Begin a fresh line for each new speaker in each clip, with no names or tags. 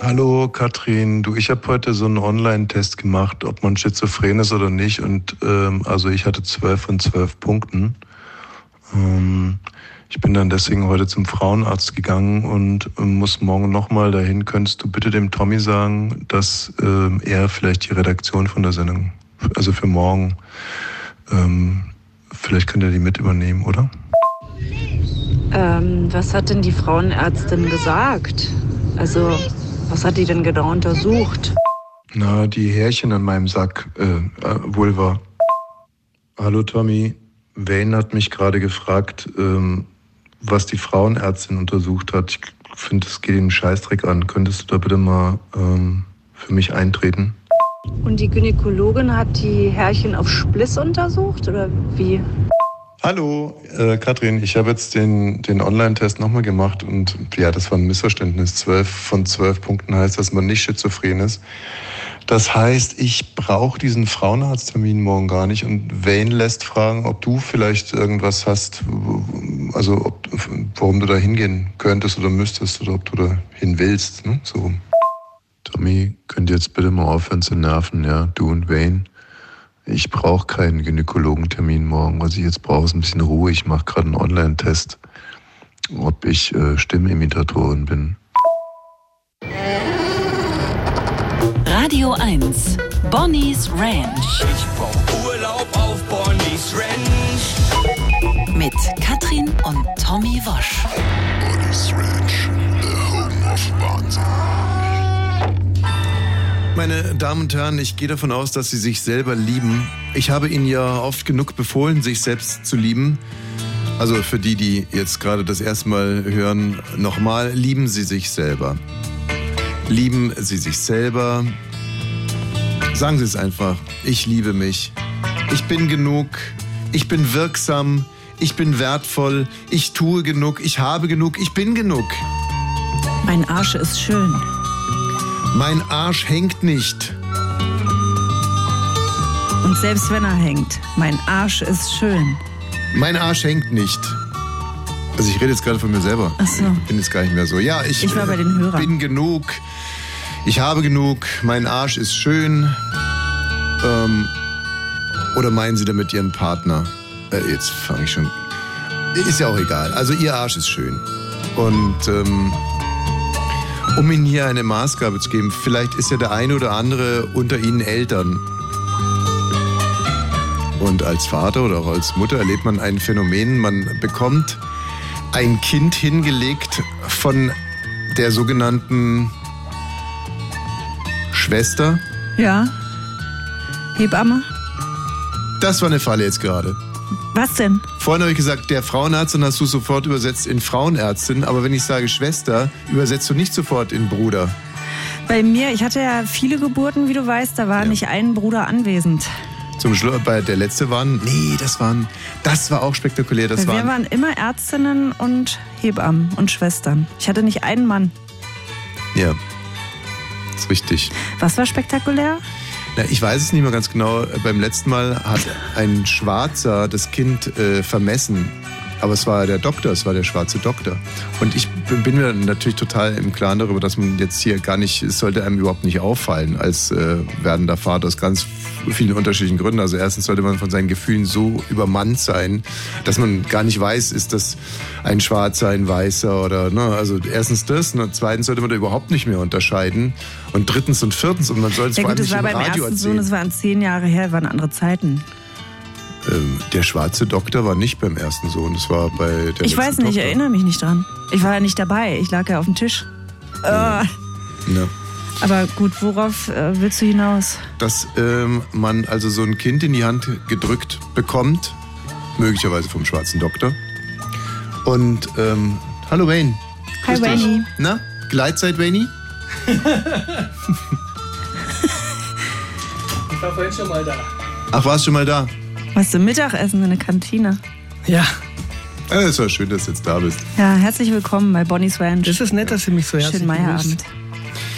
Hallo Katrin, du, ich habe heute so einen Online-Test gemacht, ob man schizophren ist oder nicht. Und ähm, also ich hatte zwölf von zwölf Punkten. Ähm, ich bin dann deswegen heute zum Frauenarzt gegangen und ähm, muss morgen nochmal dahin. Könntest du bitte dem Tommy sagen, dass ähm, er vielleicht die Redaktion von der Sendung, also für morgen, ähm, vielleicht könnte er die mit übernehmen, oder?
Ähm, was hat denn die Frauenärztin gesagt? Also, was hat die denn genau untersucht?
Na, die Härchen an meinem Sack, äh, äh, Vulva. Hallo Tommy, Wayne hat mich gerade gefragt, ähm, was die Frauenärztin untersucht hat. Ich finde, es geht ihm Scheißdreck an. Könntest du da bitte mal ähm, für mich eintreten?
Und die Gynäkologin hat die Herrchen auf Spliss untersucht oder wie?
Hallo, äh, Katrin, ich habe jetzt den, den Online-Test nochmal gemacht und ja, das war ein Missverständnis. Zwölf von zwölf Punkten heißt, dass man nicht schizophren ist. Das heißt, ich brauche diesen Frauenarzttermin morgen gar nicht und Wayne lässt fragen, ob du vielleicht irgendwas hast, w- also ob, warum du da hingehen könntest oder müsstest oder ob du da hin willst. Ne? So. rum.
Tommy, könnt ihr jetzt bitte mal aufhören zu nerven, ja? Du und Wayne. Ich brauche keinen Gynäkologentermin morgen. Was ich jetzt brauche, ist ein bisschen Ruhe. Ich mache gerade einen Online-Test, ob ich äh, Stimmimitatorin bin.
Radio 1. Bonnie's Ranch
Ich brauch Urlaub auf Bonnie's Ranch.
mit Katrin und Tommy Wosch.
Meine Äh, Damen und Herren, ich gehe davon aus, dass Sie sich selber lieben. Ich habe Ihnen ja oft genug befohlen, sich selbst zu lieben. Also für die, die jetzt gerade das erste Mal hören, nochmal, lieben Sie sich selber. Lieben Sie sich selber. Sagen Sie es einfach. Ich liebe mich. Ich bin genug. Ich bin wirksam. Ich bin wertvoll. Ich tue genug. Ich habe genug. Ich bin genug.
Mein Arsch ist schön.
Mein Arsch hängt nicht.
Und selbst wenn er hängt, mein Arsch ist schön.
Mein Arsch hängt nicht. Also ich rede jetzt gerade von mir selber.
Ach so.
Ich bin jetzt gar nicht mehr so. Ja, ich,
Ich war bei den Hörern.
bin genug. Ich habe genug. Mein Arsch ist schön. Ähm, oder meinen Sie damit Ihren Partner? Äh, jetzt fange ich schon. Ist ja auch egal. Also Ihr Arsch ist schön. Und ähm, um Ihnen hier eine Maßgabe zu geben, vielleicht ist ja der eine oder andere unter Ihnen Eltern. Und als Vater oder auch als Mutter erlebt man ein Phänomen, man bekommt ein Kind hingelegt von der sogenannten Schwester.
Ja? Hebamme?
Das war eine Falle jetzt gerade.
Was denn?
Vorhin habe ich gesagt, der Frauenarzt, dann hast du sofort übersetzt in Frauenärztin. Aber wenn ich sage Schwester, übersetzt du nicht sofort in Bruder.
Bei mir, ich hatte ja viele Geburten, wie du weißt, da war nicht ein Bruder anwesend.
Zum Schluss, bei der letzte waren, nee, das waren, das war auch spektakulär. Das
Wir
waren,
waren immer Ärztinnen und Hebammen und Schwestern. Ich hatte nicht einen Mann.
ja, ist richtig.
Was war spektakulär?
Na, ich weiß es nicht mehr ganz genau. Beim letzten Mal hat ein Schwarzer das Kind äh, vermessen. Aber es war der Doktor, es war der schwarze Doktor. Und ich bin mir natürlich total im Klaren darüber, dass man jetzt hier gar nicht, es sollte einem überhaupt nicht auffallen als äh, werdender Vater aus ganz vielen unterschiedlichen Gründen. Also erstens sollte man von seinen Gefühlen so übermannt sein, dass man gar nicht weiß, ist das ein Schwarzer, ein Weißer oder, ne, also erstens das. Und zweitens sollte man da überhaupt nicht mehr unterscheiden. Und drittens und viertens, und man sollte es
Ja
vor allem
gut, es
nicht
war
im
beim
Radio
ersten Sohn,
erzählen.
es waren zehn Jahre her, waren andere Zeiten.
Ähm, der schwarze Doktor war nicht beim ersten Sohn, das war bei der
ich
letzten
weiß nicht, ich
Tochter.
erinnere mich nicht dran. Ich war ja nicht dabei, ich lag ja auf dem Tisch. Äh,
Ja.
aber gut, worauf äh, willst du hinaus?
Dass ähm, man also so ein Kind in die Hand gedrückt bekommt, möglicherweise vom schwarzen Doktor. Und ähm, hallo Wayne.
Hi,
Grüß dich.
Wayne.
Na, Gleitzeit Wayne?
Ich war vorhin schon mal da.
Ach, warst schon mal da?
Was zum Mittagessen in der Kantine?
Ja,
Äh, es war schön, dass du jetzt da bist.
Ja, herzlich willkommen bei Bonnie's Ranch.
das ist nett, dass ihr mich so herzlich
Schönen Meierabend.
begrüßt.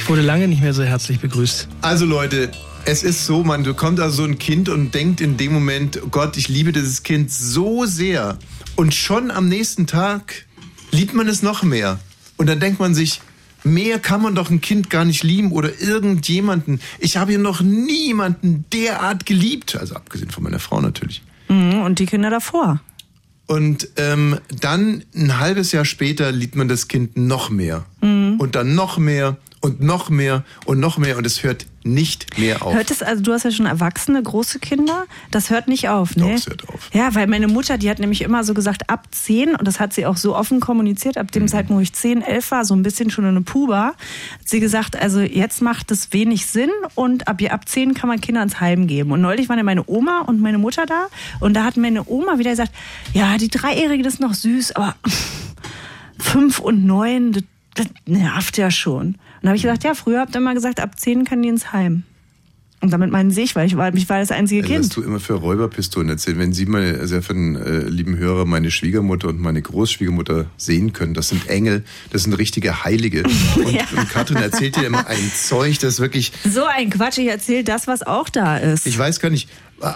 Ich wurde lange nicht mehr so herzlich begrüßt.
Also Leute, es ist so, man bekommt also so ein Kind und denkt in dem Moment, oh Gott, ich liebe dieses Kind so sehr. Und schon am nächsten Tag liebt man es noch mehr. Und dann denkt man sich, Mehr kann man doch ein Kind gar nicht lieben oder irgendjemanden. Ich habe hier noch niemanden derart geliebt, also abgesehen von meiner Frau natürlich.
Mhm, und die Kinder davor.
Und ähm, dann ein halbes Jahr später liebt man das Kind noch mehr. Und dann noch mehr und noch mehr und noch mehr und es hört nicht mehr auf.
Hört es, also du hast ja schon erwachsene, große Kinder, das hört nicht auf, ne?
Doch, es hört auf.
Ja, weil meine Mutter, die hat nämlich immer so gesagt, ab 10, und das hat sie auch so offen kommuniziert, ab
Mhm.
dem Zeitpunkt, wo ich 10, 11 war, so ein bisschen schon eine Puba, hat sie gesagt, also jetzt macht es wenig Sinn und ab, ab 10 kann man Kinder ins Heim geben. Und neulich waren ja meine Oma und meine Mutter da und da hat meine Oma wieder gesagt, ja, die Dreijährige, das ist noch süß, aber fünf und neun, das, das nervt ja schon. Und da habe ich gesagt, ja, früher habt ihr immer gesagt, ab zehn kann die ins Heim. Und damit meinen sie ich, weil ich war, ich war das einzige
Ey, Was
Kind.
du immer für Räuberpistolen erzählen. Wenn Sie mal, sehr verehrten äh, lieben Hörer, meine Schwiegermutter und meine Großschwiegermutter sehen können, das sind Engel, das sind richtige Heilige. Und,
Ja.
und Katrin erzählt dir immer ein Zeug, das wirklich,
So ein Quatsch, ich erzähle das, was auch da ist.
ich weiß gar nicht. äh,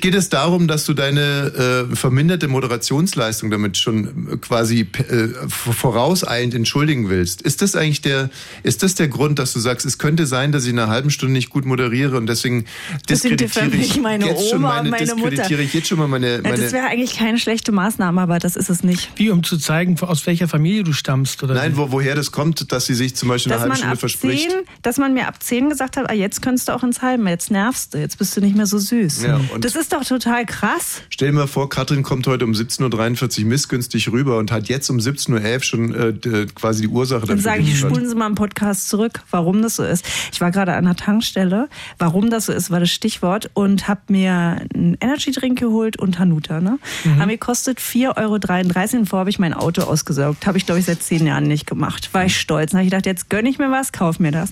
Geht es darum, dass du deine äh, verminderte Moderationsleistung damit schon äh, quasi p- äh, v- vorauseilend entschuldigen willst? Ist das eigentlich der, ist das der Grund, dass du sagst, es könnte sein, dass ich in einer halben Stunde nicht gut moderiere und deswegen
Deswegen
diskreditiere
diffamiere
ich
ich meine
jetzt schon
Oma
meine,
und meine Mutter.
diskreditiere ich jetzt schon mal meine,
Ja,
meine
Also das wäre eigentlich keine schlechte Maßnahme, aber das ist es nicht.
Wie, um zu zeigen, aus welcher Familie du stammst oder
Nein,
so.
wo, woher das kommt, dass sie sich zum Beispiel eine
Dass
halbe
man,
Stunde
ab
verspricht.
10, dass man mir ab 10 gesagt hat, ah, jetzt könntest du auch ins Heim, jetzt nervst du, jetzt bist du nicht mehr so süß.
Ja, und-
das ist doch total krass.
Stell dir mal vor, Katrin kommt heute um 17.43 Uhr missgünstig rüber und hat jetzt um 17.11 Uhr schon äh, d- quasi die Ursache
Dann
dafür
sage ich,
geliefert.
spulen Sie mal einen Podcast zurück, warum das so ist. Ich war gerade an der Tankstelle, warum das so ist, war das Stichwort und habe mir einen Energy-Drink geholt und Hanuta. Ne? Haben gekostet 4,33 Euro und vorher habe ich mein Auto ausgesaugt. Habe ich, glaube ich, seit zehn Jahren nicht gemacht. War ich stolz. Dann habe ich gedacht, jetzt gönn ich mir was, kauf mir das.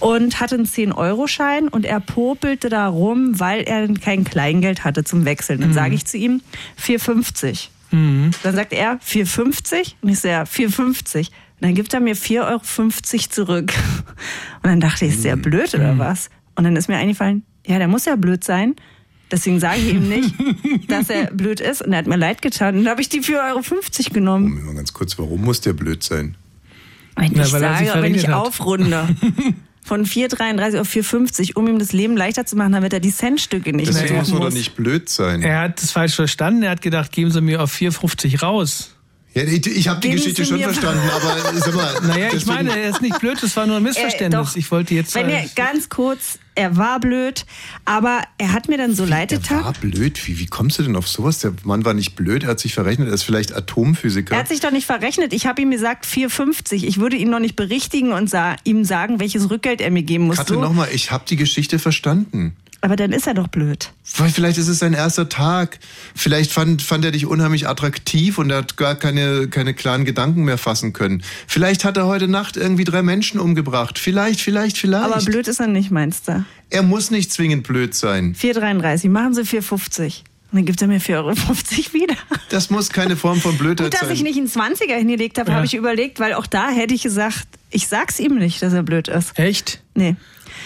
Und hatte einen 10-Euro-Schein und er popelte da rum, weil er kein Kleingeld hatte zum Wechseln. Dann sage ich zu ihm, 4,50 dann sagt er 4,50 und ich so, ja, 4,50. Und dann gibt er mir 4,50 Euro zurück. Und dann dachte ich, ist
Mhm.
der blöd oder was? Und dann ist mir eingefallen, ja, der muss ja blöd sein. Deswegen sage ich ihm nicht, dass er blöd ist. Und er hat mir leid getan. Und dann habe ich die 4,50 Euro genommen.
Moment mal ganz kurz, warum muss der blöd sein?
Wenn
Ja,
ich
weil er sich
sage, wenn ich
verringert hat.
aufrunde von 4,33 auf 4,50, um ihm das Leben leichter zu machen, damit er die Centstücke nicht
Deswegen
mehr
muss
suchen
man doch
muss.
nicht blöd sein. Ja.
Er hat es falsch verstanden. Er hat gedacht, geben Sie mir auf 4,50 raus.
ich ich habe die
Geben
Geschichte
Sie
schon
mir-
verstanden, aber sag mal.
Naja, ich
deswegen-
meine, er ist nicht blöd, das war nur ein
Äh,
Missverständnis.
doch.
ich wollte jetzt.
Wenn
äh,
er, ganz kurz, er war blöd, aber er hat mir dann so leid
Der
getan.
war blöd. Wie, wie kommst du denn auf sowas? Der Mann war nicht blöd, er hat sich verrechnet, er ist vielleicht Atomphysiker.
Er hat sich doch nicht verrechnet. Ich habe ihm gesagt 4,50. Ich würde ihn noch nicht berichtigen und sa ihm sagen, welches Rückgeld er mir geben muss.
Katrin,
So.
nochmal, ich habe die Geschichte verstanden.
Aber dann ist er doch blöd.
Weil vielleicht ist es sein erster Tag. Vielleicht fand, fand er dich unheimlich attraktiv und er hat gar keine, keine klaren Gedanken mehr fassen können. Vielleicht hat er heute Nacht irgendwie drei Menschen umgebracht. Vielleicht, vielleicht, vielleicht.
Aber blöd ist er nicht, meinst du?
Er muss nicht zwingend blöd sein.
4,33. Machen Sie 4,50. Und dann gibt er mir 4,50 Euro wieder.
Das muss keine Form von Blödheit
Gut, dass
sein.
ich nicht einen 20er hingelegt habe,
Ja.
habe ich überlegt, weil auch da hätte ich gesagt, ich sag's ihm nicht, dass er blöd ist.
Echt?
Nee.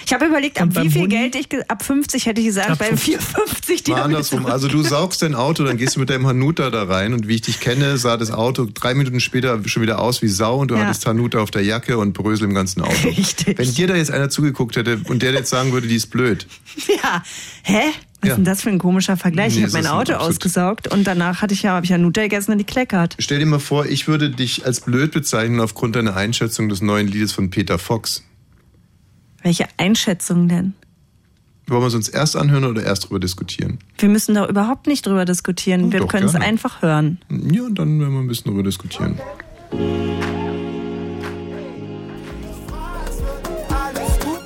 Ich habe überlegt,
Und
ab wie
beim
viel
Hundi?
Geld ich, ge- ab 50 hätte ich gesagt,
Ab
bei
50.
4,50 die
Mal
haben wir
andersrum.
zurück.
Also du saugst dein Auto, dann gehst du mit deinem Hanuta da rein und wie ich dich kenne, sah das Auto drei Minuten später schon wieder aus wie Sau und du
Ja.
hattest Hanuta auf der Jacke und Brösel im ganzen Auto.
Richtig.
Wenn dir da jetzt einer zugeguckt hätte und der jetzt sagen würde, die ist blöd.
Ja. Hä?
Ja.
Was ist denn das für ein komischer Vergleich?
Nee,
ich
es
habe
ist
mein
ein
Auto
absolut-
ausgesaugt und danach hatte ich ja, habe ich ja Nutter gegessen und die kleckert.
Stell dir mal vor, ich würde dich als blöd bezeichnen aufgrund deiner Einschätzung des neuen Liedes von Peter Fox.
Welche Einschätzung denn?
Wollen wir es uns erst anhören oder erst drüber diskutieren?
Wir müssen da überhaupt nicht drüber diskutieren. Wir
doch,
können es
gerne.
einfach hören.
Ja, und dann werden wir ein bisschen drüber diskutieren.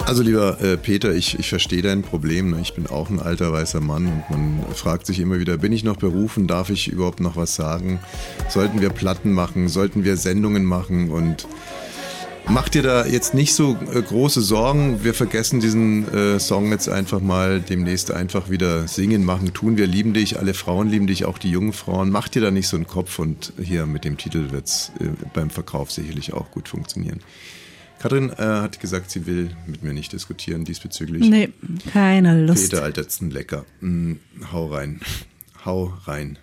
Also lieber äh, Peter, ich, ich verstehe dein Problem. ne? Ich bin auch ein alter weißer Mann und man fragt sich immer wieder, bin ich noch berufen? Darf ich überhaupt noch was sagen? Sollten wir Platten machen? Sollten wir Sendungen machen? Und Mach dir da jetzt nicht so äh, große Sorgen. Wir vergessen diesen äh, Song jetzt einfach mal demnächst einfach wieder singen, machen, tun. Wir lieben dich, alle Frauen lieben dich, auch die jungen Frauen. Mach dir da nicht so einen Kopf und hier mit dem Titel wird's äh, beim Verkauf sicherlich auch gut funktionieren. Katrin äh, hat gesagt, sie will mit mir nicht diskutieren diesbezüglich.
Nee, keine Lust.
Peter, alter Lecker. Mm, hau rein. Hau rein.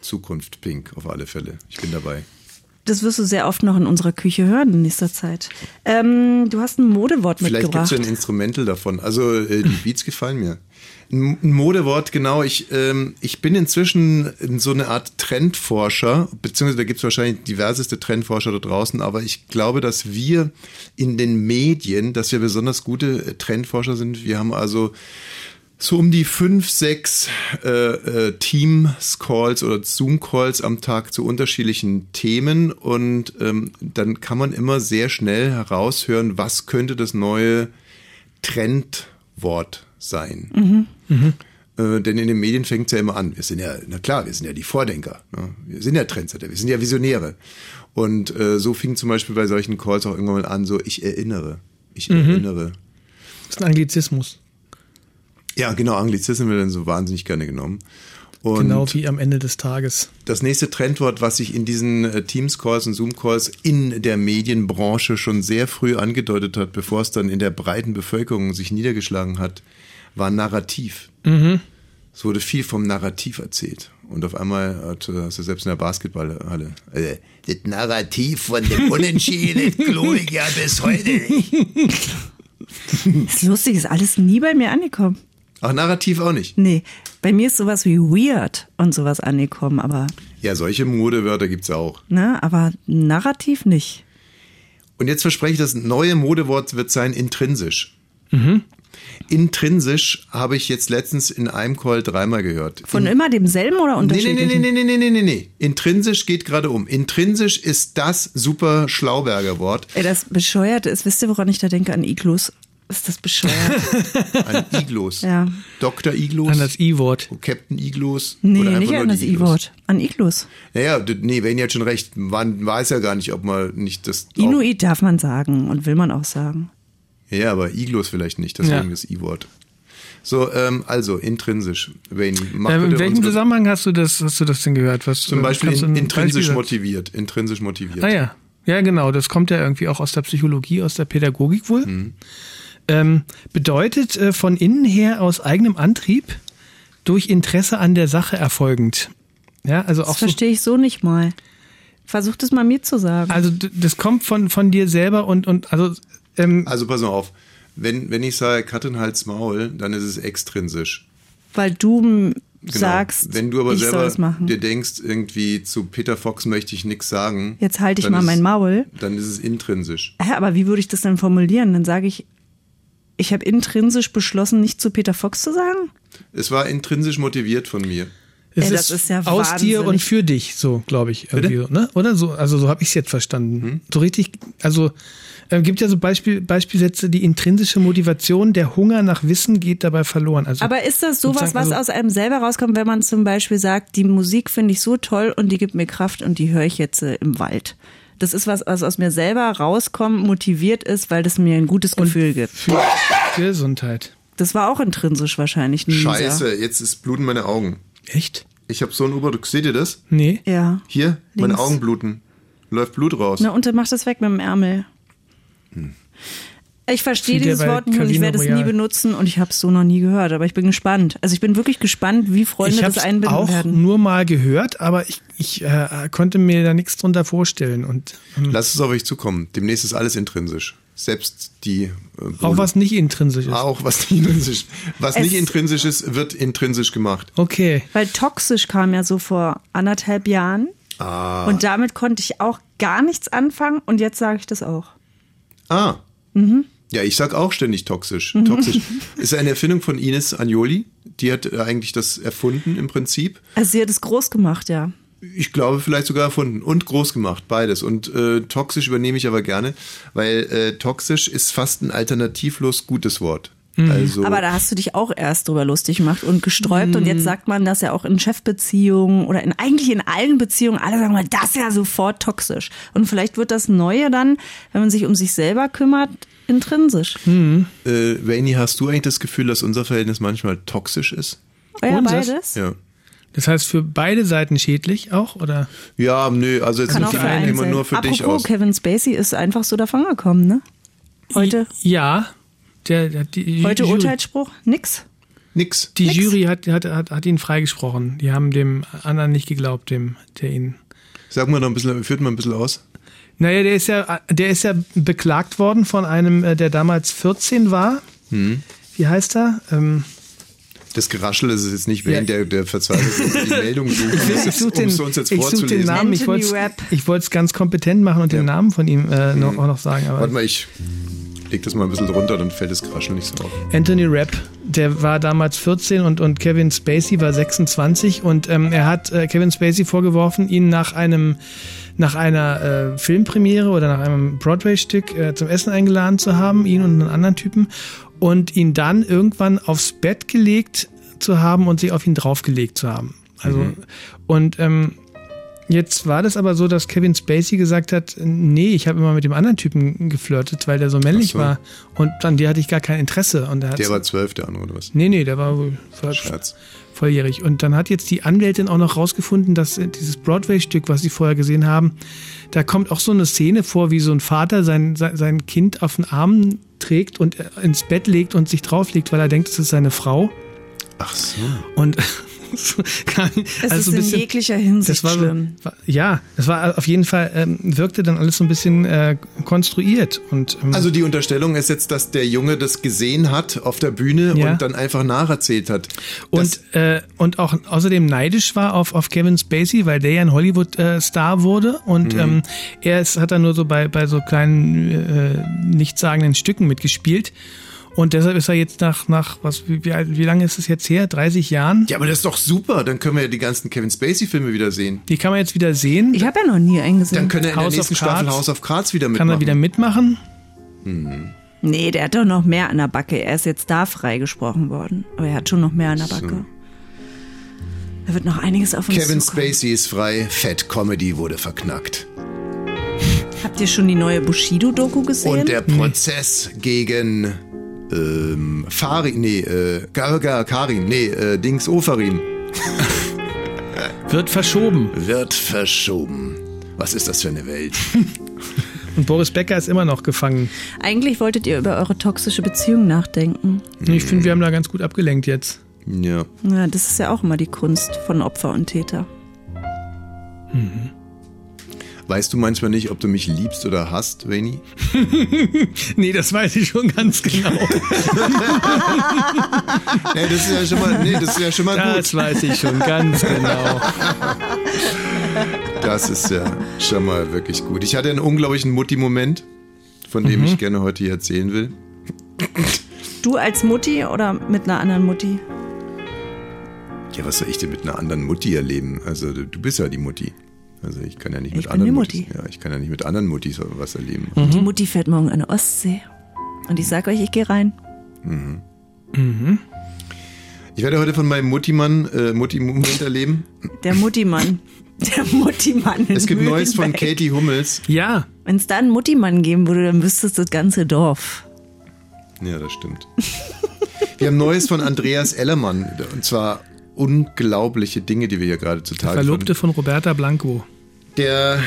Zukunft pink auf alle Fälle. Ich bin dabei.
Das wirst du sehr oft noch in unserer Küche hören in nächster Zeit. Ähm, du hast ein Modewort
Vielleicht gibt es
mitgebracht.
ja ein Instrumental davon. Also äh, die Beats gefallen mir. Ein ein Modewort, genau. Ich, ähm, ich bin inzwischen in so eine Art Trendforscher, beziehungsweise da gibt es wahrscheinlich diverseste Trendforscher da draußen, aber ich glaube, dass wir in den Medien, dass wir besonders gute äh, Trendforscher sind. Wir haben also so um die fünf, sechs äh, äh, Teams-Calls oder Zoom-Calls am Tag zu unterschiedlichen Themen und ähm, dann kann man immer sehr schnell heraushören, was könnte das neue Trendwort sein. Äh, denn in den Medien fängt es ja immer an. Wir sind ja, na klar, wir sind ja die Vordenker. Ne? Wir sind ja Trendsetter, wir sind ja Visionäre. Und äh, so fing zum Beispiel bei solchen Calls auch irgendwann mal an, so ich erinnere, ich erinnere.
Das ist ein Anglizismus.
Ja, genau, Anglizismen werden so wahnsinnig gerne genommen. Und
genau wie am Ende des Tages.
das nächste Trendwort, was sich in diesen äh, Teams-Calls und Zoom-Calls in der Medienbranche schon sehr früh angedeutet hat, bevor es dann in der breiten Bevölkerung sich niedergeschlagen hat, war Narrativ.
Mhm.
Es wurde viel vom Narrativ erzählt. Und auf einmal hat, äh, hast du selbst in der Basketballhalle. Äh, das Narrativ von dem Unentschieden, das glaube ich ja bis heute nicht.
Das ist lustig, ist alles nie bei mir angekommen.
Ach, Narrativ auch nicht.
Nee, bei mir ist sowas wie weird und sowas angekommen, aber,
Ja, solche Modewörter gibt's auch.
ne, aber narrativ nicht.
Und jetzt verspreche ich, das neue Modewort wird sein intrinsisch. Mhm. Intrinsisch habe ich jetzt letztens in einem Call dreimal gehört.
Von immer demselben oder
Nee, nee,
unterschiedlichen?
nee, nee, nee, nee, nee, nee, nee, nee. Intrinsisch geht gerade um. Intrinsisch ist das super Schlauberger Wort.
Ey, das Bescheuerte ist, wisst ihr, woran ich da denke? An Iglus. Ist das bescheuert?
An Iglos.
Ja.
Dr. Iglos.
An das I-Wort.
Captain Iglos.
Nee,
oder einfach
nicht
nur
an
die
das
Iglos.
I-Wort. An Iglus.
Naja, d- nee, Wayne hat schon recht. Man weiß ja gar nicht, ob man nicht das. ob-
Inuit darf man sagen und will man auch sagen.
Ja, aber Iglos vielleicht nicht, deswegen
Ja.
das I-Wort. So, ähm, also intrinsisch. Wayne, mach
Ähm,
bitte
in welchem
unsere-
Zusammenhang hast du das, hast du das denn gehört? Was,
Zum Beispiel
Äh, kannst du
in,
ein
intrinsisch
Beispiel-
motiviert. Intrinsisch motiviert.
Ah ja. Ja, genau. Das kommt ja irgendwie auch aus der Psychologie, aus der Pädagogik wohl. Ähm, bedeutet äh, von innen her aus eigenem Antrieb durch Interesse an der Sache erfolgend. Ja, also
Das
auch so
verstehe ich so nicht mal. Versucht es mal mir zu sagen.
Also d- das kommt von, von dir selber und, und also ähm,
Also pass mal auf. Wenn, wenn ich sage Katrin Hals Maul, dann ist es extrinsisch.
Weil du m- sagst,
Genau. Wenn du aber
ich soll
selber
es machen.
dir denkst, irgendwie zu Peter Fox möchte ich nichts sagen.
Jetzt halte ich
dann
mal
ist-
mein Maul.
Dann ist es intrinsisch.
Hä, aber wie würde ich das denn formulieren? Dann sage ich, ich habe intrinsisch beschlossen, nicht zu Peter Fox zu sagen?
Es war intrinsisch motiviert von mir.
es
Ey, das ist ja
aus dir und
wahnsinnig.
für dich, so glaube ich, irgendwie so, ne? Oder so, also so habe ich es jetzt verstanden. So richtig, also ähm, gibt ja so Beispiel, Beispielsätze, die intrinsische Motivation, der Hunger nach Wissen geht dabei verloren. Also
Aber ist das sowas,
sozusagen,
was
also,
aus einem selber rauskommt, wenn man zum Beispiel sagt, die Musik finde ich so toll und die gibt mir Kraft und die höre ich jetzt äh, im Wald? Das ist was, was aus mir selber rauskommt, motiviert ist, weil das mir ein gutes Gefühl gibt.
für Gesundheit.
Das war auch intrinsisch wahrscheinlich. ein Loser.
Scheiße, jetzt ist bluten meine Augen.
Echt?
Ich habe so einen Oberdruck. Seht ihr das?
Nee.
Ja.
Hier, meine
Links.
Augen bluten. Läuft Blut raus.
Na, und dann mach das weg mit dem Ärmel. Ich verstehe
Wie der
dieses
bei
Wort nicht und ich
Casino
werde es nie
Royale.
benutzen und ich habe es so noch nie gehört, aber ich bin gespannt. Also ich bin wirklich gespannt, wie Freunde
Ich habe
das einbinden
auch
werden.
nur mal gehört, aber ich, ich äh, konnte mir da nichts drunter vorstellen. Und ähm,
Lasst es auf euch zukommen. Demnächst ist alles intrinsisch. Selbst die äh,
auch was nicht intrinsisch ist.
Auch was nicht intrinsisch, was
Es-
nicht intrinsisch ist, wird intrinsisch gemacht.
Okay.
Weil toxisch kam ja so vor anderthalb Jahren
Ah.
und damit konnte ich auch gar nichts anfangen und jetzt sage ich das auch.
Ah.
Mhm.
Ja, ich sag auch ständig toxisch. Toxisch ist eine Erfindung von Ines Agnoli. Die hat äh, eigentlich das erfunden im Prinzip.
Also sie hat es groß gemacht, ja.
Ich glaube, vielleicht sogar erfunden und groß gemacht, beides. Und äh, toxisch übernehme ich aber gerne, weil äh, toxisch ist fast ein alternativlos gutes Wort. Also,
Mhm. Aber da hast du dich auch erst drüber lustig gemacht und gesträubt. Und jetzt sagt man das ja auch in Chefbeziehungen oder in eigentlich in allen Beziehungen. Alle sagen mal, das ist ja sofort toxisch. Und vielleicht wird das Neue dann, wenn man sich um sich selber kümmert, intrinsisch.
äh, Rainy, hast du eigentlich das Gefühl, dass unser Verhältnis manchmal toxisch ist?
Euer
Unseres?
beides?
Ja.
Das heißt für beide Seiten schädlich auch, oder?
Ja, nö, also jetzt
Kann
nicht
auch für
für einen
einen
immer
sein.
nur für
Apropos,
dich aus.
Kevin Spacey ist einfach so davongekommen, ne? Heute,
I- Ja. Der, der, die,
heute
die Jury,
Urteilsspruch? Nix.
Nix.
die Jury hat, hat, hat, hat ihn freigesprochen. Die haben dem anderen nicht geglaubt, dem, der ihn
Sag mal noch ein bisschen, führt mal ein bisschen aus.
Naja, der ist ja, der ist ja beklagt worden von einem, äh, der damals 14 war. Wie heißt er? Ähm,
Das Geraschel ist es jetzt nicht wegen
Ja.
der, der verzweifelten die Meldung suchen, um es-
ich suche
um
den,
es uns jetzt
ich such den
vorzulesen.
Namen. Ich
Anthony
wollte
Rapp.
es ganz kompetent machen und den Namen von ihm äh, noch, auch noch sagen. Aber
Hm. Warte mal, ich leg das mal ein bisschen runter, dann fällt das Geraschel nicht so auf.
Anthony Rapp, der war damals 14 und, und Kevin Spacey war 26 und ähm, er hat äh, Kevin Spacey vorgeworfen, ihn nach einem nach einer äh, Filmpremiere oder nach einem Broadway-Stück äh, zum Essen eingeladen zu haben, ihn und einen anderen Typen und ihn dann irgendwann aufs Bett gelegt zu haben und sich auf ihn draufgelegt zu haben. Also
Mhm.
und ähm, Jetzt war das aber so, dass Kevin Spacey gesagt hat, nee, ich habe immer mit dem anderen Typen geflirtet, weil der so männlich
Ach so.
war. Und an dir hatte ich gar kein Interesse. Und er hat's-
Der war zwölf, der andere, oder was?
Nee, nee, der war wohl voll-
Scherz.
volljährig. Und dann hat jetzt die Anwältin auch noch rausgefunden, dass äh, dieses Broadway-Stück, was sie vorher gesehen haben, da kommt auch so eine Szene vor, wie so ein Vater sein, sein, sein Kind auf den Arm trägt und äh, ins Bett legt und sich drauflegt, weil er denkt, es ist seine Frau.
Ach so.
Und so kam-
Es
also ein
ist in
bisschen-
jeglicher Hinsicht
das war, so-
schlimm.
war ja, das war auf jeden Fall ähm, wirkte dann alles so ein bisschen äh, konstruiert und ähm,
Also die Unterstellung ist jetzt, dass der Junge das gesehen hat auf der Bühne
Ja.
und dann einfach nacherzählt hat. Das-
und äh, und auch außerdem neidisch war auf auf Kevin Spacey, weil der ja ein Hollywood äh, Star wurde und ähm, er ist, hat dann nur so bei bei so kleinen äh, nichtssagenden Stücken mitgespielt und deshalb ist er jetzt nach nach was wie wie, alt- wie lange ist es jetzt her? 30 Jahren.
ja, aber das ist doch super. Dann können wir ja die ganzen Kevin Spacey-Filme wieder sehen.
Die kann man jetzt wieder sehen.
Ich habe ja noch nie einen gesehen.
Dann können er in
House
der nächsten
of Cards.
Staffel House of Cards wieder mitmachen.
kann er wieder mitmachen?
Nee, der hat doch noch mehr an der Backe. Er ist jetzt da freigesprochen worden. Aber er hat schon noch mehr an der Backe. Da wird noch einiges auf uns
Kevin
zukommen.
Spacey ist frei, Fat Comedy wurde verknackt.
Habt ihr schon die neue Bushido-Doku gesehen?
Und der Prozess gegen ähm, Farin, nee, äh, Gar- Gar- Karin, nee, äh, Dings Ofarin
Wird verschoben.
wird verschoben. Was ist das für eine Welt?
Und Boris Becker ist immer noch gefangen.
Eigentlich wolltet ihr über eure toxische Beziehung nachdenken.
Ich finde, wir haben da ganz gut abgelenkt jetzt.
ja.
Ja, das ist ja auch immer die Kunst von Opfer und Täter.
Weißt du manchmal nicht, ob du mich liebst oder hasst, Veni?
Nee, das weiß ich schon ganz genau.
Nee, das ist ja schon mal, nee, das ist ja schon mal
Das weiß ich schon ganz genau.
gut. Das ist ja schon mal wirklich gut. Ich hatte einen unglaublichen Mutti-Moment, von dem
Mhm.
ich gerne heute hier erzählen will.
Du als Mutti oder mit einer anderen Mutti?
Ja, was soll ich denn mit einer anderen Mutti erleben? Also du du bist ja die Mutti. Also ich kann ja nicht mit
bin
anderen
die
Muttis.
Mutti.
Ja, ich kann ja nicht mit anderen Muttis was erleben.
Die Mutti fährt morgen an die Ostsee. Und ich sag euch, ich gehe rein.
Ich werde heute von meinem Mutti-Mann äh, Mutti-Moment erleben.
Der Mutti-Mann. Der Mutti-Mann. in
Es gibt Neues von
Mühlenberg.
Katie Hummels.
Ja,
Wenn es da einen Mutti-Mann geben würde, dann wüsste es das ganze Dorf.
Ja, das stimmt. Wir haben Neues von Andreas Ellermann. Und zwar unglaubliche Dinge, die wir hier gerade zutage
Verlobte von Roberta Blanco.
führen. Der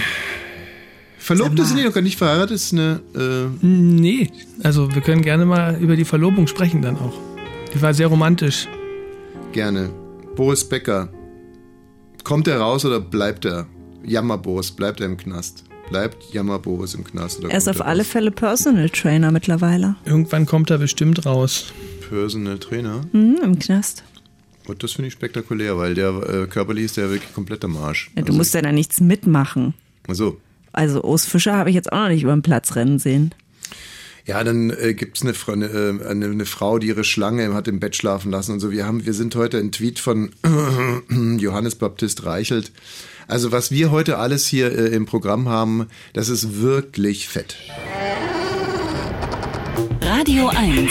Verlobte sind ja noch gar nicht verheiratet. Ist eine,
Hm.
äh,
Nee, also wir können gerne mal über die Verlobung sprechen dann auch. Die war sehr romantisch.
gerne. Boris Becker. Kommt er raus oder bleibt er? Jammer Boris, bleibt er im Knast? Bleibt Jammer Boris im Knast? Oder
Er ist
kommt
auf alle Fälle Personal Trainer mittlerweile.
Irgendwann kommt er bestimmt raus.
Personal Trainer.
Hm, Im Knast.
Und das finde ich spektakulär, weil der äh, körperlich ist der wirklich komplett am Arsch.
Ja, du musst ja da nichts mitmachen.
Also,
Also Ous Fischer habe ich jetzt auch noch nicht über den Platz rennen sehen.
ja, dann äh, gibt's eine, Fra- eine, äh, eine, eine Frau, die ihre Schlange hat im Bett schlafen lassen und so. Wir haben, wir sind heute ein Tweet von Johannes Baptist Reichelt. Also was wir heute alles hier äh, im Programm haben, das ist wirklich fett.
Radio 1.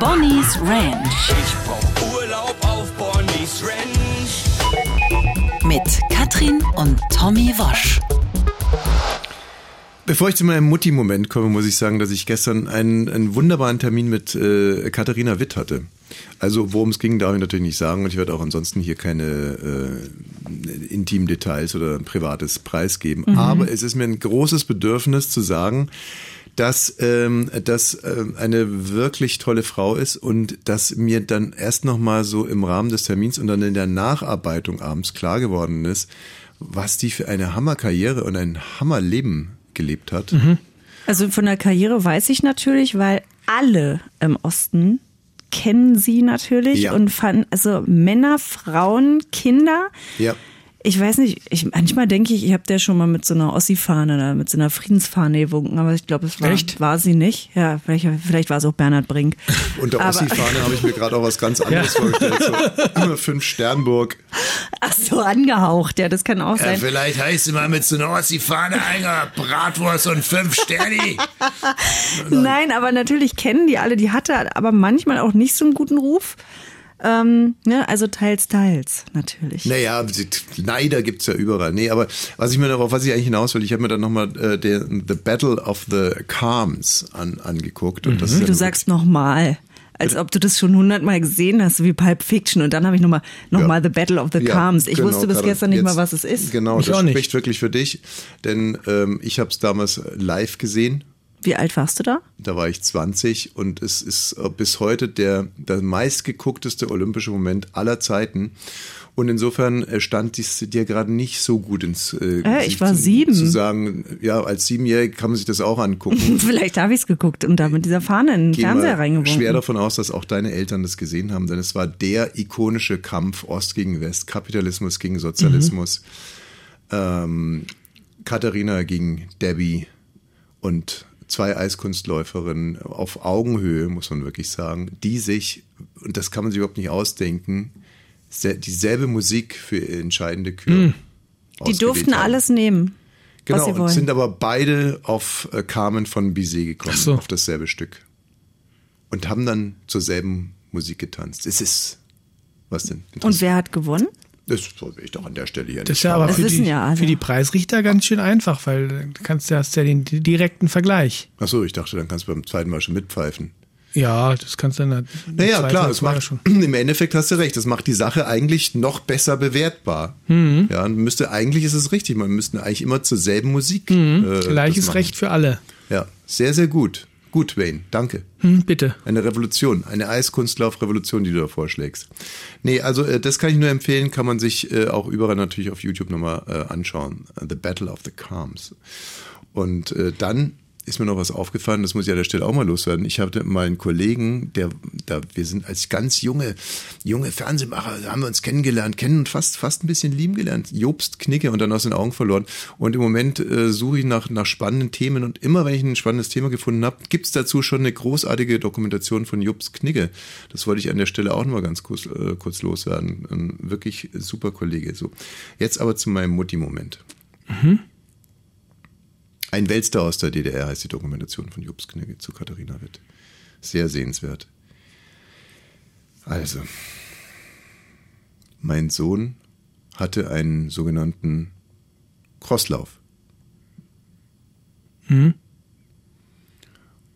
Bonnie's Ranch.
Ich brauch Urlaub auf Bonnie's Ranch.
Mit Katrin und Tommy Wosch.
Bevor ich zu meinem Mutti-Moment komme, muss ich sagen, dass ich gestern einen, einen wunderbaren Termin mit äh, Katharina Witt hatte. Also worum es ging, darf ich natürlich nicht sagen und ich werde auch ansonsten hier keine äh, intimen Details oder privates Preis geben. Aber es ist mir ein großes Bedürfnis zu sagen, dass ähm, das ähm, eine wirklich tolle Frau ist und dass mir dann erst nochmal so im Rahmen des Termins und dann in der Nacharbeitung abends klar geworden ist, was die für eine Hammerkarriere und ein Hammerleben gelebt hat.
Also von der Karriere weiß ich natürlich, weil alle im Osten kennen sie natürlich
Ja.
und fanden, also Männer, Frauen, Kinder.
Ja.
Ich weiß nicht, ich, manchmal denke ich, ich habe der schon mal mit so einer Ossi-Fahne oder mit so einer Friedensfahne gewunken, aber ich glaube, es war,
Echt?
war sie nicht. Ja, vielleicht, vielleicht war es auch Bernhard Brink.
Unter
Aber-
Ossi-Fahne habe ich mir gerade auch was ganz anderes vorgestellt. So, immer fünf Sternburg.
Ach so, angehaucht, ja, das kann auch sein.
Äh, vielleicht heißt sie mal mit so einer Ossi-Fahne einer Bratwurst und fünf Sterni.
Nein, aber natürlich kennen die alle, die hatte aber manchmal auch nicht so einen guten Ruf. Ähm, ne, also teils, teils, natürlich.
Naja, leider gibt's ja überall. Nee, aber was ich mir darauf, was ich eigentlich hinaus will, ich habe mir dann nochmal äh, den The Battle of the Calms an, angeguckt. Und das ist ja
Mhm. Du
nun
sagst nochmal. Als ob du das schon hundertmal gesehen hast, wie Pulp Fiction. Und dann habe ich nochmal noch
Ja.
mal The Battle of the
Ja,
Calms. Ich
genau,
wusste bis
Karin.
gestern nicht
Jetzt-
mal, was es ist.
Genau,
Ich
das
auch nicht.
spricht wirklich für dich, denn ähm, ich habe es damals live gesehen.
Wie alt warst du da?
Da war ich 20 und es ist äh, bis heute der, der meistgeguckteste olympische Moment aller Zeiten. Und insofern äh, stand dies dir gerade nicht so gut ins äh,
Äh, ich
Gesicht,
war
zu-
sieben.
Zu sagen, ja, als Siebenjähriger kann man sich das auch angucken.
Vielleicht habe ich es geguckt und da mit dieser Fahne in den
Geh mal
Fernseher
Schwer
reingewunken.
davon aus, dass auch deine Eltern das gesehen haben, denn es war der ikonische Kampf Ost gegen West, Kapitalismus gegen Sozialismus,
Mhm.
ähm, Katharina gegen Debbie und zwei Eiskunstläuferinnen auf Augenhöhe, muss man wirklich sagen, die sich, und das kann man sich überhaupt nicht ausdenken, se- dieselbe Musik für entscheidende Kür.
Mhm. Die
ausgewählt
durften
haben.
alles nehmen, was
Genau,
sie
und
wollen.
sind aber beide auf äh, Carmen von Bizet gekommen,
Ach so.
auf dasselbe Stück. Und haben dann zur selben Musik getanzt. Es ist. Was denn?
Und wer hat gewonnen?
das soll ich doch an der Stelle hier
Das
nicht
ist ja aber
sagen.
Das
für
wissen
die,
ja alle.
für die Preisrichter ganz schön einfach, weil du kannst ja, hast ja den direkten Vergleich.
Ach so, ich dachte, dann kannst du beim zweiten Mal schon mitpfeifen.
Ja, das kannst du dann. halt
Naja,
zwei
klar,
Tage
das
vorher
macht, im Endeffekt hast du recht, das macht die Sache eigentlich noch besser bewertbar.
Mhm.
Ja, und müsste, eigentlich ist es richtig, man müsste eigentlich immer zur selben Musik. äh, das
Mhm. Gleiches
machen.
Recht für alle.
Ja, sehr, sehr gut. Gut, Wayne, danke.
Hm, bitte.
Eine Revolution, eine Eiskunstlauf-Revolution, die du da vorschlägst. Nee, also äh, das kann ich nur empfehlen, kann man sich äh, auch überall natürlich auf YouTube nochmal äh, anschauen. The Battle of the Calms. Und äh, dann ist mir noch was aufgefallen, das muss ich an der Stelle auch mal loswerden. Ich hatte mal einen Kollegen, der, da, wir sind als ganz junge, junge Fernsehmacher, da haben wir uns kennengelernt, kennen und fast, fast ein bisschen lieben gelernt. Jobst Knicke und dann aus den Augen verloren. Und im Moment äh, suche ich nach, nach spannenden Themen und immer wenn ich ein spannendes Thema gefunden habe, gibt's dazu schon eine großartige Dokumentation von Jobst Knicke. Das wollte ich an der Stelle auch nochmal ganz kurz, äh, kurz loswerden. Ein wirklich super Kollege. So. Jetzt aber zu meinem Mutti-Moment. Ein Weltstar aus der DDR heißt die Dokumentation von Jobs Knigge zu Katharina Witt. Sehr sehenswert. Also, mein Sohn hatte einen sogenannten Crosslauf.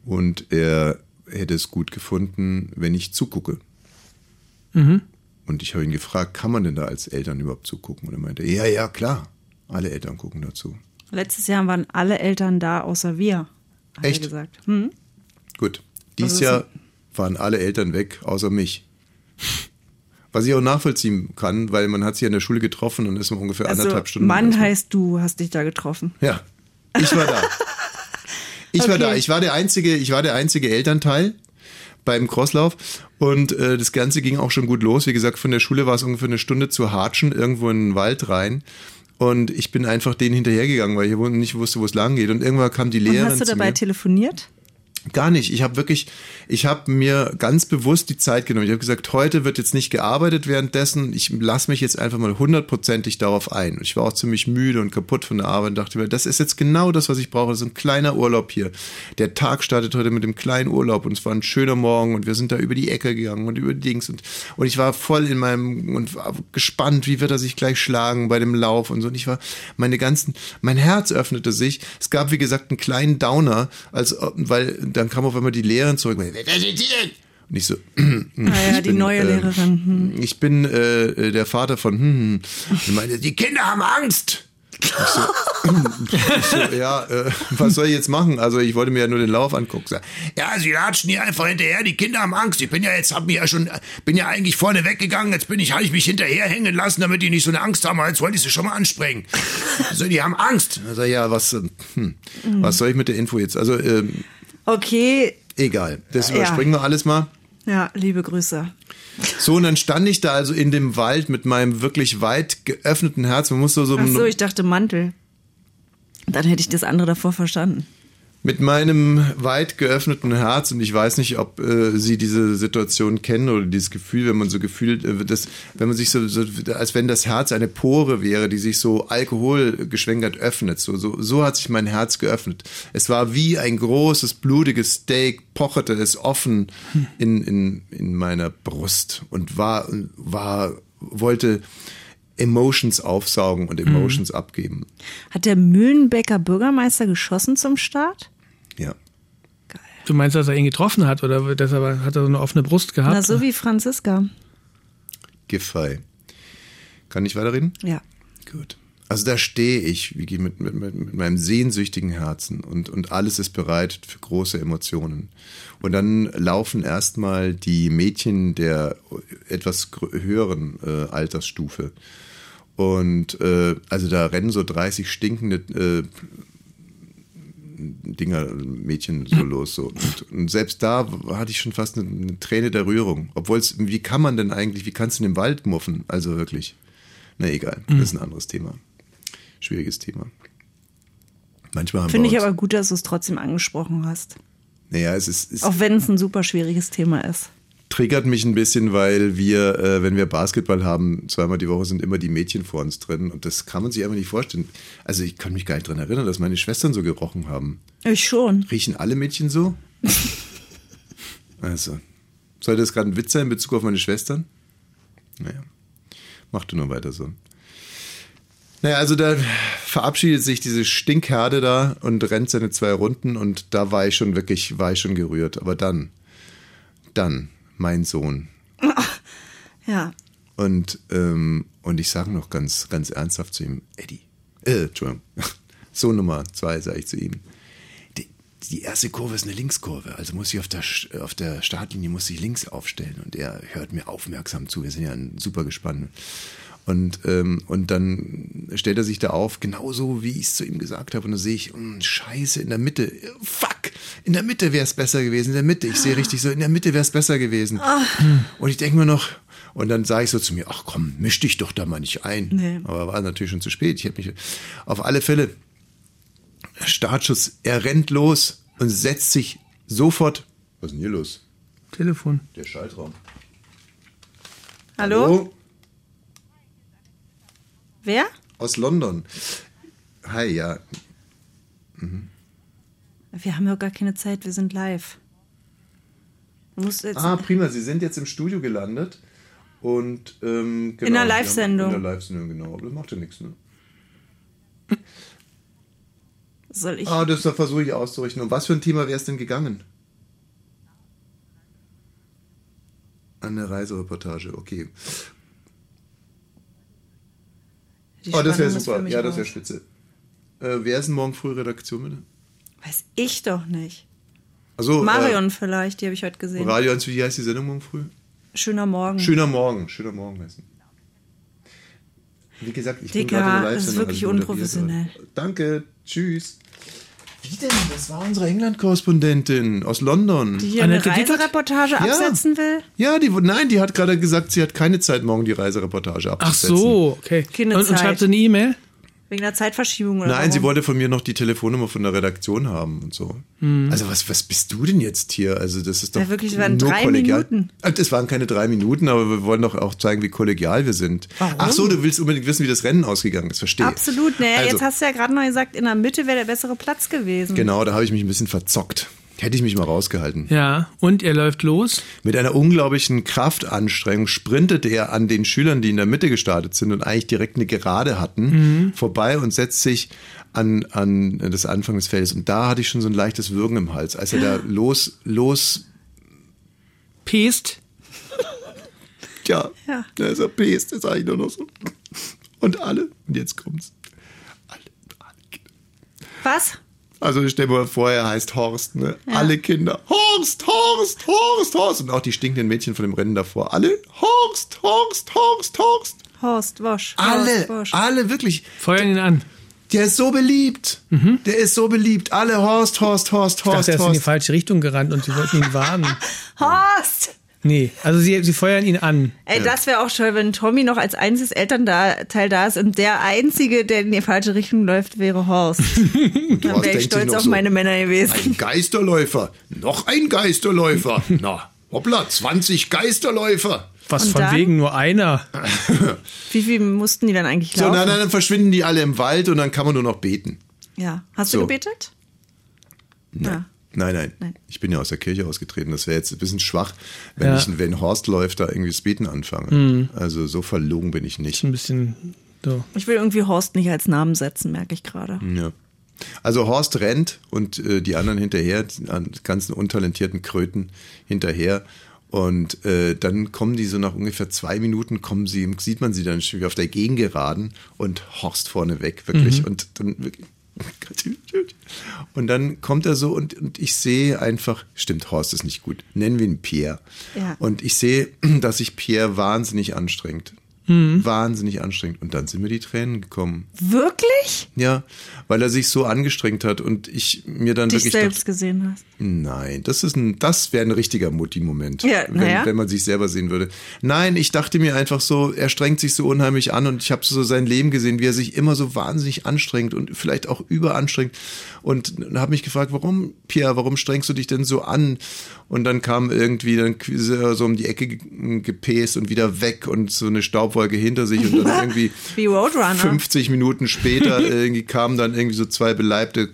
Und er hätte es gut gefunden, wenn ich zugucke. Und ich habe ihn gefragt, kann man denn da als Eltern überhaupt zugucken? Und er meinte, ja, ja, klar. Alle Eltern gucken dazu.
Letztes Jahr waren alle Eltern da, außer wir. Hat
Echt?
Er gesagt. Hm?
Gut.
Also
Dies Jahr waren alle Eltern weg, außer mich. Was ich auch nachvollziehen kann, weil man hat sich an der Schule getroffen und ist mal ungefähr
Also,
anderthalb Stunden.
Mann
erstmal-
heißt du, hast dich da getroffen.
Ja, ich war da. Ich war
Okay.
da. Ich war der einzige. Ich war der einzige Elternteil beim Crosslauf und äh, das Ganze ging auch schon gut los. Wie gesagt, von der Schule war es ungefähr eine Stunde zu Hatschen irgendwo in den Wald rein. Und ich bin einfach denen hinterhergegangen, weil ich nicht wusste, wo es lang geht. Und irgendwann kam die
Und
Lehrerin.
hast du
zu
dabei
mir.
telefoniert?
Gar nicht. Ich habe wirklich, ich habe mir ganz bewusst die Zeit genommen. Ich habe gesagt, heute wird jetzt nicht gearbeitet währenddessen. Ich lasse mich jetzt einfach mal hundertprozentig darauf ein. Und ich war auch ziemlich müde und kaputt von der Arbeit und dachte mir, das ist jetzt genau das, was ich brauche. Das ist ein kleiner Urlaub hier. Der Tag startet heute mit dem kleinen Urlaub und es war ein schöner Morgen und wir sind da über die Ecke gegangen und über die Dings und, und ich war voll in meinem und war gespannt, wie wird er sich gleich schlagen bei dem Lauf und so. Und ich war, meine ganzen, mein Herz öffnete sich. Es gab, wie gesagt, einen kleinen Downer, als, ob- weil dann kam auf einmal die Lehrerin zurück. Und ich so,
Naja, Ah die
bin,
neue
ähm,
Lehrerin.
hm, ich bin äh, äh, der Vater von, hm, hm. Und meinte, die Kinder haben Angst. So, ja, äh, was soll ich jetzt machen? Also ich wollte mir ja nur den Lauf angucken. Sag,
Ja, sie latschen hier einfach hinterher, die Kinder haben Angst. Ich bin ja jetzt, hab mich ja schon, bin ja eigentlich vorne weggegangen, jetzt bin ich, habe ich mich hinterherhängen lassen, damit die nicht so eine Angst haben, als wollte ich sie schon mal anspringen. so, die haben Angst.
Also ja, was, äh, hm, was soll ich mit der Info jetzt? Also ähm,
Okay,
egal, das
Ja.
überspringen wir alles mal.
ja, liebe Grüße.
So, und dann stand ich da also in dem Wald mit meinem wirklich weit geöffneten Herz. Man muss so, so,
Ach so, ich dachte Mantel. Dann hätte ich das andere davor verstanden.
mit meinem weit geöffneten Herz und ich weiß nicht, ob äh, Sie diese Situation kennen oder dieses Gefühl, wenn man so gefühlt, äh, das, wenn man sich so, so, als wenn das Herz eine Pore wäre, die sich so alkoholgeschwängert öffnet. So, so, so hat sich mein Herz geöffnet. Es war wie ein großes blutiges Steak, pocherte es offen in, in, in meiner Brust und war, war, wollte Emotions aufsaugen und Emotions abgeben.
Hat der Mühlenbecker Bürgermeister geschossen zum Start?
Ja.
Du meinst, dass er ihn getroffen hat oder dass er, hat er so eine offene Brust gehabt?
Na, so wie Franziska.
Giffey. Kann ich weiterreden?
Ja.
Gut. Also da stehe ich, Vicky, mit, mit, mit mit meinem sehnsüchtigen Herzen und, und alles ist bereit für große Emotionen. Und dann laufen erstmal die Mädchen der etwas grö- höheren äh, Altersstufe. Und äh, also da rennen so 30 stinkende äh, Dinger, Mädchen
Hm.
so los. So. Und, und selbst da w- hatte ich schon fast eine, eine Träne der Rührung. Obwohl es, wie kann man denn eigentlich, wie kannst du in den Wald muffen? Also wirklich. Na egal,
Hm.
das ist ein anderes Thema. Schwieriges Thema. Manchmal haben
Finde
wir
ich
uns,
aber gut, dass du es trotzdem angesprochen hast.
Naja, es ist, es
Auch wenn es ein super schwieriges Thema ist.
triggert mich ein bisschen, weil wir, äh, wenn wir Basketball haben, zweimal die Woche sind immer die Mädchen vor uns drin und das kann man sich einfach nicht vorstellen. Also ich kann mich gar nicht dran erinnern, dass meine Schwestern so gerochen haben.
Ich schon.
Riechen alle Mädchen so? also. Sollte das gerade ein Witz sein in Bezug auf meine Schwestern? Naja. Mach du nur weiter so. Naja, also da verabschiedet sich diese Stinkherde da und rennt seine zwei Runden und da war ich schon wirklich, war ich schon gerührt. Aber dann, dann, mein Sohn.
Ja.
Und, ähm, und ich sage noch ganz, ganz ernsthaft zu ihm, Eddie, äh, Entschuldigung, Sohn Nummer zwei sage ich zu ihm, die, die erste Kurve ist eine Linkskurve, also muss ich auf der, Sch- auf der Startlinie muss ich links aufstellen und er hört mir aufmerksam zu, wir sind ja ein super Gespann. Und, ähm, und dann stellt er sich da auf, genauso wie ich es zu ihm gesagt habe. Und dann sehe ich, mh, scheiße, in der Mitte, fuck, in der Mitte wäre es besser gewesen, in der Mitte. Ich sehe richtig so, in der Mitte wäre es besser gewesen. Und ich denke mir noch, und dann sage ich so zu mir, ach komm, misch dich doch da mal nicht ein.
Nee.
Aber war natürlich schon zu spät. Ich hätte mich auf alle Fälle Startschuss, er rennt los und setzt sich sofort. Was ist denn hier los?
Telefon.
Der Schaltraum.
Hallo? Wer?
Aus London. Hi, ja.
Wir haben ja gar keine Zeit, wir sind live. Du musst jetzt.
Ah, prima, Sie sind jetzt im Studio gelandet. Und, ähm, genau,
In der
Sie haben-
Live-Sendung.
In der Live-Sendung, genau. Aber das macht ja nichts, ne?
soll ich.
Ah, das versuche ich auszurichten. Um was für ein Thema wäre es denn gegangen? An eine Reisereportage, okay.
die
Oh, das
Spannung
wäre
ist für
super.
mich
Ja, das wäre
raus.
spitze. Äh, wer ist denn morgen früh Redaktion, bitte?
Weiß ich doch nicht.
Also,
Marion vielleicht, die habe ich heute
Äh,
gesehen.
Radio 1, wie heißt die Sendung morgen früh?
Schöner Morgen.
Schöner Morgen, schöner Morgen heißen. Wie gesagt, ich
Dicker,
bin gerade in der
das ist
Live-Sendung,
wirklich
ich moderiere.
unprofessionell.
Danke, tschüss. Wie denn? Das war unsere England-Korrespondentin aus London.
Die hier eine
Annette Dittert?
Reisereportage absetzen will?
Ja, die, nein, die hat gerade gesagt, sie hat keine Zeit, morgen die Reisereportage
Ach
abzusetzen.
so, okay.
Keine
und, und
Zeit.
schreibt so eine E-Mail?
Wegen der Zeitverschiebung oder
Nein, sie
warum?
wollte von mir noch die Telefonnummer von der Redaktion haben und so. Also was, was bist du denn jetzt hier? Also das ist doch
Hm. Ja, wirklich, es waren
nur
drei
kollegial.
Minuten.
Ah, Das waren keine drei Minuten, aber wir wollen doch auch zeigen, wie kollegial wir sind. Ach so, du willst unbedingt wissen, wie das Rennen ausgegangen ist, verstehe.
Absolut, naja,
Also-
jetzt hast du ja gerade noch gesagt, in der Mitte wäre der bessere Platz gewesen.
Genau, da habe ich mich ein bisschen verzockt. Hätte ich mich mal rausgehalten.
Ja, und er läuft los.
Mit einer unglaublichen Kraftanstrengung sprintete er an den Schülern, die in der Mitte gestartet sind und eigentlich direkt eine Gerade hatten, vorbei und setzt sich an, an das Anfang des Feldes. Und da hatte ich schon so ein leichtes Würgen im Hals, als er da los, los,
Pest.
ja,
Ja.
da ist er pest, ist eigentlich nur noch so. Und alle, und jetzt kommt's.
Was?
Also stell dir mal vor, er heißt Horst, ne? Alle Kinder, Horst, Horst, Horst, Horst. Und auch die stinkenden Mädchen von dem Rennen davor. Alle, Horst, Horst, Horst, Horst.
Horst Wosch.
Alle,
Horst Wosch.
alle, wirklich.
Feuern ihn an.
Der ist so beliebt. Der ist so beliebt. Alle Horst, Horst, Horst,
Mhm. Ich dachte,
Horst,
er ist in die
Horst.
falsche Richtung gerannt und sie wollten ihn warnen.
Horst!
Nee, also sie, sie feuern ihn an.
Ey, das wäre auch toll, wenn Tommy noch als einziges Elternteil da ist und der Einzige, der in die falsche Richtung läuft, wäre Horst. Dann
Horst
wäre
denkt
ich
sich
stolz
noch
auf
so,
meine Männer gewesen.
Ein Geisterläufer. Noch ein Geisterläufer. Na, hoppla, 20 Geisterläufer.
Was
Und
von
dann?
wegen nur einer?
Wie viel mussten die dann eigentlich
So,
laufen?
nein, nein, dann verschwinden die alle im Wald und dann kann man nur noch beten.
Ja. Hast
So.
du gebetet? Nein.
Nein, nein,
Nein.
Ich bin ja aus der Kirche ausgetreten. Das wäre jetzt ein bisschen schwach, wenn,
Ja. Mhm.
ich, wenn Horst läuft, da irgendwie das Beten anfange. Also so verlogen bin ich nicht.
Ein bisschen so.
Ich will irgendwie Horst nicht als Namen setzen, merke ich gerade.
Ja. Also Horst rennt und äh, die anderen hinterher, die an- ganzen untalentierten Kröten hinterher. Und äh, dann kommen die so nach ungefähr zwei Minuten, kommen sie, sieht man sie dann schon wieder auf der Gegengeraden und Horst vorne weg, wirklich. Und dann wirklich. Und dann kommt er so und, und ich sehe einfach, stimmt, Horst ist nicht gut. Nennen wir ihn Pierre.
Ja.
Und ich sehe, dass sich Pierre wahnsinnig anstrengt. Wahnsinnig anstrengt. Und dann sind mir die Tränen gekommen.
Wirklich?
Ja, weil er sich so angestrengt hat und ich mir dann
Dich
wirklich
selbst
dachte,
gesehen hast.
nein, das ist ein, das wäre ein richtiger Mutti-Moment,
Ja, na
wenn,
ja.
wenn man sich selber sehen würde. Nein, ich dachte mir einfach so, er strengt sich so unheimlich an und ich habe so sein Leben gesehen, wie er sich immer so wahnsinnig anstrengt und vielleicht auch überanstrengt und habe mich gefragt, warum, Pierre, warum strengst du dich denn so an? Und dann kam irgendwie, dann ist er so um die Ecke ge- gepäst und wieder weg und so eine Staubwolke hinter sich und dann irgendwie
Wie Roadrunner.
50 Minuten später irgendwie kamen dann irgendwie so zwei beleibte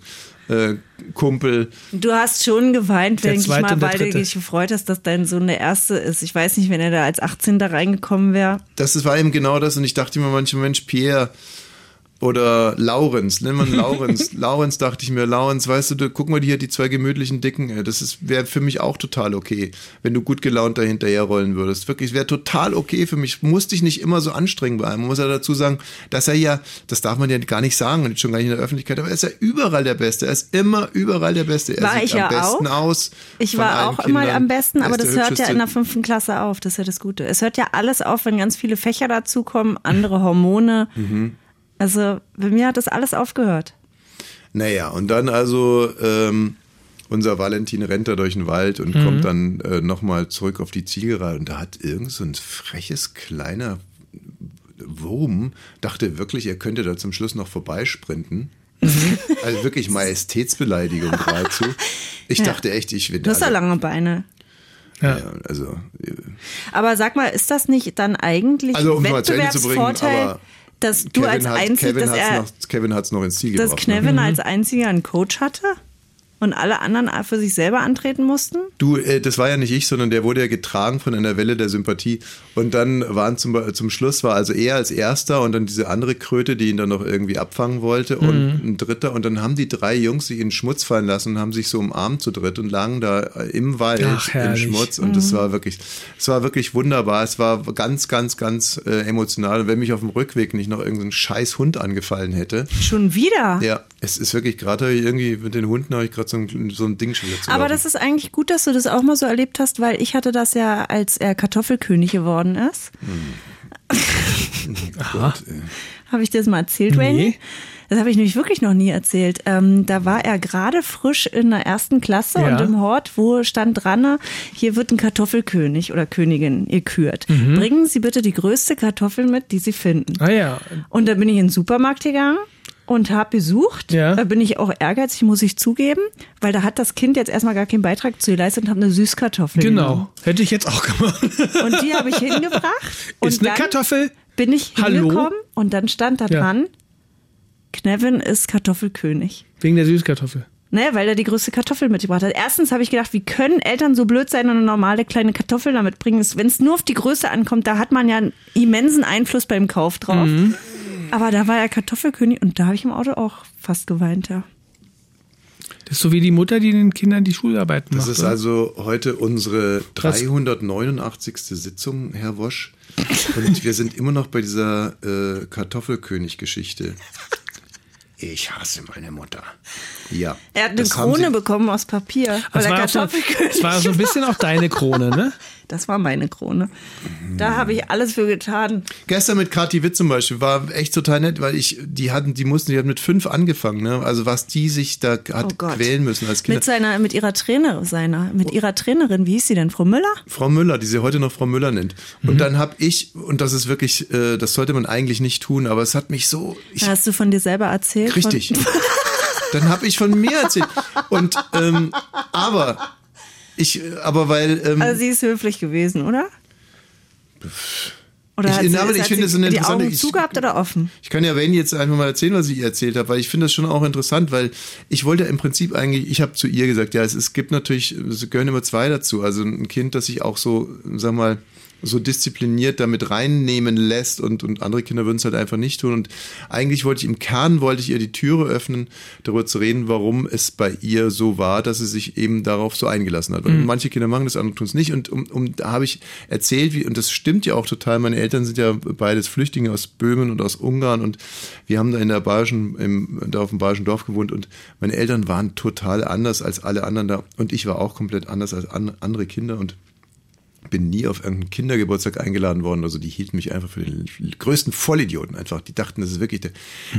äh, Kumpel.
Du hast schon geweint,
Der
denke ich
zweite
mal,
und der
weil du
dritte.
dich gefreut hast, dass dein Sohn der Erste ist. Ich weiß nicht, wenn er da als 18 da reingekommen wäre.
Das ist- war eben genau das und ich dachte mir manchmal, Mensch, Pierre oder Laurens, nennt man Laurens. Laurens dachte ich mir, Laurens, weißt du, du, guck mal hier, die zwei gemütlichen Dicken, ey, das ist wäre für mich auch total okay, wenn du gut gelaunt dahinterher rollen würdest. Wirklich, wäre total okay für mich. Muss dich nicht immer so anstrengen bei einem. Man muss ja dazu sagen, dass er ja, das darf man ja gar nicht sagen und schon gar nicht in der Öffentlichkeit, aber er ist ja überall der Beste. Er ist immer überall der Beste. Er
War
sieht
ich
am
ja
besten
auch.
aus.
Ich
von
war
allen
auch immer
Kindern.
am besten,
Er
aber
ist
das hört ja
hübscheste.
in der fünften Klasse auf. Das ist ja das Gute. Es hört ja alles auf, wenn ganz viele Fächer dazukommen, andere Hormone. Also bei mir hat das alles aufgehört.
Naja, und dann also ähm, unser Valentin rennt da durch den Wald und
Mhm.
kommt dann äh, nochmal zurück auf die Zielgerade. Und da hat irgend so ein freches, kleiner Wurm, dachte wirklich, er könnte da zum Schluss noch vorbeisprinten.
Mhm.
also wirklich Majestätsbeleidigung geradezu. Ich dachte echt, ich
Du
werde
hast ja lange Beine.
Ja.
ja, also äh,
Aber sag mal, ist das nicht dann eigentlich
Also, um es mal zu Ende zu bringen,
Wettbewerbsvorteil,
aber
dass du als
Kevin hat
Einziger,
Kevin
dass
hat's
er,
noch, Kevin hat's noch ins Ziel
dass
gebracht. ne?
Knevin als Einziger einen Coach hatte und alle anderen für sich selber antreten mussten?
Du, äh, das war ja nicht ich, sondern der wurde ja getragen von einer Welle der Sympathie. Und dann waren zum, zum Schluss war also er als erster und dann diese andere Kröte, die ihn dann noch irgendwie abfangen wollte und ein dritter. Und dann haben die drei Jungs sich in den Schmutz fallen lassen und haben sich so umarmt zu dritt und lagen da äh, im Wald
Ach,
im
herrlich.
Schmutz. Und es war wirklich, es war wirklich wunderbar. Es war ganz, ganz, ganz äh, emotional. Und wenn mich auf dem Rückweg nicht noch irgendein scheiß Hund angefallen hätte.
Schon wieder?
Ja, es ist wirklich gerade hab ich irgendwie mit den Hunden habe ich gerade so ein, so ein Ding schon wieder zu
Aber
laufen.
das ist eigentlich gut, dass du das auch mal so erlebt hast, weil ich hatte das ja, als er Kartoffelkönig geworden ist.
Hm.
Habe ich dir das mal erzählt, Wayne?
Nee.
Das habe ich nämlich wirklich noch nie erzählt. Ähm, da war er gerade frisch in der ersten Klasse
Ja.
und im Hort, wo stand dran, hier wird ein Kartoffelkönig oder Königin gekürt.
Mhm.
Bringen Sie bitte die größte Kartoffel mit, die Sie finden.
Ah ja,
Und dann bin ich in den Supermarkt gegangen und habe besucht.
Ja.
Da bin ich auch ehrgeizig, muss ich zugeben, weil da hat das Kind jetzt erstmal gar keinen Beitrag zu geleistet und habe eine Süßkartoffel.
genau. Hätte ich jetzt auch gemacht.
genommen. Und die habe ich hingebracht. Und
ist eine
dann
Kartoffel.
Bin ich
Hallo?
hingekommen und dann stand da
Ja.
dran, Knevin ist Kartoffelkönig.
Wegen der Süßkartoffel.
Naja, Ne, weil er die größte Kartoffel mitgebracht hat. Erstens habe ich gedacht, wie können Eltern so blöd sein und eine normale kleine Kartoffel damit bringen? Wenn es nur auf die Größe ankommt, da hat man ja einen immensen Einfluss beim Kauf drauf.
Mhm.
Aber da war er Kartoffelkönig und da habe ich im Auto auch fast geweint, ja.
Das ist so wie die Mutter, die den Kindern die Schularbeiten macht.
Das ist
oder?
also heute unsere 389. Sitzung, Herr Wosch. Und wir sind immer noch bei dieser äh, Kartoffelkönig-Geschichte.
Ich hasse meine Mutter.
Ja.
Er hat eine
Das haben
Krone
sie-
bekommen aus Papier.
Das
weil er
war, auch so,
Kartoffelkönig
das war so ein bisschen auch deine Krone, ne?
Das war meine Krone. Da habe ich alles für getan.
Gestern mit Kathi Witt zum Beispiel war echt total nett, weil ich, die hatten, die mussten, die hat mit fünf angefangen, ne? Also was die sich da
Oh
hat
Gott.
quälen müssen als Kinder.
Mit seiner, mit ihrer Trainer, seiner, mit ihrer Trainerin, wie hieß sie denn? Frau Müller?
Frau Müller, die sie heute noch Frau Müller nennt. Und dann habe ich, und das ist wirklich, äh, das sollte man eigentlich nicht tun, aber es hat mich so, ich,
Hast du von dir selber erzählt?
richtig.
Von,
dann habe ich von mir erzählt. Und ähm, aber ich, aber weil ähm,
also sie ist höflich gewesen, oder? Oder
Ich-
hat sie,
na, aber ich
hat
finde,
sie
so eine
die
interessante-
Augen
ich-
zugehabt oder offen?
Ich kann ja Wayne jetzt einfach mal erzählen, was ich ihr erzählt habe, weil ich finde das schon auch interessant, weil ich wollte im Prinzip eigentlich, ich habe zu ihr gesagt, ja, es, es gibt natürlich, es gehören immer zwei dazu. Also ein Kind, das sich auch so, sag mal, so diszipliniert damit reinnehmen lässt und, und andere Kinder würden es halt einfach nicht tun. Und eigentlich wollte ich im Kern, wollte ich ihr die Türe öffnen, darüber zu reden, warum es bei ihr so war, dass sie sich eben darauf so eingelassen hat. Und manche Kinder machen das, andere tun es nicht. Und um, um, da habe ich erzählt, wie, und das stimmt ja auch total, meine Eltern sind ja beides Flüchtlinge aus Böhmen und aus Ungarn und wir haben da in der bayerischen, im, da auf dem bayerischen Dorf gewohnt und meine Eltern waren total anders als alle anderen da und ich war auch komplett anders als an, andere Kinder und bin nie auf irgendeinen Kindergeburtstag eingeladen worden. Also die hielten mich einfach für den größten Vollidioten einfach. Die dachten, das ist wirklich der.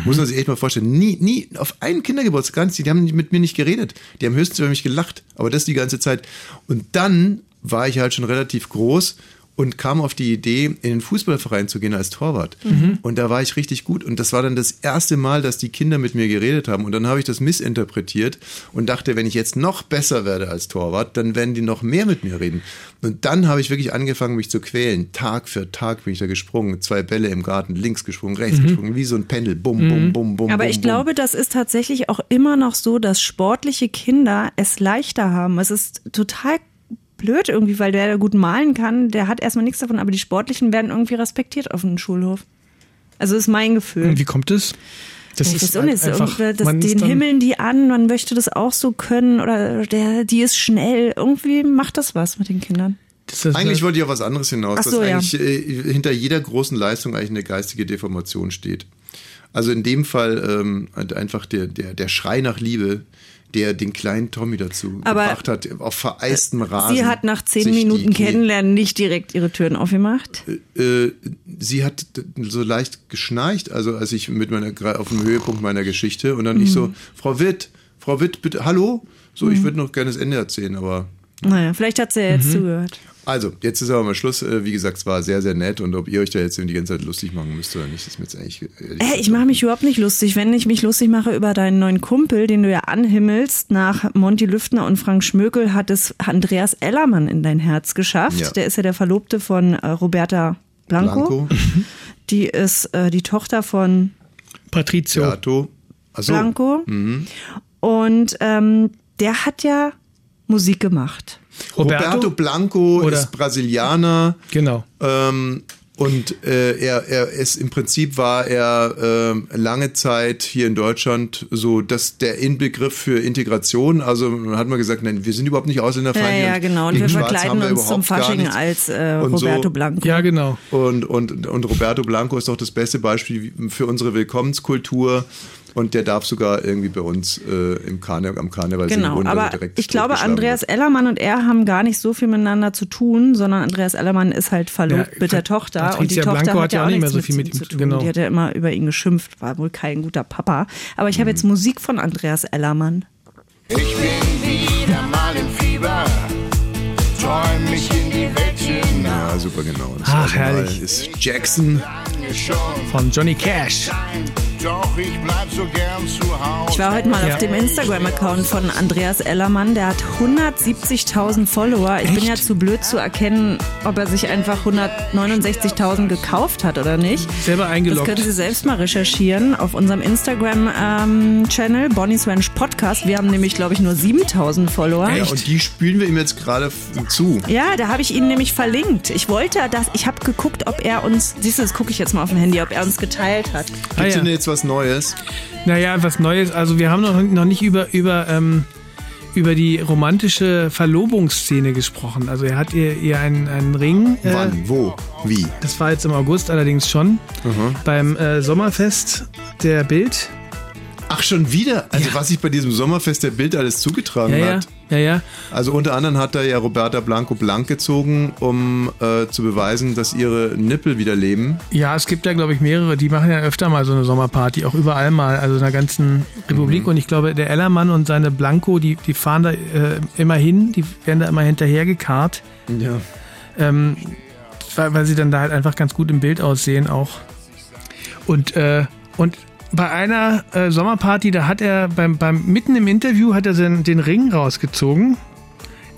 Muss man sich echt mal vorstellen. Nie, nie auf einen Kindergeburtstag. Ganz, die haben mit mir nicht geredet. Die haben höchstens über mich gelacht. Aber das die ganze Zeit. Und dann war ich halt schon relativ groß und kam auf die Idee, in den Fußballverein zu gehen als Torwart.
Mhm.
Und da war ich richtig gut. Und das war dann das erste Mal, dass die Kinder mit mir geredet haben. Und dann habe ich das missinterpretiert und dachte, wenn ich jetzt noch besser werde als Torwart, dann werden die noch mehr mit mir reden. Und dann habe ich wirklich angefangen, mich zu quälen. Tag für Tag bin ich da gesprungen. Zwei Bälle im Garten, links gesprungen, rechts gesprungen, wie so ein Pendel. Bum, bum, bum, bum.
Mhm. Aber
bum,
ich
bum.
glaube, das ist tatsächlich auch immer noch so, dass sportliche Kinder es leichter haben. Es ist total blöd irgendwie, weil der, der gut malen kann, der hat erstmal nichts davon, aber die Sportlichen werden irgendwie respektiert auf dem Schulhof. Also ist mein Gefühl.
Und wie kommt es? Das
Ich weiß auch
halt
nicht, so
einfach-
irgendwie, das,
man ist
den
dann-
himmeln die an, man möchte das auch so können oder der, die ist schnell. Irgendwie macht das was mit den Kindern.
Das ist
Eigentlich
halt-
wollte ich auf was anderes hinaus,
Ach so,
dass
ja.
eigentlich äh, hinter jeder großen Leistung eigentlich eine geistige Deformation steht. Also in dem Fall ähm, halt einfach der, der, der Schrei nach Liebe, der den kleinen Tommy dazu
Aber äh,
gebracht hat, auf vereistem Rasen.
Sie hat nach zehn
sich die
Minuten
Knie-
Kennenlernen nicht direkt ihre Türen aufgemacht.
äh, sie hat so leicht geschnarcht, also als ich mit meiner gra- auf dem Höhepunkt meiner Geschichte und dann ich
Mhm.
so, Frau Witt, Frau Witt, bitte, hallo? So, ich würde noch gerne das Ende erzählen, aber
Naja, vielleicht hat sie ja jetzt zugehört.
Also, jetzt ist aber mal Schluss. Äh, Wie gesagt, es war sehr, sehr nett. Und ob ihr euch da jetzt eben die ganze Zeit lustig machen müsst oder nicht, ist mir jetzt eigentlich. ehrlich
Hä,
gesagt-
Äh, ich mache mich überhaupt nicht lustig. Wenn ich mich lustig mache über deinen neuen Kumpel, den du ja anhimmelst, nach Monty Lüftner und Frank Schmökel hat es Andreas Ellermann in dein Herz geschafft.
Ja.
Der ist ja der Verlobte von äh, Roberta Blanco.
Blanco,
Die ist äh, die Tochter von
Patrizio.
Beato. Achso,
Blanco.
Mhm.
Und ähm, der hat ja Musik gemacht.
Roberto?
Roberto, Blanco
Oder-
ist Brasilianer.
Genau.
Ähm, und äh, er, er ist im Prinzip war er ähm, lange Zeit hier in Deutschland so dass der Inbegriff für Integration. Also man hat man gesagt, nein, wir sind überhaupt nicht Ausländerfeindlich.
ja, ja, genau. Und
gegen
wir
Schwarze haben
verkleiden
wir
uns zum
überhaupt gar
Fasching
nichts.
als äh,
Und so-
Roberto Blanco.
Ja, genau.
Und, und, und Roberto Blanco ist doch das beste Beispiel für unsere Willkommenskultur. Und der darf sogar irgendwie bei uns äh, im Karne am Karneval singen,
Genau,
ohne dass er
aber
direkt
ich glaube,
totgeschlagen
Andreas
wird.
Ellermann und er haben gar nicht so viel miteinander zu tun, sondern Andreas Ellermann ist halt verlobt
Ja,
mit der
Pat-
Tochter und die
Patricia
Tochter
Blanco
hat ja auch nicht mehr so viel mit ihm
zu
zu tun.
genau.
Die hat ja immer über ihn geschimpft, war wohl kein guter Papa. Aber ich habe jetzt Musik von Andreas Ellermann.
Ich bin wieder mal im Fieber, träum mich in die Welt hinein.
Ja, super, genau. Das
Ach,
Original
herrlich.
Ist Jackson.
Schon
Von Johnny Cash.
ein, doch ich bleib so gern zu Hause.
Ich war heute mal
Ja.
auf dem Instagram-Account von Andreas Ellermann. Der hat 170.000 Follower. Ich bin ja zu blöd zu erkennen, ob er sich einfach 169.000 gekauft hat oder nicht.
Selber
Das
eingeloggt.
können Sie selbst mal recherchieren auf unserem Instagram-Channel, Bonnie's Ranch Podcast. Wir haben nämlich, glaube ich, nur 7.000 Follower.
Ja, und die spielen wir ihm jetzt gerade f- zu.
Ja, da habe ich ihn nämlich verlinkt. Ich wollte das, ich habe geguckt, ob er uns, siehst du, das gucke ich jetzt mal auf dem Handy, ob er uns geteilt hat.
Ah,
Gibt's
ja.
denn jetzt was Neues?
Naja, was Neues. Also wir haben noch, noch nicht über, über, ähm, über die romantische Verlobungsszene gesprochen. Also er hat ihr, ihr einen, einen Ring. äh,
Wann? Wo? Wie?
Das war
Mhm.
jetzt im August allerdings schon. Beim äh, Sommerfest der Bild.
Ach, schon wieder? Also, was sich bei diesem Sommerfest der Bild alles zugetragen
Ja, ja,
hat.
ja, ja.
Also unter anderem hat da ja Roberta Blanco blank gezogen, um äh, zu beweisen, dass ihre Nippel wieder leben.
Ja, es gibt ja, glaube ich, mehrere, die machen ja öfter mal so eine Sommerparty, auch überall mal, also in der ganzen Republik. Und ich glaube, der Ellermann und seine Blanco, die, die fahren da äh, immer hin, die werden da immer hinterhergekarrt,
Ja.
ähm, weil, weil sie dann da halt einfach ganz gut im Bild aussehen auch. Und, äh, und bei einer äh, Sommerparty, da hat er beim, beim mitten im Interview hat er den, den Ring rausgezogen.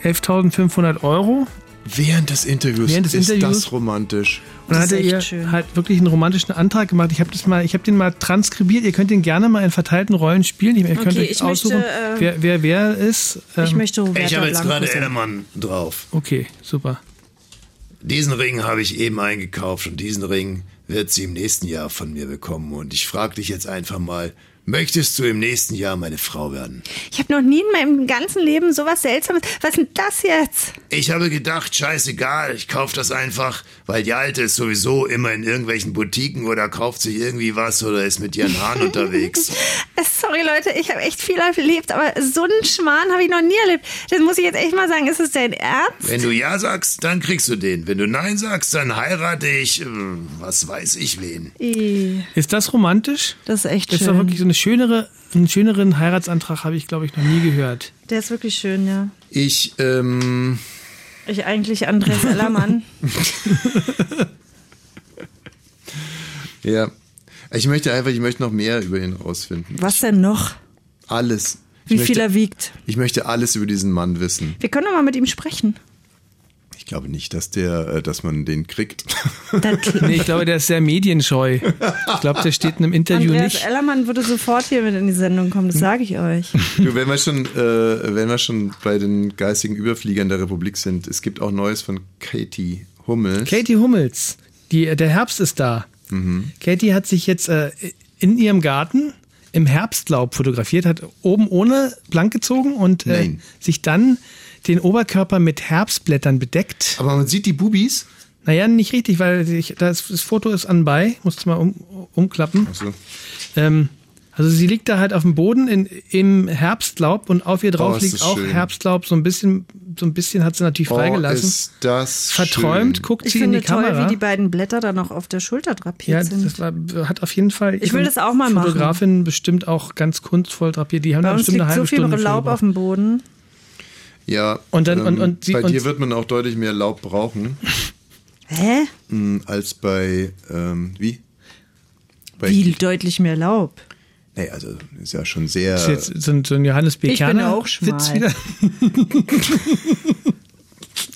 11.500 Euro.
Während des Interviews
Während des
ist
Interviews.
das romantisch.
Und dann
Das ist
hat er
echt
ihr
schön.
halt wirklich einen romantischen Antrag gemacht. Ich habe das mal, ich habe den mal transkribiert. Ihr könnt den gerne mal in verteilten Rollen spielen. Ich, ihr könnt
Okay,
euch
ich möchte,
aussuchen,
äh,
wer, wer wer ist.
Ich
Ähm,
möchte Roberta
Ich habe jetzt
Blanco
gerade
sein.
Ellermann drauf.
okay, super.
Diesen Ring habe ich eben eingekauft und diesen Ring wird sie im nächsten Jahr von mir bekommen. Und ich frage dich jetzt einfach mal, möchtest du im nächsten Jahr meine Frau werden?
Ich habe noch nie in meinem ganzen Leben sowas Seltsames. Was ist denn das jetzt?
Ich habe gedacht, scheißegal, ich kaufe das einfach, weil die Alte ist sowieso immer in irgendwelchen Boutiquen oder kauft sich irgendwie was oder ist mit ihren Haaren unterwegs.
Äh,
Sorry Leute, ich habe echt viel erlebt, aber so einen Schmarrn habe ich noch nie erlebt. Das muss ich jetzt echt mal sagen. Ist es dein Ernst?
Wenn du Ja sagst, dann kriegst du den. Wenn du Nein sagst, dann heirate ich, äh, was weiß ich wen.
Ist das romantisch?
Das ist echt
Das ist doch
schön.
wirklich so eine schönere, einen schöneren Heiratsantrag habe ich, glaube ich, noch nie gehört.
Der ist wirklich schön, ja.
Ich, ähm,
Ich eigentlich Andres Ellermann.
Ja. Ich möchte einfach, ich möchte noch mehr über ihn rausfinden.
Was denn noch?
Alles. Ich
Wie
möchte,
viel er wiegt?
Ich möchte alles über diesen Mann wissen.
Wir können doch mal mit ihm sprechen.
Ich glaube nicht, dass der, äh, dass man den kriegt.
Nee, ich glaube, der ist sehr medienscheu. Ich glaube, der steht in einem Interview
Andreas
nicht. Hm.
Ellermann würde sofort hier mit in die Sendung kommen, das sage ich euch.
Du, wenn wir schon, äh, wenn wir schon bei den geistigen Überfliegern der Republik sind, es gibt auch Neues von Katie Hummels.
Katie Hummels, die, der Herbst ist da.
Mhm.
Katie hat sich jetzt äh, in ihrem Garten im Herbstlaub fotografiert, hat oben ohne blank gezogen und äh,
Nein.
sich dann den Oberkörper mit Herbstblättern bedeckt.
Aber man sieht die Bubis.
Naja, nicht richtig, weil ich, das, das Foto ist anbei, musst du mal um, umklappen.
Also,
Ähm, also sie liegt da halt auf dem Boden in, im Herbstlaub und auf ihr drauf
Oh, ist
liegt
das
auch
schön.
Herbstlaub. So ein bisschen, so ein bisschen hat sie natürlich freigelassen.
Oh, ist das
Verträumt,
schön.
guckt
Ich
sie in
finde
die
toll,
Kamera.
wie die beiden Blätter dann noch auf der Schulter drapiert
Ja, das
sind.
war, hat auf jeden Fall.
Ich will
ihren
das auch mal machen.
Fotografinnen bestimmt auch ganz kunstvoll drapiert. Die haben
Bei
da
uns
bestimmt eine
liegt
halbe
so viel
Stunde für
Laub auf
gebraucht.
dem Boden.
Ja. Ähm,
Und dann- und- und sie-
bei
und-
dir wird man auch deutlich mehr Laub brauchen
Hä?
mh, als bei ähm, wie? Bei,
Wie deutlich mehr Laub.
Nee, also ist ja schon sehr.
Das ist jetzt so ein, so ein Johannes B.
Ich bin
Kerner
auch schmal.
Witz wieder.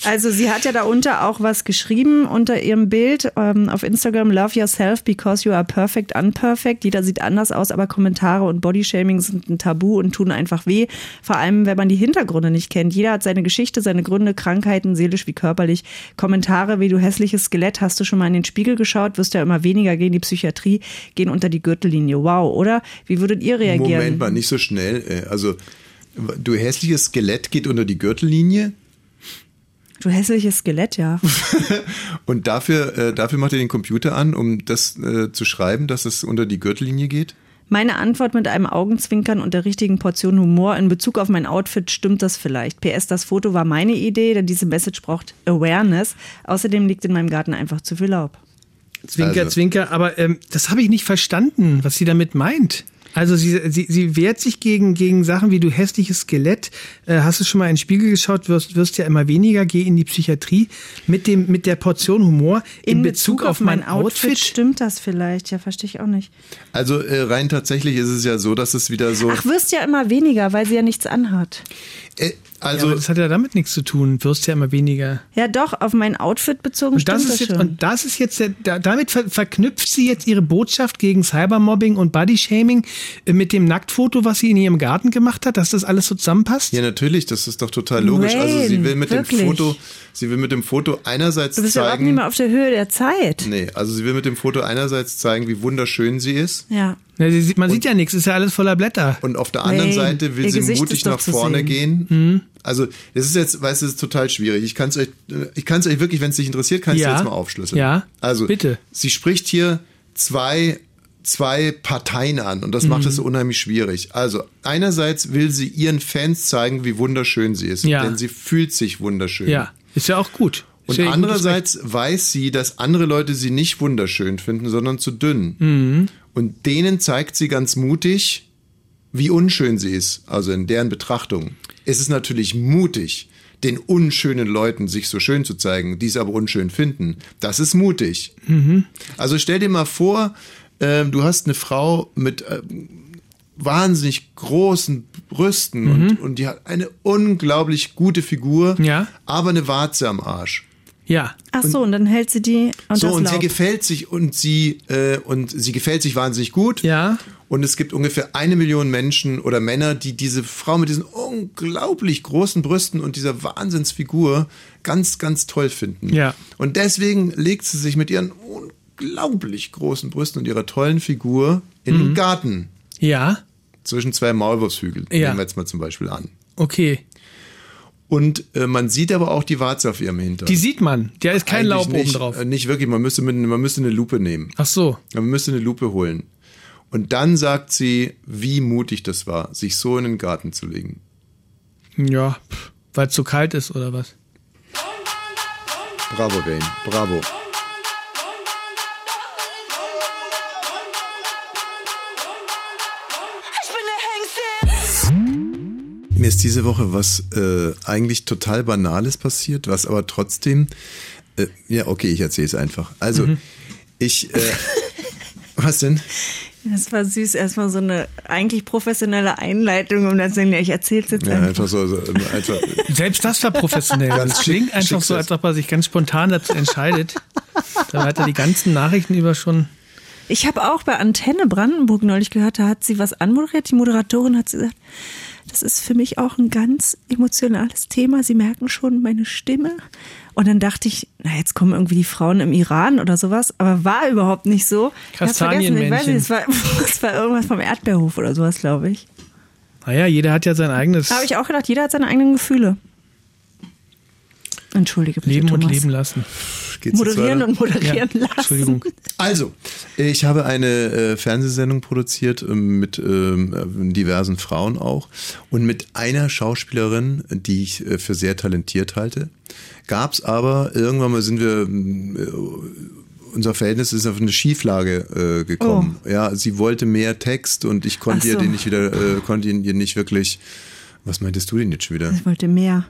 Also sie hat ja darunter auch was geschrieben unter ihrem Bild ähm, auf Instagram Love yourself because you are perfect unperfect. Jeder sieht anders aus, aber Kommentare und Bodyshaming sind ein Tabu und tun einfach weh. Vor allem, wenn man die Hintergründe nicht kennt. Jeder hat seine Geschichte, seine Gründe, Krankheiten, seelisch wie körperlich. Kommentare wie du hässliches Skelett, hast du schon mal in den Spiegel geschaut, wirst ja immer weniger, gehen die Psychiatrie, gehen unter die Gürtellinie. Wow, oder? Wie würdet ihr reagieren?
Moment mal, nicht so schnell. Ey. Also du hässliches Skelett geht unter die Gürtellinie
Du hässliches Skelett, ja.
und dafür äh, dafür macht ihr den Computer an, um das äh, zu schreiben, dass es unter die Gürtellinie geht.
Meine Antwort mit einem Augenzwinkern und der richtigen Portion Humor in Bezug auf mein Outfit stimmt das vielleicht. PS, das Foto war meine Idee, denn diese Message braucht Awareness. Außerdem liegt in meinem Garten einfach zu viel Laub.
Zwinker,
Also.
Zwinker. Aber ähm, das habe ich nicht verstanden, was sie damit meint. Also sie, sie, sie wehrt sich gegen, gegen Sachen wie du hässliches Skelett, äh, hast du schon mal in den Spiegel geschaut, wirst, wirst ja immer weniger, geh in die Psychiatrie mit, dem, mit der Portion Humor in, Bezug, auf, mein Outfit.
stimmt das vielleicht. Ja, verstehe ich auch nicht.
Also äh, rein tatsächlich ist es ja so, dass es wieder so.
Ach, wirst ja immer weniger, weil sie ja nichts anhat.
äh,
Also,
also
ja, aber das hat ja damit nichts zu tun, wirst ja immer weniger.
Ja, doch, auf mein Outfit bezogen
Und das,
stimmt
ist
das
jetzt,
schon.
und das ist jetzt, der- da, damit ver, verknüpft sie jetzt ihre Botschaft gegen Cybermobbing und Bodyshaming äh, mit dem Nacktfoto, was sie in ihrem Garten gemacht hat, dass das alles so zusammenpasst.
Ja, natürlich, das ist doch total logisch. also sie
Wayne,
will mit
wirklich?
dem Foto, sie will mit dem Foto einerseits
Du bist ja überhaupt
zeigen,
nicht mehr auf der Höhe der Zeit.
nee, also sie will mit dem Foto einerseits zeigen, wie wunderschön sie ist
Ja.
Na, sie sieht, man sieht ja nichts, ist ja alles voller Blätter.
und auf der anderen
Wayne,
Seite will
ihr
sie
Gesicht
mutig
ist doch
nach
zu
vorne
sehen. Hm?
gehen. Also, das ist jetzt, weißt du, das ist total schwierig. Ich kann es euch äh, ich kann es euch wirklich, wenn es dich interessiert, kann ich
Ja.
jetzt mal aufschlüsseln.
Ja.
Also,
Bitte.
sie spricht hier zwei zwei Parteien an und das
Mhm.
macht es so unheimlich schwierig. Also einerseits will sie ihren Fans zeigen, wie wunderschön sie ist,
Ja.
denn sie fühlt sich wunderschön.
Ja, ist ja auch gut. Ist
Und
ja ein gutes
andererseits weiß sie, dass andere Leute sie nicht wunderschön finden, sondern zu dünn. Und denen zeigt sie ganz mutig, wie unschön sie ist, also in deren Betrachtung. Es ist natürlich mutig, den unschönen Leuten sich so schön zu zeigen, die es aber unschön finden. Das ist mutig. Also stell dir mal vor, ähm, du hast eine Frau mit äh, wahnsinnig großen Brüsten und, und die hat eine unglaublich gute Figur,
Ja.
aber eine Warze am Arsch.
Ja,
Ach so, und dann hält sie die und
so
das
und sie
Laub.
gefällt sich und sie äh, und sie gefällt sich wahnsinnig gut.
Ja.
Und es gibt ungefähr eine Million Menschen oder Männer, die diese Frau mit diesen unglaublich großen Brüsten und dieser Wahnsinnsfigur ganz, ganz toll finden.
Ja.
Und deswegen legt sie sich mit ihren unglaublich großen Brüsten und ihrer tollen Figur in
Mhm.
den Garten
ja,
zwischen zwei Maulwurfshügeln.
Ja.
Nehmen wir jetzt mal zum Beispiel an.
okay.
Und äh, man sieht aber auch die Warze auf ihrem Hintern.
Die sieht man. Da ist kein Laub
nicht,
oben drauf.
äh, Nicht wirklich, man müsste, mit, man müsste eine Lupe nehmen.
Ach so.
Man müsste eine Lupe holen. Und dann sagt sie, wie mutig das war, sich so in den Garten zu legen.
Ja, weil es zu kalt ist oder was?
Bravo, Wayne. Bravo. Mir ist diese Woche was äh, eigentlich total Banales passiert, was aber trotzdem. Äh, ja, okay, ich erzähle es einfach. Also,
Mhm.
ich. Äh, was denn?
Das war süß, erstmal so eine eigentlich professionelle Einleitung, um dann zu sagen, ja, ich erzähl's jetzt
Ja,
einfach.
einfach so. so einfach,
Selbst das war professionell.
Ganz
das klingt
schick-
einfach so, als ob er sich ganz spontan dazu entscheidet. da hat er die ganzen Nachrichten über schon.
Ich habe auch bei Antenne Brandenburg neulich gehört, da hat sie was anmoderiert. Die Moderatorin hat gesagt, das ist für mich auch ein ganz emotionales Thema. Sie merken schon meine Stimme. Und dann dachte ich, na, jetzt kommen irgendwie die Frauen im Iran oder sowas. Aber war überhaupt nicht so. Ich hab vergessen, Ich weiß nicht, es war, es war irgendwas vom Erdbeerhof oder sowas, glaube ich.
Naja, jeder hat Ah ja sein eigenes
Da habe ich auch gedacht, jeder hat seine eigenen Gefühle. Entschuldige bitte,
Leben und
Thomas.
leben lassen.
geht's jetzt
Moderieren
weiter?
und moderieren lassen.
Entschuldigung.
Also, ich habe eine äh, Fernsehsendung produziert ähm, mit ähm, diversen Frauen auch und mit einer Schauspielerin, die ich äh, für sehr talentiert halte. Gab es aber, irgendwann mal sind wir, ähm, äh, unser Verhältnis ist auf eine Schieflage äh, gekommen. Ja, sie wollte mehr Text und ich konnte
Oh. Ach
ihr
so.
den nicht wieder, äh, konnte ihn ihr nicht wirklich, was meintest du denn jetzt schon wieder?
Ich wollte mehr.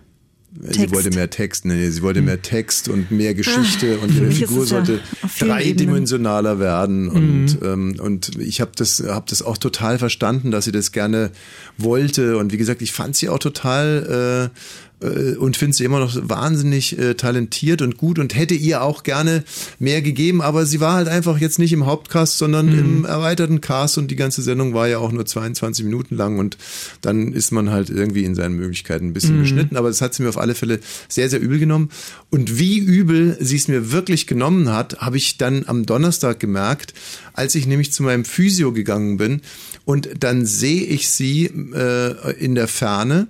Sie
Text.
wollte mehr Text, nee, sie wollte mehr Text und mehr Geschichte und ihre
mich Ah. ist
Figur
es ja
sollte
auf vielen
dreidimensionaler werden. Und,
Mhm.
ähm, und ich habe das, hab das auch total verstanden, dass sie das gerne wollte. Und wie gesagt, ich fand sie auch total äh, äh, und finde sie immer noch wahnsinnig äh, talentiert und gut und hätte ihr auch gerne mehr gegeben, aber sie war halt einfach jetzt nicht im Hauptcast,
Mhm.
sondern im erweiterten Cast und die ganze Sendung war ja auch nur 22 Minuten lang und dann ist man halt irgendwie in seinen Möglichkeiten ein bisschen beschnitten, aber das hat sie mir auf alle Fälle sehr, sehr übel genommen und wie übel sie es mir wirklich genommen hat, habe ich dann am Donnerstag gemerkt, als ich nämlich zu meinem Physio gegangen bin und dann sehe ich sie äh, in der Ferne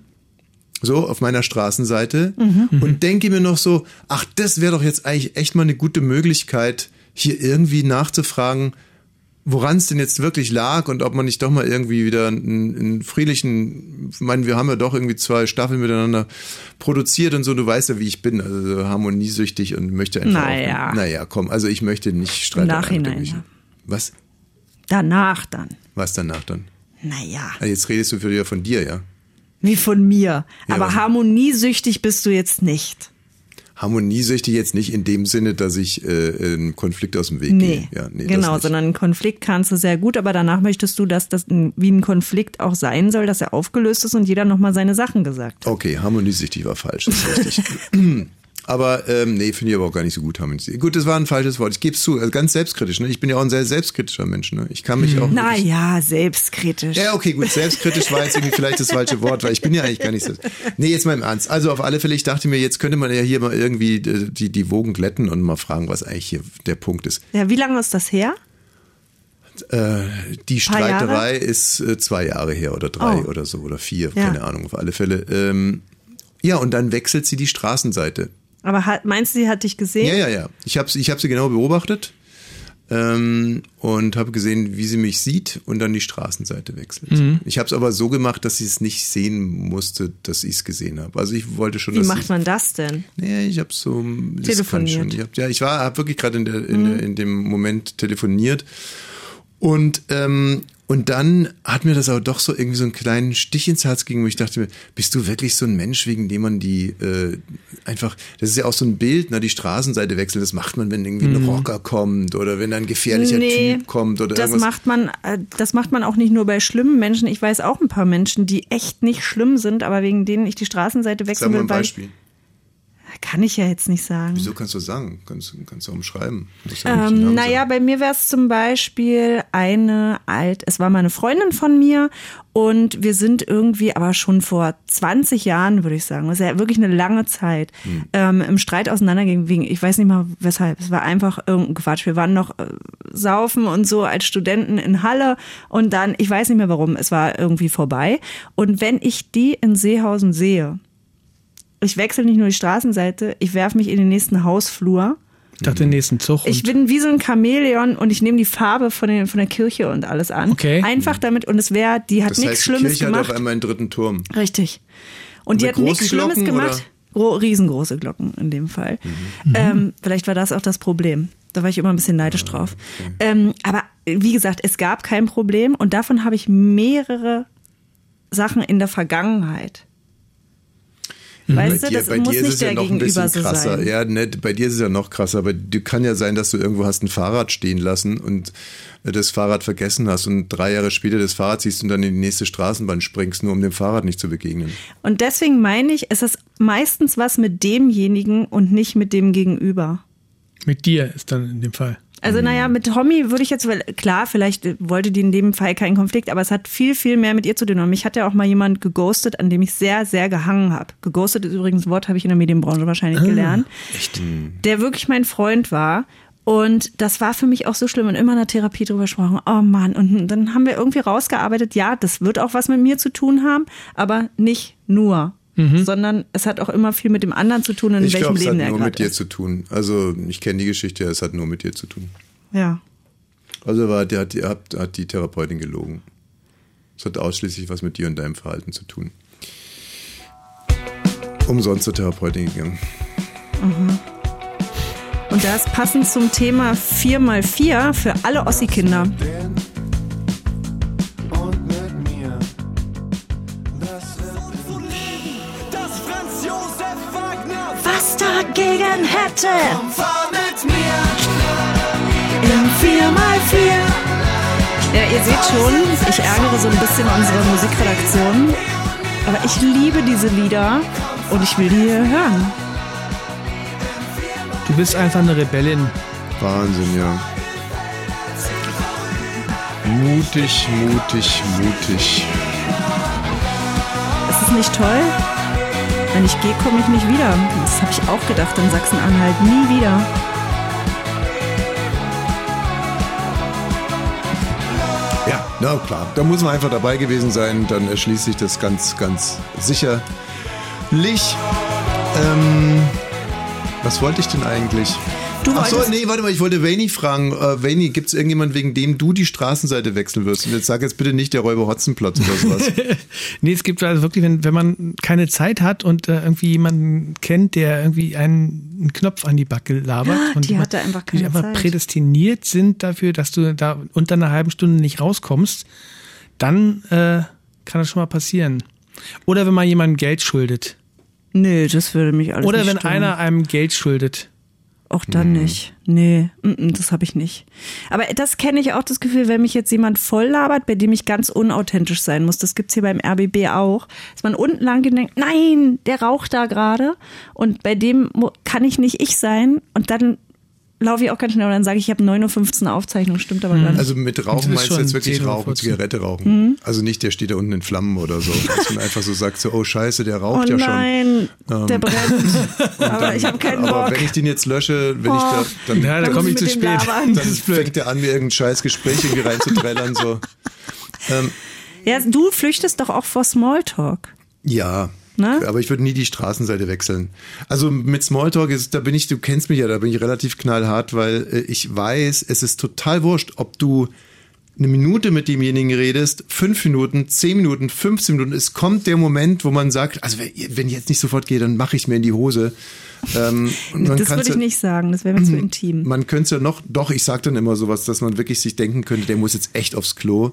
so auf meiner Straßenseite
Mhm.
und denke mir noch so, ach, das wäre doch jetzt eigentlich echt mal eine gute Möglichkeit, hier irgendwie nachzufragen, woran es denn jetzt wirklich lag und ob man nicht doch mal irgendwie wieder einen, einen friedlichen, ich meine, wir haben ja doch irgendwie zwei Staffeln miteinander produziert und so, du weißt ja, wie ich bin, also so harmoniesüchtig und möchte einfach.
Naja.
Auch, naja, komm, also ich möchte nicht streiten.
Nachhinein, ja.
Was?
Danach dann.
Was danach dann?
Naja.
Ah, Jetzt redest du wieder von dir, ja?
Wie von mir.
Ja,
Aber
was-
harmoniesüchtig bist du jetzt nicht.
Harmoniesüchtig jetzt nicht in dem Sinne, dass ich äh, einen Konflikt aus dem Weg
Nee,
gehe. Ja, nee, das
genau,
nicht.
sondern einen Konflikt kannst du sehr gut, aber danach möchtest du, dass das ein- wie ein Konflikt auch sein soll, dass er aufgelöst ist und jeder nochmal seine Sachen gesagt hat.
Okay, harmoniesüchtig war falsch, das ist richtig. Aber ähm, nee, finde ich aber auch gar nicht so gut harmoniesüchtig. Gut, das war ein falsches Wort. Ich gebe es zu, also ganz selbstkritisch. Ne? Ich bin ja auch ein sehr selbstkritischer Mensch. Ne? Ich kann mich
Hm.
auch. wirklich-
Naja, selbstkritisch.
Ja, okay, gut. Selbstkritisch war jetzt irgendwie vielleicht das falsche Wort, weil ich bin ja eigentlich gar nicht so. Nee, jetzt mal im Ernst. Also auf alle Fälle, ich dachte mir, jetzt könnte man ja hier mal irgendwie äh, die, die Wogen glätten und mal fragen, was eigentlich hier der Punkt ist.
Ja, wie lange ist das her?
Äh, die
Paar Jahre?
Streiterei ist äh, zwei Jahre her oder drei
Oh.
oder so oder vier,
Ja.
keine Ahnung, auf alle Fälle. Ähm, ja, und dann wechselt sie die Straßenseite.
Aber hat, meinst du, sie hat dich gesehen?
Ja, ja, ja. Ich habe ich hab sie genau beobachtet. ähm, und habe gesehen, wie sie mich sieht und dann die Straßenseite wechselt.
Mhm.
Ich habe es aber so gemacht, dass sie es nicht sehen musste, dass ich es gesehen habe. Also ich wollte schon,
Wie
dass
macht
sie,
man das denn?
Nee, ich habe so das kann
Telefoniert.
schon. Ich hab, ja, ich war hab wirklich gerade in, der, in,
Mhm.
der, in dem Moment telefoniert und ähm, und dann hat mir das aber doch so irgendwie so einen kleinen Stich ins Herz gegeben, wo ich dachte mir, bist du wirklich so ein Mensch, wegen dem man die äh, einfach, das ist ja auch so ein Bild, ne, die Straßenseite wechseln, das macht man, wenn irgendwie
Mhm.
ein Rocker kommt oder wenn ein gefährlicher Typ kommt oder
das
irgendwas.
macht man, äh, das macht man auch nicht nur bei schlimmen Menschen. Ich weiß auch ein paar Menschen, die echt nicht schlimm sind, aber wegen denen ich die Straßenseite
Sag
wechseln
mal
will,
ein
weil
Beispiel.
kann ich ja jetzt nicht sagen.
Wieso kannst du sagen? Kannst, kannst du umschreiben? Musst ja nicht genau den
Ähm,
Namen
naja,
sagen.
bei mir wäre es zum Beispiel eine alt, es war mal eine Freundin von mir und wir sind irgendwie aber schon vor 20 Jahren, würde ich sagen, das ist ja wirklich eine lange Zeit, ähm, im Streit auseinandergegangen, wegen, ich weiß nicht mal weshalb, es war einfach irgendein Quatsch. Wir waren noch äh, saufen und so als Studenten in Halle und dann, ich weiß nicht mehr warum, es war irgendwie vorbei. Und wenn ich die in Seehausen sehe, ich wechsle nicht nur die Straßenseite, ich werfe mich in den nächsten Hausflur.
Ich dachte,
Hm.
den nächsten Zug.
Ich
und-
bin wie so ein Chamäleon und ich nehme die Farbe von, den, von der Kirche und alles an.
Okay.
Einfach damit, und es wäre, die hat
das
nichts
heißt, die
Schlimmes
Kirche hat
gemacht.
auf einmal einen dritten Turm.
Richtig. Und die
Mit
hat nichts
großen
Schlimmes
Glocken,
gemacht. Gro riesengroße Glocken in dem Fall.
Mhm.
Ähm, vielleicht war das auch das Problem. Da war ich immer ein bisschen
Ah,
neidisch drauf. Ähm, aber wie gesagt, es gab kein Problem und davon habe ich mehrere Sachen in der Vergangenheit. Weißt
Mhm.
Mhm. bei
du,
dir,
das
bei
muss
dir ist
nicht
es
der
ja noch ein
Gegenüber
bisschen
so
krasser.
sein.
Ja, ne, bei dir ist es ja noch krasser, aber du kann ja sein, dass du irgendwo hast ein Fahrrad stehen lassen und äh, das Fahrrad vergessen hast und drei Jahre später das Fahrrad siehst und dann in die nächste Straßenbahn springst, nur um dem Fahrrad nicht zu begegnen.
Und deswegen meine ich, es ist meistens was mit demjenigen und nicht mit dem Gegenüber.
Mit dir ist dann in dem Fall.
Also naja, mit Tommy würde ich jetzt, weil klar, vielleicht wollte die in dem Fall keinen Konflikt, aber es hat viel, viel mehr mit ihr zu tun. Und mich hat ja auch mal jemand geghostet, an dem ich sehr, sehr gehangen habe. Geghostet ist übrigens ein Wort, habe ich in der Medienbranche wahrscheinlich gelernt. Echt? Hm. Der wirklich mein Freund war. Und das war für mich auch so schlimm und immer in der Therapie drüber gesprochen. Oh Mann, und dann haben wir irgendwie rausgearbeitet, ja, das wird auch was mit mir zu tun haben, aber nicht nur. Sondern es hat auch immer viel mit dem anderen zu tun, in
Mhm. ich
welchem
glaube, es hat
Leben er
nur mit
gerade
dir
ist.
zu tun. Also ich kenne die Geschichte, es hat nur mit dir zu tun.
Ja.
Also war, die, hat, die, hat, hat die Therapeutin gelogen. Es hat ausschließlich was mit dir und deinem Verhalten zu tun. Umsonst zur Therapeutin gegangen.
Und das passend zum Thema 4x4 für alle Ossi-Kinder.
Und mit mir. Das wird
Das Franz Josef Wagner.
Was dagegen hätte?
Fahr mit mir.
Ja, ihr seht schon, ich ärgere so ein bisschen unsere Musikredaktion. Aber ich liebe diese Lieder und ich will die hier hören.
Du bist einfach eine Rebellin.
Wahnsinn, ja. Mutig, mutig, mutig.
Ist es nicht toll? Wenn ich gehe, komme ich nicht wieder. Das habe ich auch gedacht in Sachsen-Anhalt. Nie wieder.
Ja, na klar. Da muss man einfach dabei gewesen sein, dann erschließt sich das ganz, ganz sicherlich. Ähm, was wollte ich denn eigentlich?
Du
Ach so,
wolltest-
nee, warte mal, ich wollte Vaini fragen. Äh, Vaini, gibt es irgendjemanden, wegen dem du die Straßenseite wechseln wirst? Und jetzt sag jetzt bitte nicht der Räuber Hotzenplotz oder sowas.
Nee, es gibt also wirklich, wenn, wenn man keine Zeit hat und äh, irgendwie jemanden kennt, der irgendwie einen, einen Knopf an die Backe labert und
Ah, die
man-
hatte einfach
die
keine
einfach
Zeit.
prädestiniert sind dafür, dass du da unter einer halben Stunde nicht rauskommst, dann äh, kann das schon mal passieren. Oder wenn man jemandem Geld schuldet.
Nee, das würde mich alles
Oder
nicht
wenn
stören.
einer einem Geld schuldet.
Auch dann
Mhm.
nicht. Nee, mm, mm, das habe ich nicht. Aber das kenne ich auch das Gefühl, wenn mich jetzt jemand voll labert, bei dem ich ganz unauthentisch sein muss. Das gibt's hier beim RBB auch. Dass man unten lang geht und denkt, nein, der raucht da gerade. Und bei dem mu- kann ich nicht ich sein. Und dann laufe ich auch ganz schnell und dann sage ich, ich habe 9.15 Uhr Aufzeichnung. Stimmt aber gar nicht.
Also mit Rauchen
Das ist
meinst du
schon Mhm.
jetzt wirklich
10 oder
Rauchen,
14.
Zigarette rauchen. Also nicht, der steht da unten in Flammen oder so. Dass man einfach so sagt, so, oh scheiße, der raucht
oh
ja schon. Ähm.
nein, der brennt. aber ich habe keinen
Aber
Bock.
wenn ich den jetzt lösche, wenn ich da, dann,
Oh. Ja, da
dann,
komm
muss
ich zu
mit dem
spät.
labern.
dann fängt er an, mir irgendein scheiß Gespräch irgendwie reinzuträllern. So.
Ja, du flüchtest doch auch vor Smalltalk.
Ja,
Ne?
Aber ich würde nie die Straßenseite wechseln. Also mit Smalltalk ist, da bin ich, du kennst mich ja, da bin ich relativ knallhart, weil äh, ich weiß, es ist total wurscht, ob du eine Minute mit demjenigen redest, fünf Minuten, zehn Minuten, 15 Minuten. Es kommt der Moment, wo man sagt, also wenn, wenn ich jetzt nicht sofort gehe, dann mache ich mir in die Hose. Ähm, und man
Das
kann's
würde ich
ja-
nicht sagen, das wäre
Mhm.
mir zu intim.
Man könnte es ja noch, doch, ich sage dann immer sowas, dass man wirklich sich denken könnte, der muss jetzt echt aufs Klo.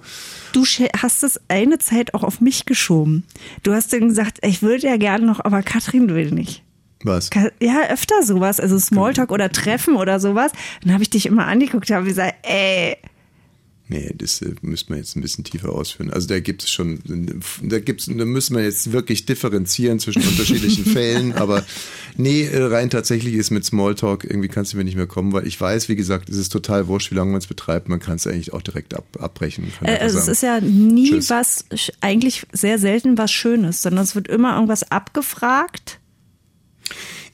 Du sch- hast es eine Zeit auch auf mich geschoben. Du hast dann gesagt, ich würde ja gerne noch, aber Katrin will nicht.
Was?
Ka- Ja, öfter sowas, also Smalltalk oder Treffen oder sowas. Dann habe ich dich immer angeguckt, habe gesagt, ey,
Nee, das äh, müsste man jetzt ein bisschen tiefer ausführen. Also da gibt es schon, da gibt's, da müssen wir jetzt wirklich differenzieren zwischen unterschiedlichen Fällen, aber nee, äh, rein tatsächlich ist mit Smalltalk, irgendwie kannst du mir nicht mehr kommen, weil ich weiß, wie gesagt, es ist total wurscht, wie lange man es betreibt, man kann es eigentlich auch direkt ab, abbrechen. Man Kann
Äh,
einfach
also es
sagen,
ist ja nie
Tschüss.
was, sch- eigentlich sehr selten was Schönes, sondern es wird immer irgendwas abgefragt.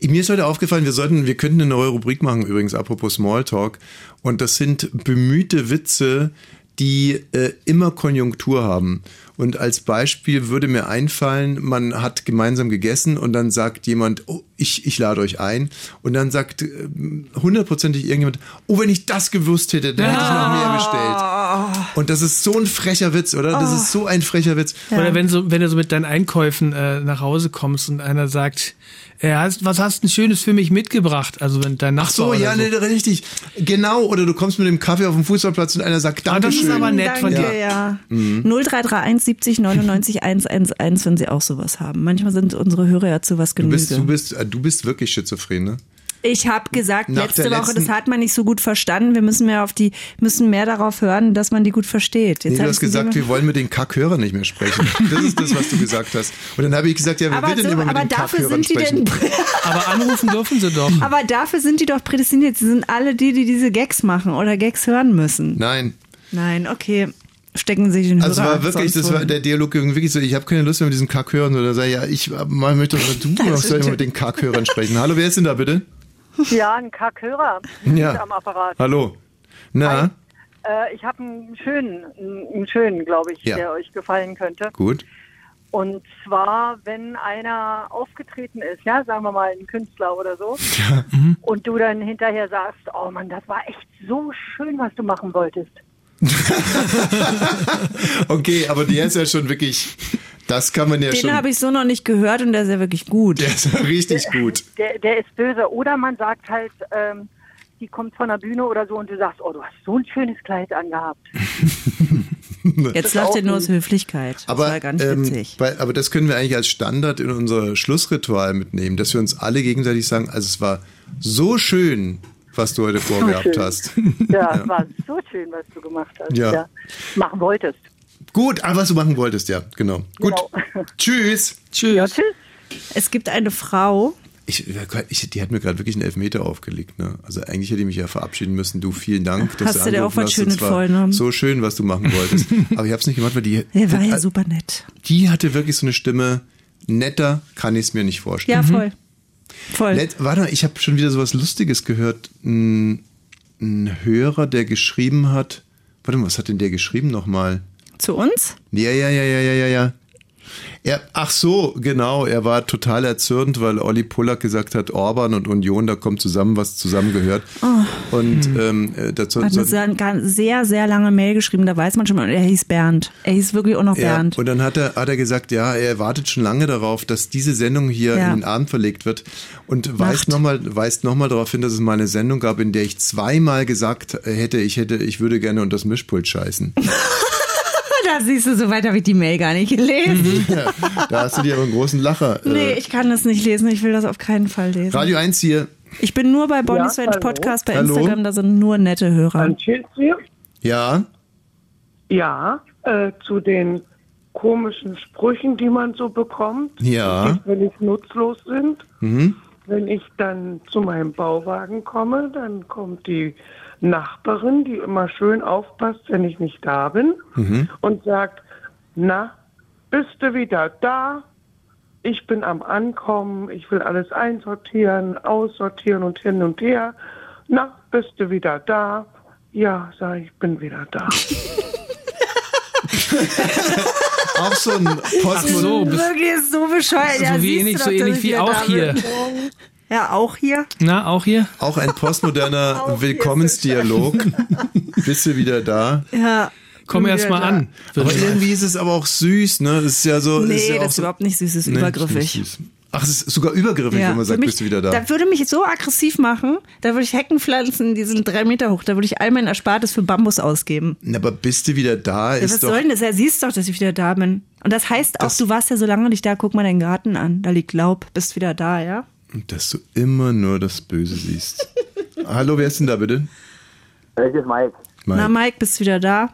Mir ist heute aufgefallen, wir sollten, wir könnten eine neue Rubrik machen, übrigens, apropos Smalltalk. Und das sind bemühte Witze, die äh, immer Konjunktur haben. Und als Beispiel würde mir einfallen, man hat gemeinsam gegessen und dann sagt jemand, oh, ich, ich lade euch ein. Und dann sagt äh, hundertprozentig irgendjemand, oh, wenn ich das gewusst hätte, dann hätte ich noch mehr bestellt. Und das ist so ein frecher Witz, oder? Das ist so ein frecher Witz.
Oder wenn, so, wenn du so mit deinen Einkäufen äh, nach Hause kommst und einer sagt, äh, hast, was hast du Schönes für mich mitgebracht? Also wenn dein Nachbar
Ach so,
oder
ja,
so.
nee, richtig. Genau, oder du kommst mit dem Kaffee auf den Fußballplatz und einer sagt,
Ah,
Dankeschön.
das ist aber nett von
Danke,
dir.
ja.
Mhm.
0331 70 99 111, wenn sie auch sowas haben. Manchmal sind unsere Hörer ja zu was
Du bist,
Genüge.
du, bist, äh, du bist wirklich schizophren, ne?
Ich habe gesagt,
Nach
letzte
der
Woche, das
letzten-
hat man nicht so gut verstanden. Wir müssen mehr auf die, müssen mehr darauf hören, dass man die gut versteht.
Nee,
hab
du hast
ich sie
gesagt,
immer-
wir wollen mit den Kackhörern nicht mehr sprechen. Das ist das, was du gesagt hast. Und dann habe ich gesagt, ja, wer will
aber,
denn
so,
immer mit
aber
den
dafür
Kackhörern
sind die
sprechen?
denn,
Aber anrufen dürfen sie doch.
aber dafür sind die doch prädestiniert. Sie sind alle die, die diese Gags machen oder Gags hören müssen.
Nein.
Nein, okay. Stecken Sie den
Also
Hörer
war wirklich, das
sonst wo
war
hin.
der Dialog ging wirklich so, ich habe keine Lust mehr mit diesen Kackhörern oder sag, ja, ich äh, mal möchte doch, du
Das
soll
ist-
immer mit den Kackhörern sprechen. Hallo, wer ist denn da bitte?
Ja, ein Kackhörer
Ja.
ja. am Apparat.
Hallo. Na,
Äh, ich habe einen schönen, einen schönen, glaube ich,
Ja.
der euch gefallen könnte.
gut.
Und zwar, wenn einer aufgetreten ist, ja, sagen wir mal ein Künstler oder so,
mhm.
und du dann hinterher sagst, oh Mann, das war echt so schön, was du machen wolltest.
Okay, aber der ist ja schon wirklich, das kann man ja schon.
Den habe ich so noch nicht gehört und der ist ja wirklich gut.
Der ist ja richtig gut.
Der, der ist böse. Oder man sagt halt, ähm, die kommt von der Bühne oder so und du sagst, oh, du hast so ein schönes Kleid angehabt.
Jetzt lacht
auch
er nur
ein-
aus Höflichkeit. Das
Aber,
war gar nicht
ähm,
witzig.
Bei, aber das können wir eigentlich als Standard in unser Schlussritual mitnehmen, dass wir uns alle gegenseitig sagen, also es war so schön, was du heute vorgehabt
schön.
hast.
Ja, war so schön, was du gemacht hast.
Ja.
ja. Machen wolltest.
Gut, aber was du machen wolltest, ja, genau. Gut.
Genau.
Tschüss.
Tschüss.
Tschüss.
Es gibt eine Frau,
Ich, ich, die hat mir gerade wirklich einen Elfmeter aufgelegt. Ne? Also eigentlich hätte ich mich ja verabschieden müssen. Du, vielen Dank, dass
Hast
du
du dir
angerufen
auch was
hast.
Schönes
Es war
vorgenommen?
So schön, was du machen wolltest. Aber ich habe es nicht gemacht, weil die,
der war ja super nett.
die hatte wirklich so eine Stimme. Netter kann ich es mir nicht vorstellen.
Ja, voll. Voll.
Let, warte mal, ich habe schon wieder sowas Lustiges gehört. Ein, ein Hörer, der geschrieben hat. Warte mal, was hat denn der geschrieben nochmal?
Zu uns?
Ja, ja, ja, ja, ja, ja, ja. Er, ach so, genau. Er war total erzürnt, weil Olli Pollack gesagt hat, Orban und Union, da kommt zusammen, was zusammengehört. Und ähm, äh, dazu
Hat eine sehr, ganz- sehr, sehr lange Mail geschrieben, da weiß man schon mal, er hieß Bernd. Er hieß wirklich auch noch
Ja,
Bernd.
und dann hat er, hat er gesagt, ja, er wartet schon lange darauf, dass diese Sendung hier
Ja.
in den Abend verlegt wird und weist
Nacht.
nochmal weist noch mal darauf hin, dass es mal eine Sendung gab, in der ich zweimal gesagt hätte, ich hätte, ich würde gerne unter das Mischpult scheißen.
Ah, Da siehst du, so weit habe ich die Mail gar nicht gelesen.
ja, da hast du dir aber einen großen Lacher.
Nee,
äh,
ich kann das nicht lesen. Ich will das auf keinen Fall lesen.
Radio 1 hier.
Ich bin nur bei Bonnie's
Ja,
Ranch
hallo.
Podcast bei
Hallo.
Instagram, da sind nur nette Hörer.
Tschüss. Tschüss.
Ja.
Ja, äh, zu den komischen Sprüchen, die man so bekommt,
Ja.
die völlig nutzlos sind. Wenn ich dann zu meinem Bauwagen komme, dann kommt die Nachbarin, die immer schön aufpasst, wenn ich nicht da bin, und sagt, na, bist du wieder da? Ich bin am Ankommen, ich will alles einsortieren, aussortieren und hin und her. Na, bist du wieder da? Ja, sag ich, bin wieder da.
Auch so ein Postmodell.
Oh,
so, bist-
Wirklich ist so bescheuert.
So
ja,
wie
siehst
ähnlich-
du doch,
so
dass
ähnlich
ich
wie
wieder
auch
da
hier.
bin. Ja, auch hier.
Na, auch hier?
Auch ein postmoderner Willkommensdialog. Bist du wieder da?
Ja.
Komm
bin
erst
wieder
mal an.
Aber irgendwie ist es aber auch süß, ne? Es ist ja so.
Nee,
ist ja
das
auch
ist
so,
überhaupt nicht süß, es ist
Nee,
übergriffig.
nicht süß. Ach, es ist sogar übergriffig,
Ja.
wenn man
Für
sagt,
mich-
bist du wieder da.
Da würde mich so aggressiv machen, da würde ich Hecken pflanzen, die sind drei Meter hoch, da würde ich all mein Erspartes für Bambus ausgeben.
Na, aber bist du wieder da?
Ja, was
ist doch.
soll denn das? Er siehst doch, dass ich wieder da bin. Und das heißt auch, du warst ja so lange nicht da, guck mal deinen Garten an. Da liegt Laub, bist wieder da, ja?
Dass du immer nur das Böse siehst. Hallo, wer ist denn da bitte?
Es ist Mike.
Na, Mike, bist wieder da?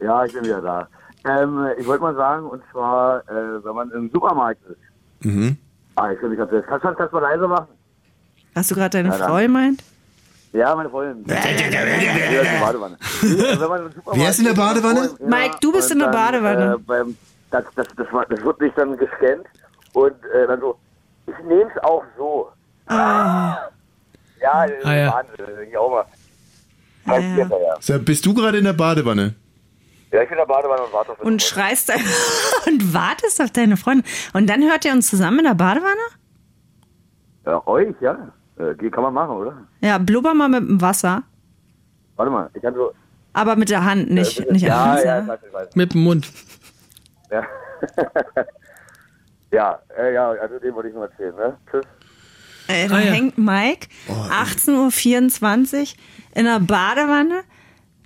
Ja, ich bin wieder da. Ähm, ich wollte mal sagen, und zwar, äh, wenn man im Supermarkt ist.
Mhm.
Ah, ich glaube, ich habe das. Kannst du kannst du mal leise machen?
Hast du gerade deine
Ja, dann.
Frau gemeint?
Ja, meine Freundin. Ja, die ist in der Badewanne. Wenn man im Supermarkt
Wer ist in der Badewanne?
Ja,
Mike, du bist
und
in der
dann,
Badewanne.
Äh, beim, das, das, das, war- das wird nicht dann gescannt. Und äh, dann so, ich nehme es auch so.
Ah.
Ja, äh, das ist
Ah, ja.
Wahnsinn. Das denke ich auch mal. Ganz besser, ja.
Sag, Bist du gerade in der Badewanne?
ja, ich bin in der Badewanne und warte auf
Und schreist ein- und wartest auf deine Freundin. Und dann hört ihr uns zusammen in der Badewanne?
Ja, euch, ja. Äh, die kann man machen, oder?
Ja, blubber mal mit dem Wasser.
Warte mal, ich kann so.
Aber mit der Hand, nicht,
bitte.
nicht
Äh, Ja,
anders.
ja,
Ja,
ich weiß, ich weiß.
Mit dem Mund.
Ja, ja, äh, ja also den wollte ich nur erzählen, ne? Tschüss.
Äh, da
Ah, ja.
hängt Mike, 18.24 Uhr in der Badewanne.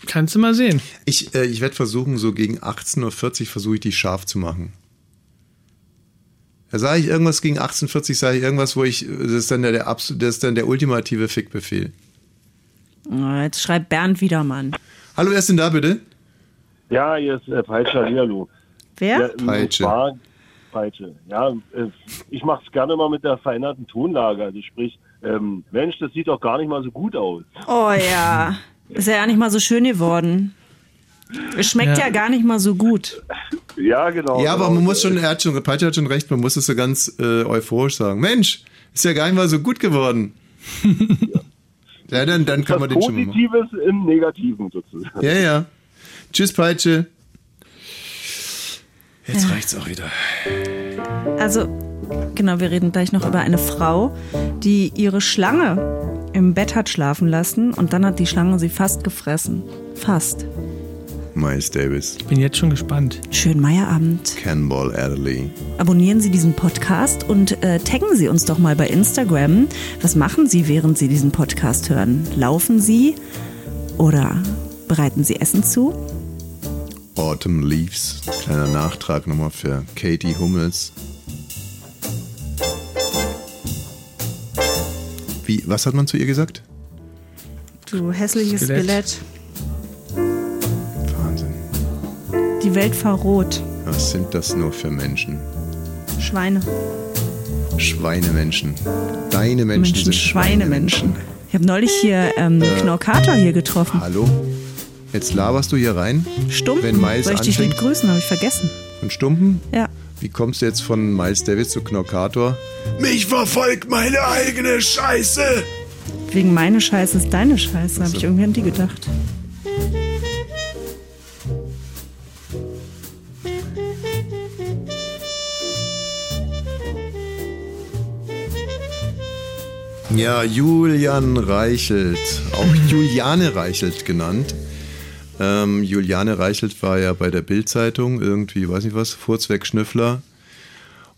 Kannst du mal sehen.
Ich, äh, ich werde versuchen, so gegen 18.40 Uhr versuche ich dich scharf zu machen. Da sage ich irgendwas gegen 18.40 Uhr, sage ich irgendwas, wo ich, das ist dann der, der, absol- das ist dann der ultimative Fickbefehl.
Oh, jetzt schreibt Bernd Wiedermann.
Hallo, wer ist denn da bitte?
Ja, hier ist äh, Peitsche, Hallihallo.
Wer?
Ja, ähm,
Peitsche.
Bar- Peitsche, ja. Äh, ich mache es gerne mal mit der veränderten Tonlage. Also sprich, ähm, Mensch, das sieht doch gar nicht mal so gut aus.
Oh ja. Ist ja gar nicht mal so schön geworden. Es schmeckt ja,
Ja.
gar nicht mal so gut.
Ja, genau.
ja, aber man muss schon, er hat schon, Peitsche hat schon recht, man muss es so ganz äh, euphorisch sagen. Mensch, ist ja gar nicht mal so gut geworden. ja, dann, dann kann man den schon mal machen.
Positives im Negativen sozusagen.
Ja, ja. Tschüss, Peitsche. Jetzt
Ja.
reicht's auch wieder.
Also, genau, wir reden gleich noch über eine Frau, die ihre Schlange im Bett hat schlafen lassen und dann hat die Schlange sie fast gefressen. Fast.
Miles Davis.
Bin jetzt schon gespannt.
Schönen Meierabend.
Cannonball Adderley.
Abonnieren Sie diesen Podcast und äh, taggen Sie uns doch mal bei Instagram. Was machen Sie, während Sie diesen Podcast hören? Laufen Sie oder bereiten Sie Essen zu?
Autumn Leaves. Kleiner Nachtrag nochmal für Katie Hummels. Wie, was hat man zu ihr gesagt?
Du hässliches
Skelett.
Skelett.
Wahnsinn.
Die Welt verroht.
Was sind das nur für Menschen?
Schweine.
Schweinemenschen. Deine Menschen,
Menschen,
sind
Schweinemenschen. Ich habe neulich hier ähm,
Äh.
Knorkator hier getroffen.
Hallo? Jetzt laberst du hier rein?
Stumpen.
Wenn Miles
Soll ich dich lieb
anfängt
grüßen? Habe ich vergessen.
und Stumpen?
Ja.
Wie kommst du jetzt von Miles Davis zu Knorkator?
Mich verfolgt meine eigene Scheiße.
Wegen meine Scheiße ist deine Scheiße. Habe ich irgendwie an die gedacht.
Ja, Julian Reichelt, auch Juliane Reichelt genannt. Ähm, Juliane Reichelt war ja bei der Bild-Zeitung irgendwie, weiß nicht was, Furzweg-Schnüffler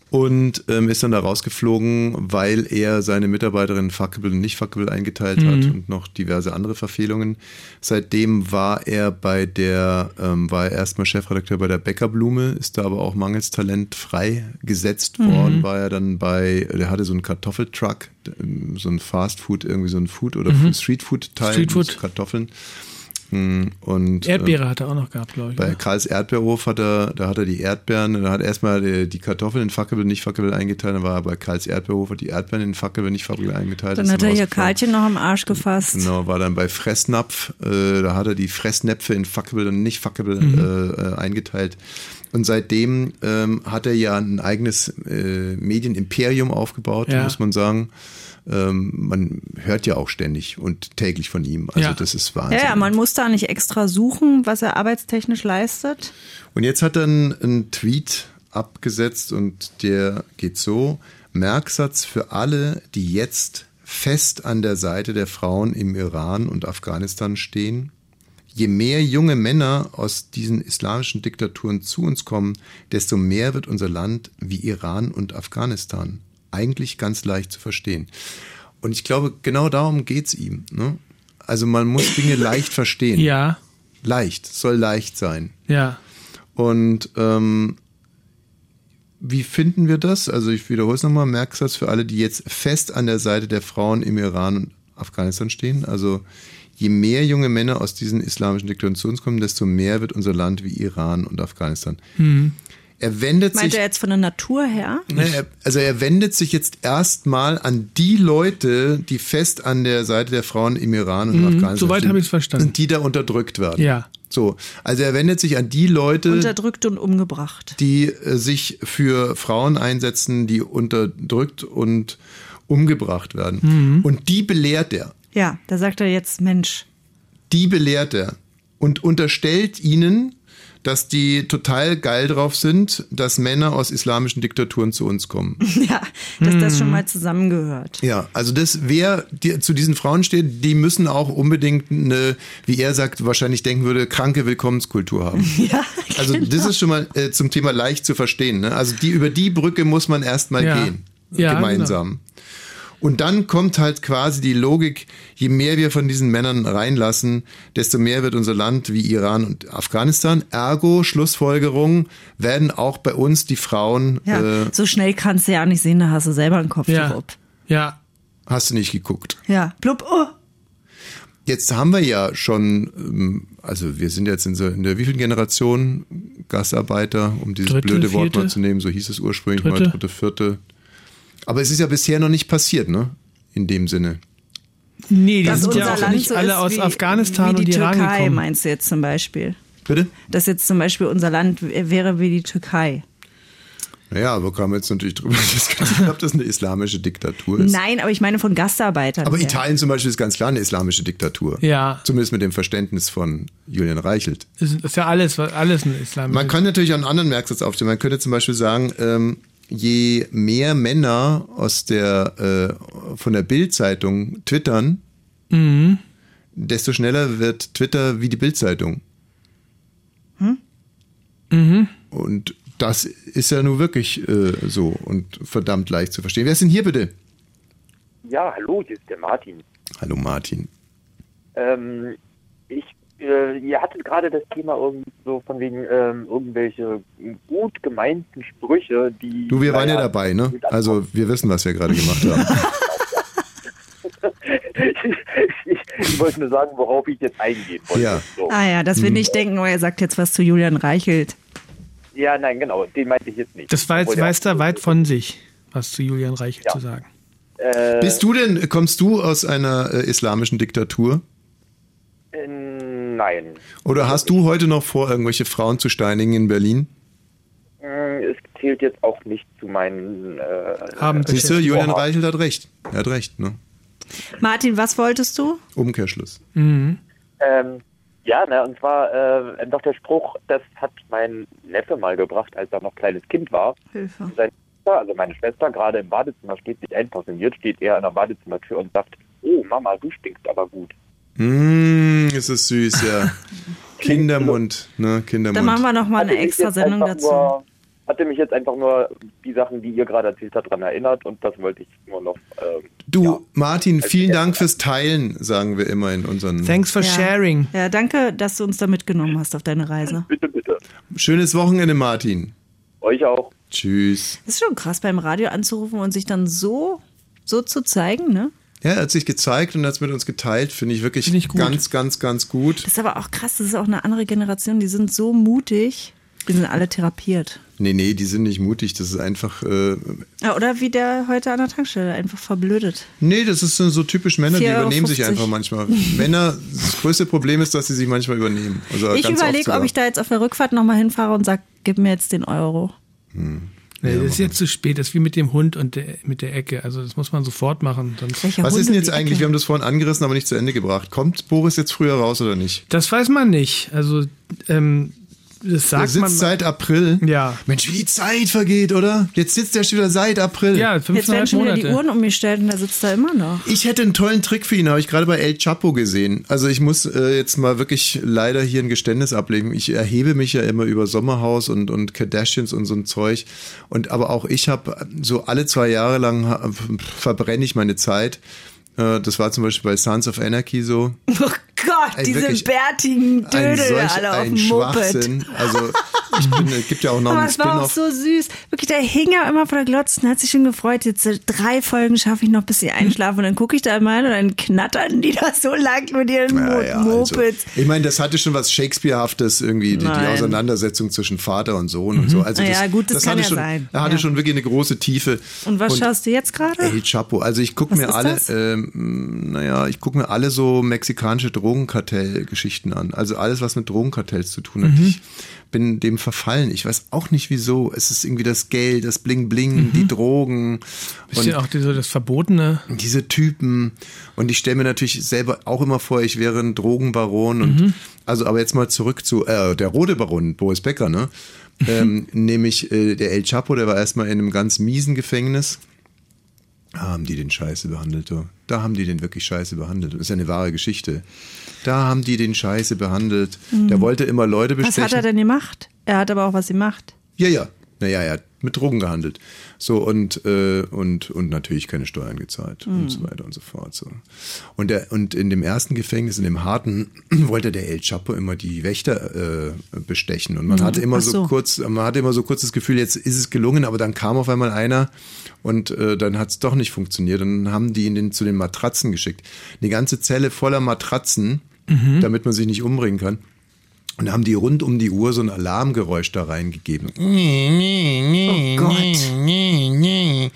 und ähm, ist dann da rausgeflogen, weil er seine Mitarbeiterin fuckable und nicht fuckable eingeteilt hat
Mhm.
und noch diverse andere Verfehlungen. Seitdem war er bei der, ähm, war er erstmal Chefredakteur bei der Bäckerblume, ist da aber auch mangels Talent freigesetzt
Mhm.
worden, war er dann bei, der hatte so einen Kartoffeltruck, ähm, so ein Fastfood, irgendwie so ein Food oder
Mhm.
Streetfood-Teil
Streetfood.
mit Kartoffeln. Mm, Und,
Erdbeere
ähm,
hat er auch noch gehabt, glaube ich.
bei
ne?
Karls Erdbeerhof hat er, da hat er die Erdbeeren, da hat er erstmal die, die Kartoffeln in Fackelbild, nicht Fackelbild eingeteilt, dann war er bei Karls Erdbeerhof, hat die Erdbeeren in Fackelbild, nicht Fackelbild eingeteilt.
Dann
ist
hat er hier
rausgeflogen.
Karlchen noch am Arsch gefasst.
Genau, war dann bei Fressnapf, äh, da hat er die Fressnäpfe in Fuckable und nicht Fuckable
Mhm.
äh, äh, eingeteilt. Und seitdem ähm, hat er ja ein eigenes äh, Medienimperium aufgebaut,
Ja.
muss man sagen. Ähm, man hört ja auch ständig und täglich von ihm. Also
Ja.
das ist
Ja,
Wahnsinn.
Also
ja, man muss musste er nicht extra suchen, was er arbeitstechnisch leistet?
Und jetzt hat er einen, einen Tweet abgesetzt und der geht so: Merksatz für alle, die jetzt fest an der Seite der Frauen im Iran und Afghanistan stehen. Je mehr junge Männer aus diesen islamischen Diktaturen zu uns kommen, desto mehr wird unser Land wie Iran und Afghanistan. Eigentlich ganz leicht zu verstehen. Und ich glaube, genau darum geht's ihm. Ne? Also man muss Dinge leicht verstehen.
Ja.
Leicht, soll leicht sein.
Ja.
Und ähm, wie finden wir das? Also ich wiederhole es nochmal, Merksatz für alle, die jetzt fest an der Seite der Frauen im Iran und Afghanistan stehen. Also je mehr junge Männer aus diesen islamischen Diktaturen zu uns kommen, desto mehr wird unser Land wie Iran und Afghanistan.
Hm.
Er wendet
Meint
sich.
er jetzt von der Natur her?
Ne, er- Also er wendet sich jetzt erstmal an die Leute, die fest an der Seite der Frauen im Iran und
Mhm,
Afghanistan
soweit
stehen.
habe ich's verstanden.
Die da unterdrückt werden.
Ja.
So, also er wendet sich an die Leute,
Unterdrückt und umgebracht.
die äh, sich für Frauen einsetzen, die unterdrückt und umgebracht werden.
Mhm.
Und die belehrt er.
Ja, da sagt er jetzt, Mensch,
Die belehrt er und unterstellt ihnen, dass die total geil drauf sind, dass Männer aus islamischen Diktaturen zu uns kommen.
ja, dass
Hm.
das schon mal zusammengehört.
Ja, also das, wer die, zu diesen Frauen steht, die müssen auch unbedingt eine, wie er sagt, wahrscheinlich denken würde, kranke Willkommenskultur haben.
Ja,
also das ist schon mal äh, zum Thema leicht zu verstehen. Ne? Also die über die Brücke muss man erstmal
Ja.
gehen.
Ja, genau.
gemeinsam. Und dann kommt halt quasi die Logik, je mehr wir von diesen Männern reinlassen, desto mehr wird unser Land wie Iran und Afghanistan. Ergo, Schlussfolgerung, werden auch bei uns die Frauen.
Ja,
äh,
so schnell kannst du ja auch nicht sehen, da hast du selber einen Kopf
Ja.
drauf.
Ja.
Hast du nicht geguckt.
Ja, blub, oh,
Jetzt haben wir ja schon, ähm, also wir sind jetzt in, so, in der wievielten Generation Gastarbeiter, um dieses
Dritte,
blöde Wort mal
vierte?
zu nehmen, so hieß es ursprünglich mal,
Dritte?
dritte, vierte. Aber es ist ja bisher noch nicht passiert, ne? In dem Sinne.
Nee, die
dass
sind
unser
ja auch
Land
nicht
so ist
alle aus
wie,
Afghanistan
wie
und
die
Iran
Türkei,
gekommen.
meinst du jetzt zum Beispiel?
Bitte?
Dass jetzt zum Beispiel unser Land w- wäre wie die Türkei.
Naja, aber kann man jetzt natürlich drüber diskutieren, ob das eine islamische Diktatur ist.
Nein, aber ich meine von Gastarbeitern.
Aber
her.
Italien zum Beispiel ist ganz klar eine islamische Diktatur.
Ja.
Zumindest mit dem Verständnis von Julian Reichelt.
Das ist das ist ja alles, was- alles ein Islam.
Man kann natürlich auch einen anderen Merksatz aufstellen. Man könnte zum Beispiel sagen, ähm, je mehr Männer aus der, äh, von der Bild-Zeitung twittern,
Mhm.
desto schneller wird Twitter wie die Bild-Zeitung. Hm?
Mhm.
Und das ist ja nur wirklich äh, so und verdammt leicht zu verstehen. Wer ist denn hier bitte?
Ja, hallo, hier ist der Martin.
Hallo Martin.
Ähm, ich, äh, ihr hattet gerade das Thema irgendwie so von wegen ähm, irgendwelche gut gemeinten Sprüche, die.
Du, wir waren ja
naja,
dabei, ne? Also wir wissen, was wir gerade gemacht haben.
ich wollte nur sagen, worauf ich jetzt eingehen wollte.
Ja.
So.
Ah ja,
Hm.
dass wir nicht denken, oh, er sagt jetzt was zu Julian Reichelt.
Ja, nein, genau, den meinte ich jetzt nicht.
Das war jetzt
Obwohl der-
weiß da weit von sich, was zu Julian Reichelt zu sagen.
Äh,
Bist du denn, kommst du aus einer äh, islamischen Diktatur?
äh, nein.
Oder hast du heute noch vor, irgendwelche Frauen zu steinigen in Berlin?
Hm, Es zählt jetzt auch nicht zu meinen. Äh,
Siehst du,
äh,
Julian
Vorhaben.
Reichelt hat recht. Er hat recht, ne?
Martin, was wolltest du?
Umkehrschluss.
Mhm.
Ähm, ja, ne, und zwar äh, doch der Spruch, das hat mein Neffe mal gebracht, als er noch kleines Kind war.
Hilfe.
Seine Schwester, also meine Schwester, gerade im Badezimmer steht, sich einpensioniert, steht er an der Badezimmertür und sagt, oh Mama, du stinkst aber gut.
Mmh, ist das süß, ja. Kindermund, ne? Kindermund.
Da machen wir nochmal eine
Hatte mich
extra
jetzt
Sendung
einfach
dazu.
Nur, hatte mich jetzt einfach nur die Sachen, die ihr gerade erzählt habt, daran erinnert und das wollte ich nur noch. Ähm,
Du, Martin, vielen Dank fürs Teilen, sagen wir immer in unseren.
Thanks for
Ja.
sharing.
Ja, danke, dass du uns da mitgenommen hast auf deine Reise.
Schönes Wochenende, Martin.
Euch auch.
Tschüss.
Ist schon krass, beim Radio anzurufen und sich dann so, so zu zeigen, ne?
Ja, er hat sich gezeigt und hat es mit uns geteilt. Finde ich wirklich ganz, ganz, ganz gut.
Das ist aber auch krass, das ist auch eine andere Generation, die sind so mutig. Die sind alle therapiert.
Nee, nee, die sind nicht mutig. Das ist einfach. Äh,
Ja, oder wie der heute an der Tankstelle, einfach verblödet.
nee, das ist so typisch Männer, die
4,50
übernehmen sich einfach manchmal. Männer, das größte Problem ist, dass sie sich manchmal übernehmen. Also
ich
ganz oft
überlege,
sogar.
ob ich da jetzt auf der Rückfahrt nochmal hinfahre und sage, gib mir jetzt den Euro.
Nee, das ist jetzt zu spät. Das ist wie mit dem Hund und der, mit der Ecke. Also das muss man sofort machen. Sonst
Was ist denn jetzt eigentlich? Wir haben das vorhin angerissen, aber nicht zu Ende gebracht. Kommt Boris jetzt früher raus oder nicht?
Das weiß man nicht. Also ähm, das sagt
Der sitzt
man.
seit April.
Ja.
Mensch, wie die Zeit vergeht, oder? Jetzt sitzt der schon wieder seit April. Ja,
Jetzt werden schon wieder die Uhren umgestellt und da sitzt er immer noch.
Ich hätte einen tollen Trick für ihn, habe ich gerade bei El Chapo gesehen. Also ich muss äh, jetzt mal wirklich leider hier ein Geständnis ablegen. Ich erhebe mich ja immer über Sommerhaus und, und Kardashians und so ein Zeug. Und aber auch ich habe so alle zwei Jahre lang ha- verbrenne ich meine Zeit. Äh, das war zum Beispiel bei Sons of Anarchy so.
Oh Gott,
Ey,
diese
wirklich,
bärtigen
Ein
Dödel
solch
alle auf
ein
dem Moped.
Schwachsinn. Also ich bin, es gibt ja auch noch
Aber
einen
es war auch
Spin-off.
so süß. Wirklich, der hing ja immer vor der Glotze und hat sich schon gefreut. Jetzt äh, drei Folgen schaffe ich noch, bis sie einschlafen. Und dann gucke ich da mal und dann knattern die da so lang mit ihren Mo-
Ja, also,
Mopeds.
ich meine, das hatte schon was Shakespearehaftes irgendwie, die, die
Nein. Mhm.
Auseinandersetzung zwischen Vater und Sohn und so. Also das,
Ja, gut, das kann
hatte
ja
schon,
sein.
Er hatte
Ja.
schon wirklich eine große Tiefe.
Und was schaust du jetzt gerade?
El Chapo. Also ich gucke
Was
mir
ist
alle,
das?
ähm, naja, ich gucke mir alle so mexikanische Drogenkartell-Geschichten an. Also alles, was mit Drogenkartells zu tun hat.
Mhm.
Ich bin dem verfallen. Ich weiß auch nicht wieso. Es ist irgendwie das Geld, das Bling Bling,
Mhm.
die Drogen.
Bisschen auch diese, das Verbotene.
Diese Typen. Und ich stelle mir natürlich selber auch immer vor, ich wäre ein Drogenbaron. Und also, aber jetzt mal zurück zu äh, der rote Baron, Boris Becker, ne? ähm, nämlich äh, der El Chapo, der war erstmal in einem ganz miesen Gefängnis. Da haben die den Scheiße behandelt, du. Da haben die den wirklich Scheiße behandelt. Das ist ja eine wahre Geschichte. Da haben die den Scheiße behandelt.
Mhm.
Der wollte immer Leute
Was
bestechen.
hat er denn gemacht? Er hat aber auch was gemacht.
Ja, ja. Naja, er hat mit Drogen gehandelt. So und, äh, und, und natürlich keine Steuern gezahlt
Mhm.
und so weiter und so fort. So. Und, der, und in dem ersten Gefängnis, in dem harten, wollte der El Chapo immer die Wächter äh, bestechen. Und man
Mhm.
hatte immer
Ach
so.
so.
kurz, man hatte immer so kurz das Gefühl, jetzt ist es gelungen, aber dann kam auf einmal einer und äh, dann hat es doch nicht funktioniert. Und dann haben die ihn den, zu den Matratzen geschickt. Eine ganze Zelle voller Matratzen,
Mhm.
damit man sich nicht umbringen kann. Und haben die rund um die Uhr so ein Alarmgeräusch da reingegeben. Oh Gott.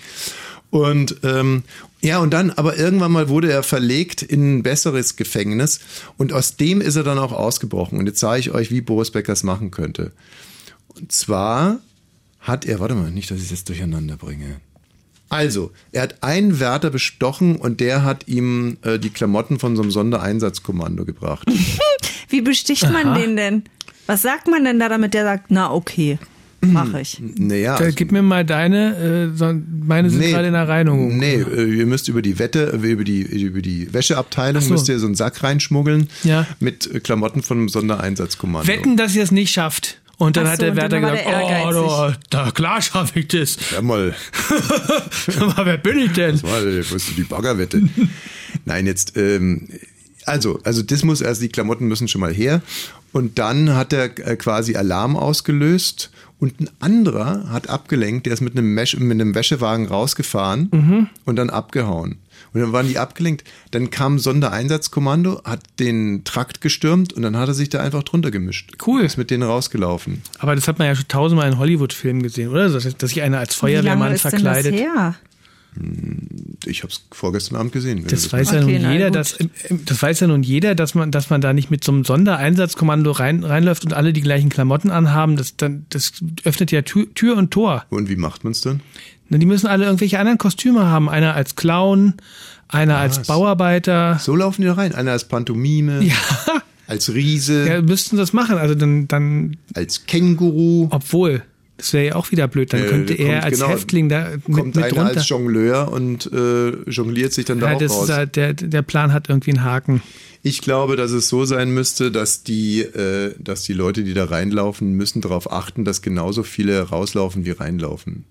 Und ähm, ja, und dann, aber irgendwann mal wurde er verlegt in ein besseres Gefängnis und aus dem ist er dann auch ausgebrochen. Und jetzt zeige ich euch, wie Boris Becker es machen könnte. Und zwar hat er, warte mal, nicht, dass ich es jetzt durcheinander bringe. Also, er hat einen Wärter bestochen und der hat ihm äh, die Klamotten von so einem Sondereinsatzkommando gebracht.
Wie besticht man
Aha.
den denn? Was sagt man denn da, damit der sagt, na okay,
Mhm.
mache ich.
Naja. also
Da, gib mir mal deine, äh, so- meine sind gerade in der Reinigung.
Nee, äh, ihr müsst über die Wette, äh, über die, über die Wäscheabteilung
Ach so.
müsst ihr so einen Sack reinschmuggeln
Ja.
mit äh, Klamotten von einem Sondereinsatzkommando.
Wetten, dass ihr es nicht schafft. Und dann
Ach
hat
so,
der
und dann
Wärter
war
gesagt,
der
oh,
ehrgeizig.
da, da, klar schaffe ich das.
Ja mal.
Aber wer bin ich denn?
Das war äh, weißt du, die Baggerwette. Nein, jetzt, ähm, also, also das muss, also die Klamotten müssen schon mal her. Und dann hat er äh, quasi Alarm ausgelöst und ein anderer hat abgelenkt, der ist mit einem, Mesh, mit einem Wäschewagen rausgefahren und dann abgehauen. Und dann waren die abgelenkt. Dann kam ein Sondereinsatzkommando, hat den Trakt gestürmt und dann hat er sich da einfach drunter gemischt. Cool. Ist mit denen rausgelaufen.
Aber das hat man ja schon tausendmal in Hollywood-Filmen gesehen, oder? Dass dass sich einer als
Wie lange
Feuerwehrmann
ist denn das
verkleidet.
her?
Ich habe es vorgestern Abend gesehen. wenn du
Das weiß
meinst.
ja nun jeder, dass, im- im- das weiß ja nun jeder, dass man, dass man da nicht mit so einem Sondereinsatzkommando rein, reinläuft und alle die gleichen Klamotten anhaben. Das, dann, das öffnet ja Tür, Tür und Tor.
Und wie macht man's denn?
Na, die müssen alle irgendwelche anderen Kostüme haben. Einer als Clown, einer als Bauarbeiter.
So laufen die da rein. Einer als Pantomime. Ja. Als Riese.
Ja, müssten das machen. Also dann, dann.
Als Känguru.
Obwohl. Das wäre ja auch wieder blöd. Dann
Äh,
könnte
kommt
er als
genau-
Häftling da mit,
kommt
mit
einer
runter.
als Jongleur und äh, jongliert sich dann da
ja,
auch
das
raus.
ist halt, der, der Plan hat irgendwie einen Haken.
Ich glaube, dass es so sein müsste, dass die, äh, dass die Leute, die da reinlaufen, müssen darauf achten, dass genauso viele rauslaufen wie reinlaufen.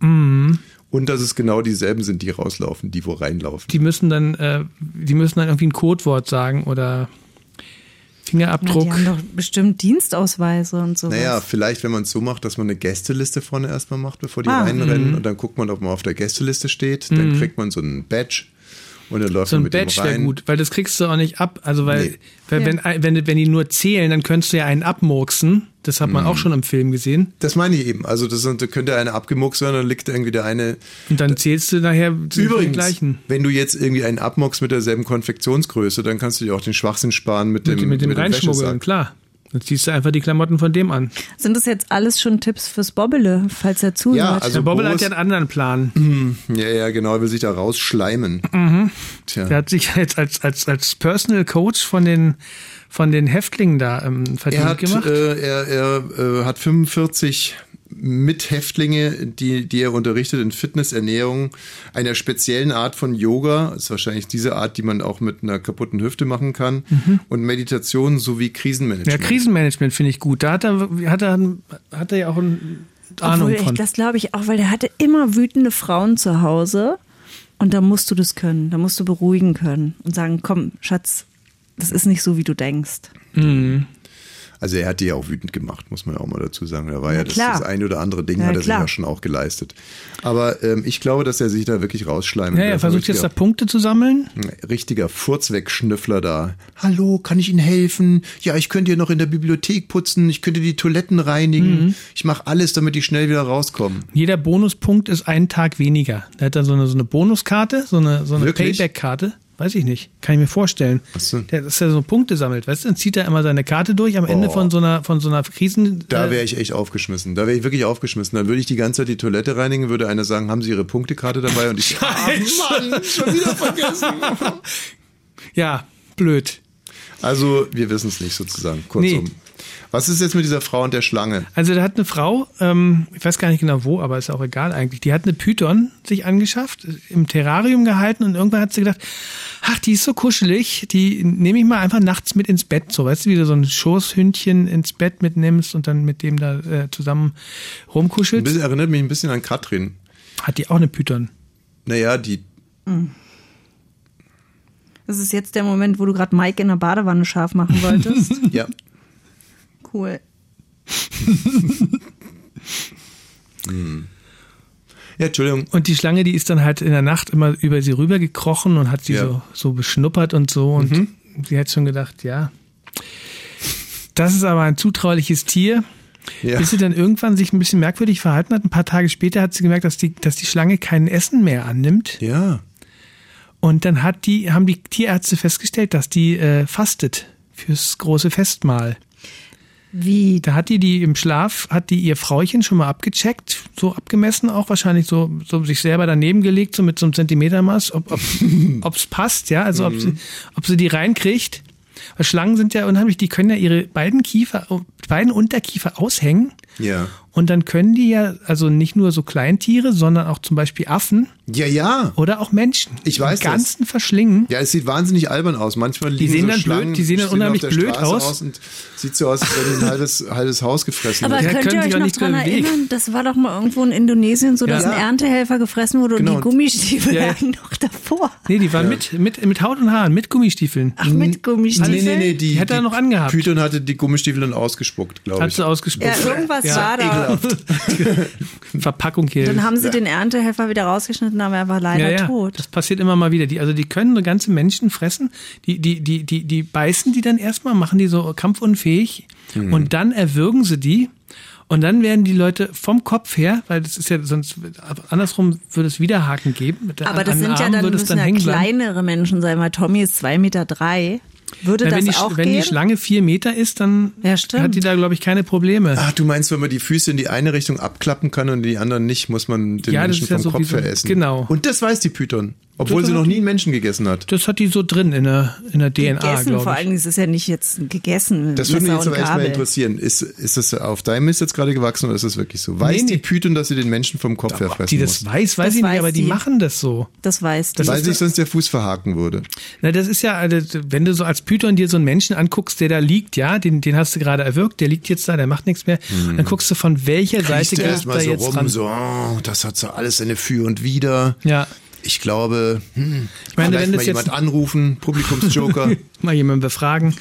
Mhm.
Und dass es genau dieselben sind, die rauslaufen, die wo reinlaufen.
Die müssen dann, äh, die müssen dann irgendwie ein Codewort sagen oder
Na, die
Fingerabdruck.
haben doch bestimmt Dienstausweise und sowas.
Naja, vielleicht, wenn man es so macht, dass man eine Gästeliste vorne erstmal macht, bevor die
Ah,
reinrennen.
mhm.
Und dann guckt man, ob man auf der Gästeliste steht. Dann
Mhm.
kriegt man so einen Badge und dann läuft
so
man
ein
Also mit
Badge
dem
wäre
rein.
gut, weil das kriegst du auch nicht ab. Also weil,
Nee.
weil
Ja.
wenn, ein- wenn, wenn die nur zählen, dann könntest du ja einen abmurksen. Das hat man
Mhm.
auch schon im Film gesehen.
Das meine ich eben. Also das, da könnte einer abgemuckt sein, dann liegt irgendwie der eine.
Und dann zählst du nachher den
Übrigens,
gleichen.
wenn du jetzt irgendwie einen abmockst mit derselben Konfektionsgröße, dann kannst du dir auch den Schwachsinn sparen mit dem
mit, mit dem
Wäschesack.
Reinschmuggeln, klar. Dann ziehst du einfach die Klamotten von dem an.
Sind das jetzt alles schon Tipps fürs Bobbele, falls er zuhört?
der Bobbel hat ja einen anderen Plan.
also Ja, ja, genau, er will sich da rausschleimen.
Mhm.
Tja.
Der hat sich jetzt als, als, als Personal Coach von den, von den Häftlingen da ähm, verdient
Er hat,
gemacht.
äh, er, er äh, hat 45 Mithäftlinge, die, die er unterrichtet in Fitness, Ernährung, einer speziellen Art von Yoga, ist wahrscheinlich diese Art, die man auch mit einer kaputten Hüfte machen kann,
Mhm.
und Meditation sowie
ja,
Krisenmanagement.
Krisenmanagement finde ich gut. Da hat er, hat er, hat er ja auch eine Ahnung
Obwohl,
von.
ich, das glaube ich auch, weil der hatte immer wütende Frauen zu Hause und da musst du das können, da musst du beruhigen können und sagen, komm, Schatz, das ist nicht so, wie du denkst.
Also er hat die ja auch wütend gemacht, muss man ja auch mal dazu sagen. Da war
Na
ja das,
klar.
das ein oder andere Ding,
Na
hat er
klar.
sich ja schon auch geleistet. Aber ähm, ich glaube, dass er sich da wirklich rausschleimen
Ja, er
wird.
versucht jetzt da
Richtiger-
Punkte zu sammeln.
richtiger Furzwegschnüffler da. Hallo, kann ich Ihnen helfen? Ja, ich könnte hier noch in der Bibliothek putzen, ich könnte die Toiletten reinigen. Ich mache alles, damit die schnell wieder rauskommen.
Jeder Bonuspunkt ist einen Tag weniger. Da hat er so eine, so eine Bonuskarte, so eine, so eine
Wirklich?
Payback-Karte. Weiß ich nicht. Kann ich mir vorstellen. Der, dass er so Punkte sammelt. Weißt du, dann zieht er immer seine Karte durch am Ende
Oh.
von so einer, von so einer Krisen.
Da
äh,
wäre ich echt aufgeschmissen. Da wäre ich wirklich aufgeschmissen. Dann würde ich die ganze Zeit die Toilette reinigen, würde einer sagen, haben Sie Ihre Punktekarte dabei? Und ich, ah, Mann, schon wieder vergessen.
ja, blöd.
Also, wir wissen es nicht sozusagen. Kurzum.
Nee.
Was ist jetzt mit dieser Frau und der Schlange?
Also da hat eine Frau, ähm, ich weiß gar nicht genau wo, aber ist auch egal eigentlich, die hat eine Python sich angeschafft, im Terrarium gehalten und irgendwann hat sie gedacht, ach, die ist so kuschelig, die nehme ich mal einfach nachts mit ins Bett. So, weißt du, wie du so ein Schoßhündchen ins Bett mitnimmst und dann mit dem da äh, zusammen rumkuschelst.
Das erinnert mich ein bisschen an Katrin.
Hat die auch eine Python?
Naja, die
Das ist jetzt der Moment, wo du gerade Mike in der Badewanne scharf machen wolltest.
Ja.
Cool.
Hm. Ja, Entschuldigung.
Und die Schlange, die ist dann halt in der Nacht immer über sie rübergekrochen und hat sie
Ja. Mhm.
so, so beschnuppert und so. Und sie hat schon gedacht, ja, das ist aber ein zutrauliches Tier.
Ja.
Bis sie dann irgendwann sich ein bisschen merkwürdig verhalten hat. Ein paar Tage später hat sie gemerkt, dass die, dass die Schlange kein Essen mehr annimmt.
Ja.
Und dann hat die, haben die Tierärzte festgestellt, dass die äh, fastet fürs große Festmahl.
Wie?
Da hat die die im Schlaf, hat die ihr Frauchen schon mal abgecheckt, so abgemessen auch, wahrscheinlich so, so sich selber daneben gelegt, so mit so einem Zentimetermaß, ob es passt, ja, also ob, sie,
Mhm.
ob sie die reinkriegt. Weil Schlangen sind ja unheimlich, die können ja ihre beiden Kiefer, beiden Unterkiefer aushängen
Ja.
und dann können die ja, also nicht nur so Kleintiere, sondern auch zum Beispiel Affen.
Ja, ja.
Oder auch Menschen.
Ich weiß
Die ganzen verschlingen.
Ja, es sieht wahnsinnig albern aus. Manchmal
Die
liegen
sehen
so
dann
Schlangen,
blöd- die sehen
stehen
dann
auf
unheimlich
der
blöd
Straße
aus.
und sieht so aus, als wenn die ein halbes, halbes Haus gefressen
Aber
hätten.
könnt ihr euch noch dran erinnern, das war doch mal irgendwo in Indonesien so, dass
Ja.
ein Erntehelfer gefressen wurde
Genau.
und die Gummistiefel
Ja, ja.
lagen noch davor.
Nee, die waren mit, mit, mit Haut und Haaren, mit Gummistiefeln. Ach,
mit Gummistiefeln?
Ah, Nee, nee, nee, die,
die hat er noch angehabt.
Python hatte die Gummistiefel dann ausgespuckt, glaube
Hm, Hat
ich.
sie ausgespuckt.
Ja, irgendwas war da.
Verpackung hier.
Dann haben sie den Erntehelfer wieder rausgeschnitten, aber er war leider tot.
Das passiert immer mal wieder. Die, also die können so ganze Menschen fressen, die, die, die, die, die beißen die dann erstmal, machen die so kampfunfähig
Hm.
Mhm.
und dann erwürgen sie die. Und dann werden die Leute vom Kopf her, weil das ist ja sonst andersrum würde es Widerhaken geben. Mit der-
Aber das
an den
sind ja
Armen
dann,
würde es
müssen ja
hängen bleiben.
kleinere Menschen sein, weil Tommy ist 2,3 Meter. Drei. Würde
Na,
das
wenn die,
auch
wenn
gehen?
die Schlange vier Meter ist, dann hat die da, glaube ich, keine Probleme.
Ach, Ah, du meinst, wenn man die Füße in die eine Richtung abklappen kann und in die anderen nicht, muss man den
Ja, das
Menschen
ist ja
vom
so wie
Kopf
so-
her essen.
genau.
Und das weiß die Python, obwohl
Das
sie noch
hat
nie einen Menschen gegessen hat.
Das hat die so drin in der, in der
gegessen,
DNA,
vor
glaube ich.
allem, es ist ja nicht jetzt gegessen.
Das würde mich
Messer
jetzt
und
aber echt mal
Gabel.
interessieren. Ist, ist das auf deinem Mist jetzt gerade gewachsen oder ist das wirklich so? Weiß
Nee, nee.
die Python, dass sie den Menschen vom Kopf her fressen
die das
muss?
weiß, weiß
Das
ich nicht,
weiß
aber die
die.
machen das so.
Das weiß die.
Das
weil
ist-
sich sonst der Fuß verhaken würde.
Na, das ist ja, also, wenn du so als Python dir so einen Menschen anguckst, der da liegt, ja, den, den hast du gerade erwürgt, der liegt jetzt da, der macht nichts mehr. Dann guckst du, von welcher Seite
Hm. Riecht er
gehst du da
erstmal so
jetzt
rum,
ran.
so, oh, das hat so alles seine Für und Wider.
Ja.
Ich glaube, hm,
Ich meine,
vielleicht
wenn
mal
das jetzt-
jemand anrufen, Publikumsjoker.
Mal jemanden befragen.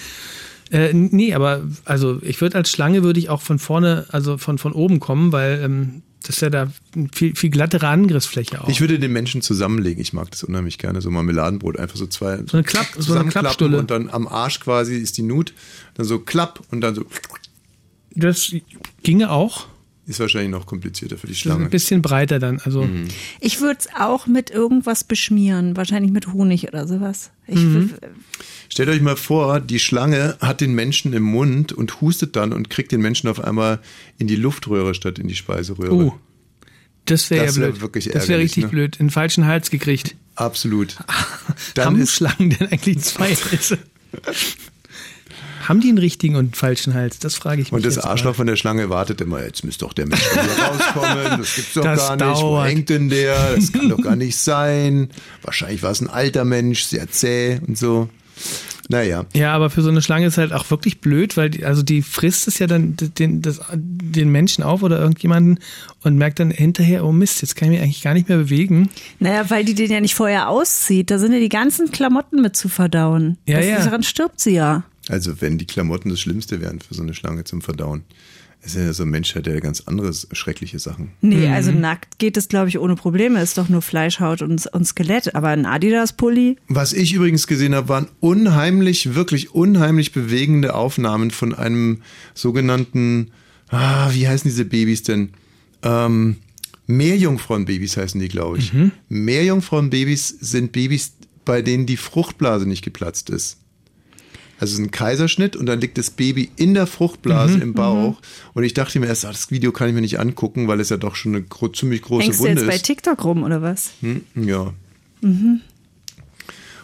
Äh, nee, aber also ich würde als Schlange würde ich auch von vorne, also von, von oben kommen, weil ähm, das ist ja da eine viel, viel glattere Angriffsfläche auch.
ich würde den Menschen zusammenlegen. Ich mag das unheimlich gerne. So Marmeladenbrot, einfach so zwei
So eine Klapp- so eine
zusammenklappen
Klappstulle.
und dann am Arsch quasi ist die Nut. Dann so klapp und dann so.
das ginge auch.
Ist wahrscheinlich noch komplizierter für die
Das ist ein
Schlange.
bisschen breiter dann. Also
Mhm,
Ich würde es auch mit irgendwas beschmieren, wahrscheinlich mit Honig oder sowas. Ich
Mhm.
will-
Stellt euch mal vor, die Schlange hat den Menschen im Mund und hustet dann und kriegt den Menschen auf einmal in die Luftröhre statt in die Speiseröhre.
Oh, das wäre ja
Das wär
blöd.
wirklich
das wäre
ärgerlich,
richtig
ne?
blöd. Den falschen Hals gekriegt.
Absolut.
Haben Schlangen denn eigentlich zwei Hälse? Haben die einen richtigen und einen falschen Hals? Das frage ich mich.
Und das
jetzt
Arschloch von der Schlange wartet immer, jetzt müsste doch der Mensch wieder rauskommen, das gibt's doch
Das
gar nicht, wo
dauert.
hängt denn der, das kann doch gar nicht sein, wahrscheinlich war es ein alter Mensch, sehr zäh und so. Naja,
Ja, aber für so eine Schlange ist halt auch wirklich blöd, weil die, also die frisst es ja dann d- den, das, den Menschen auf oder irgendjemanden und merkt dann hinterher, oh Mist, jetzt kann ich mich eigentlich gar nicht mehr bewegen.
Naja, weil die den ja nicht vorher auszieht. Da sind ja die ganzen Klamotten mit zu verdauen.
Ja,
das
ja.
Daran stirbt sie ja.
also wenn die Klamotten das Schlimmste wären für so eine Schlange zum Verdauen. Es ist ja so ein Mensch, hat ja ganz andere schreckliche Sachen.
Nee, also
Mhm.
nackt geht es, glaube ich, ohne Probleme. Ist doch nur Fleisch, Haut und, und Skelett. Aber ein Adidas-Pulli.
Was ich übrigens gesehen habe, waren unheimlich, wirklich unheimlich bewegende Aufnahmen von einem sogenannten, ah, wie heißen diese Babys denn? Ähm, Meerjungfrauenbabys heißen die, glaube ich.
Mhm.
Meerjungfrauenbabys sind Babys, bei denen die Fruchtblase nicht geplatzt ist. Also es ist ein Kaiserschnitt und dann liegt das Baby in der Fruchtblase
Mhm.
im Bauch. Und ich dachte mir erst, ah, das Video kann ich mir nicht angucken, weil es ja doch schon eine gro ziemlich große
Hängst du
Wunde
jetzt bei
ist.
TikTok rum oder was?
Hm, ja.
Mhm.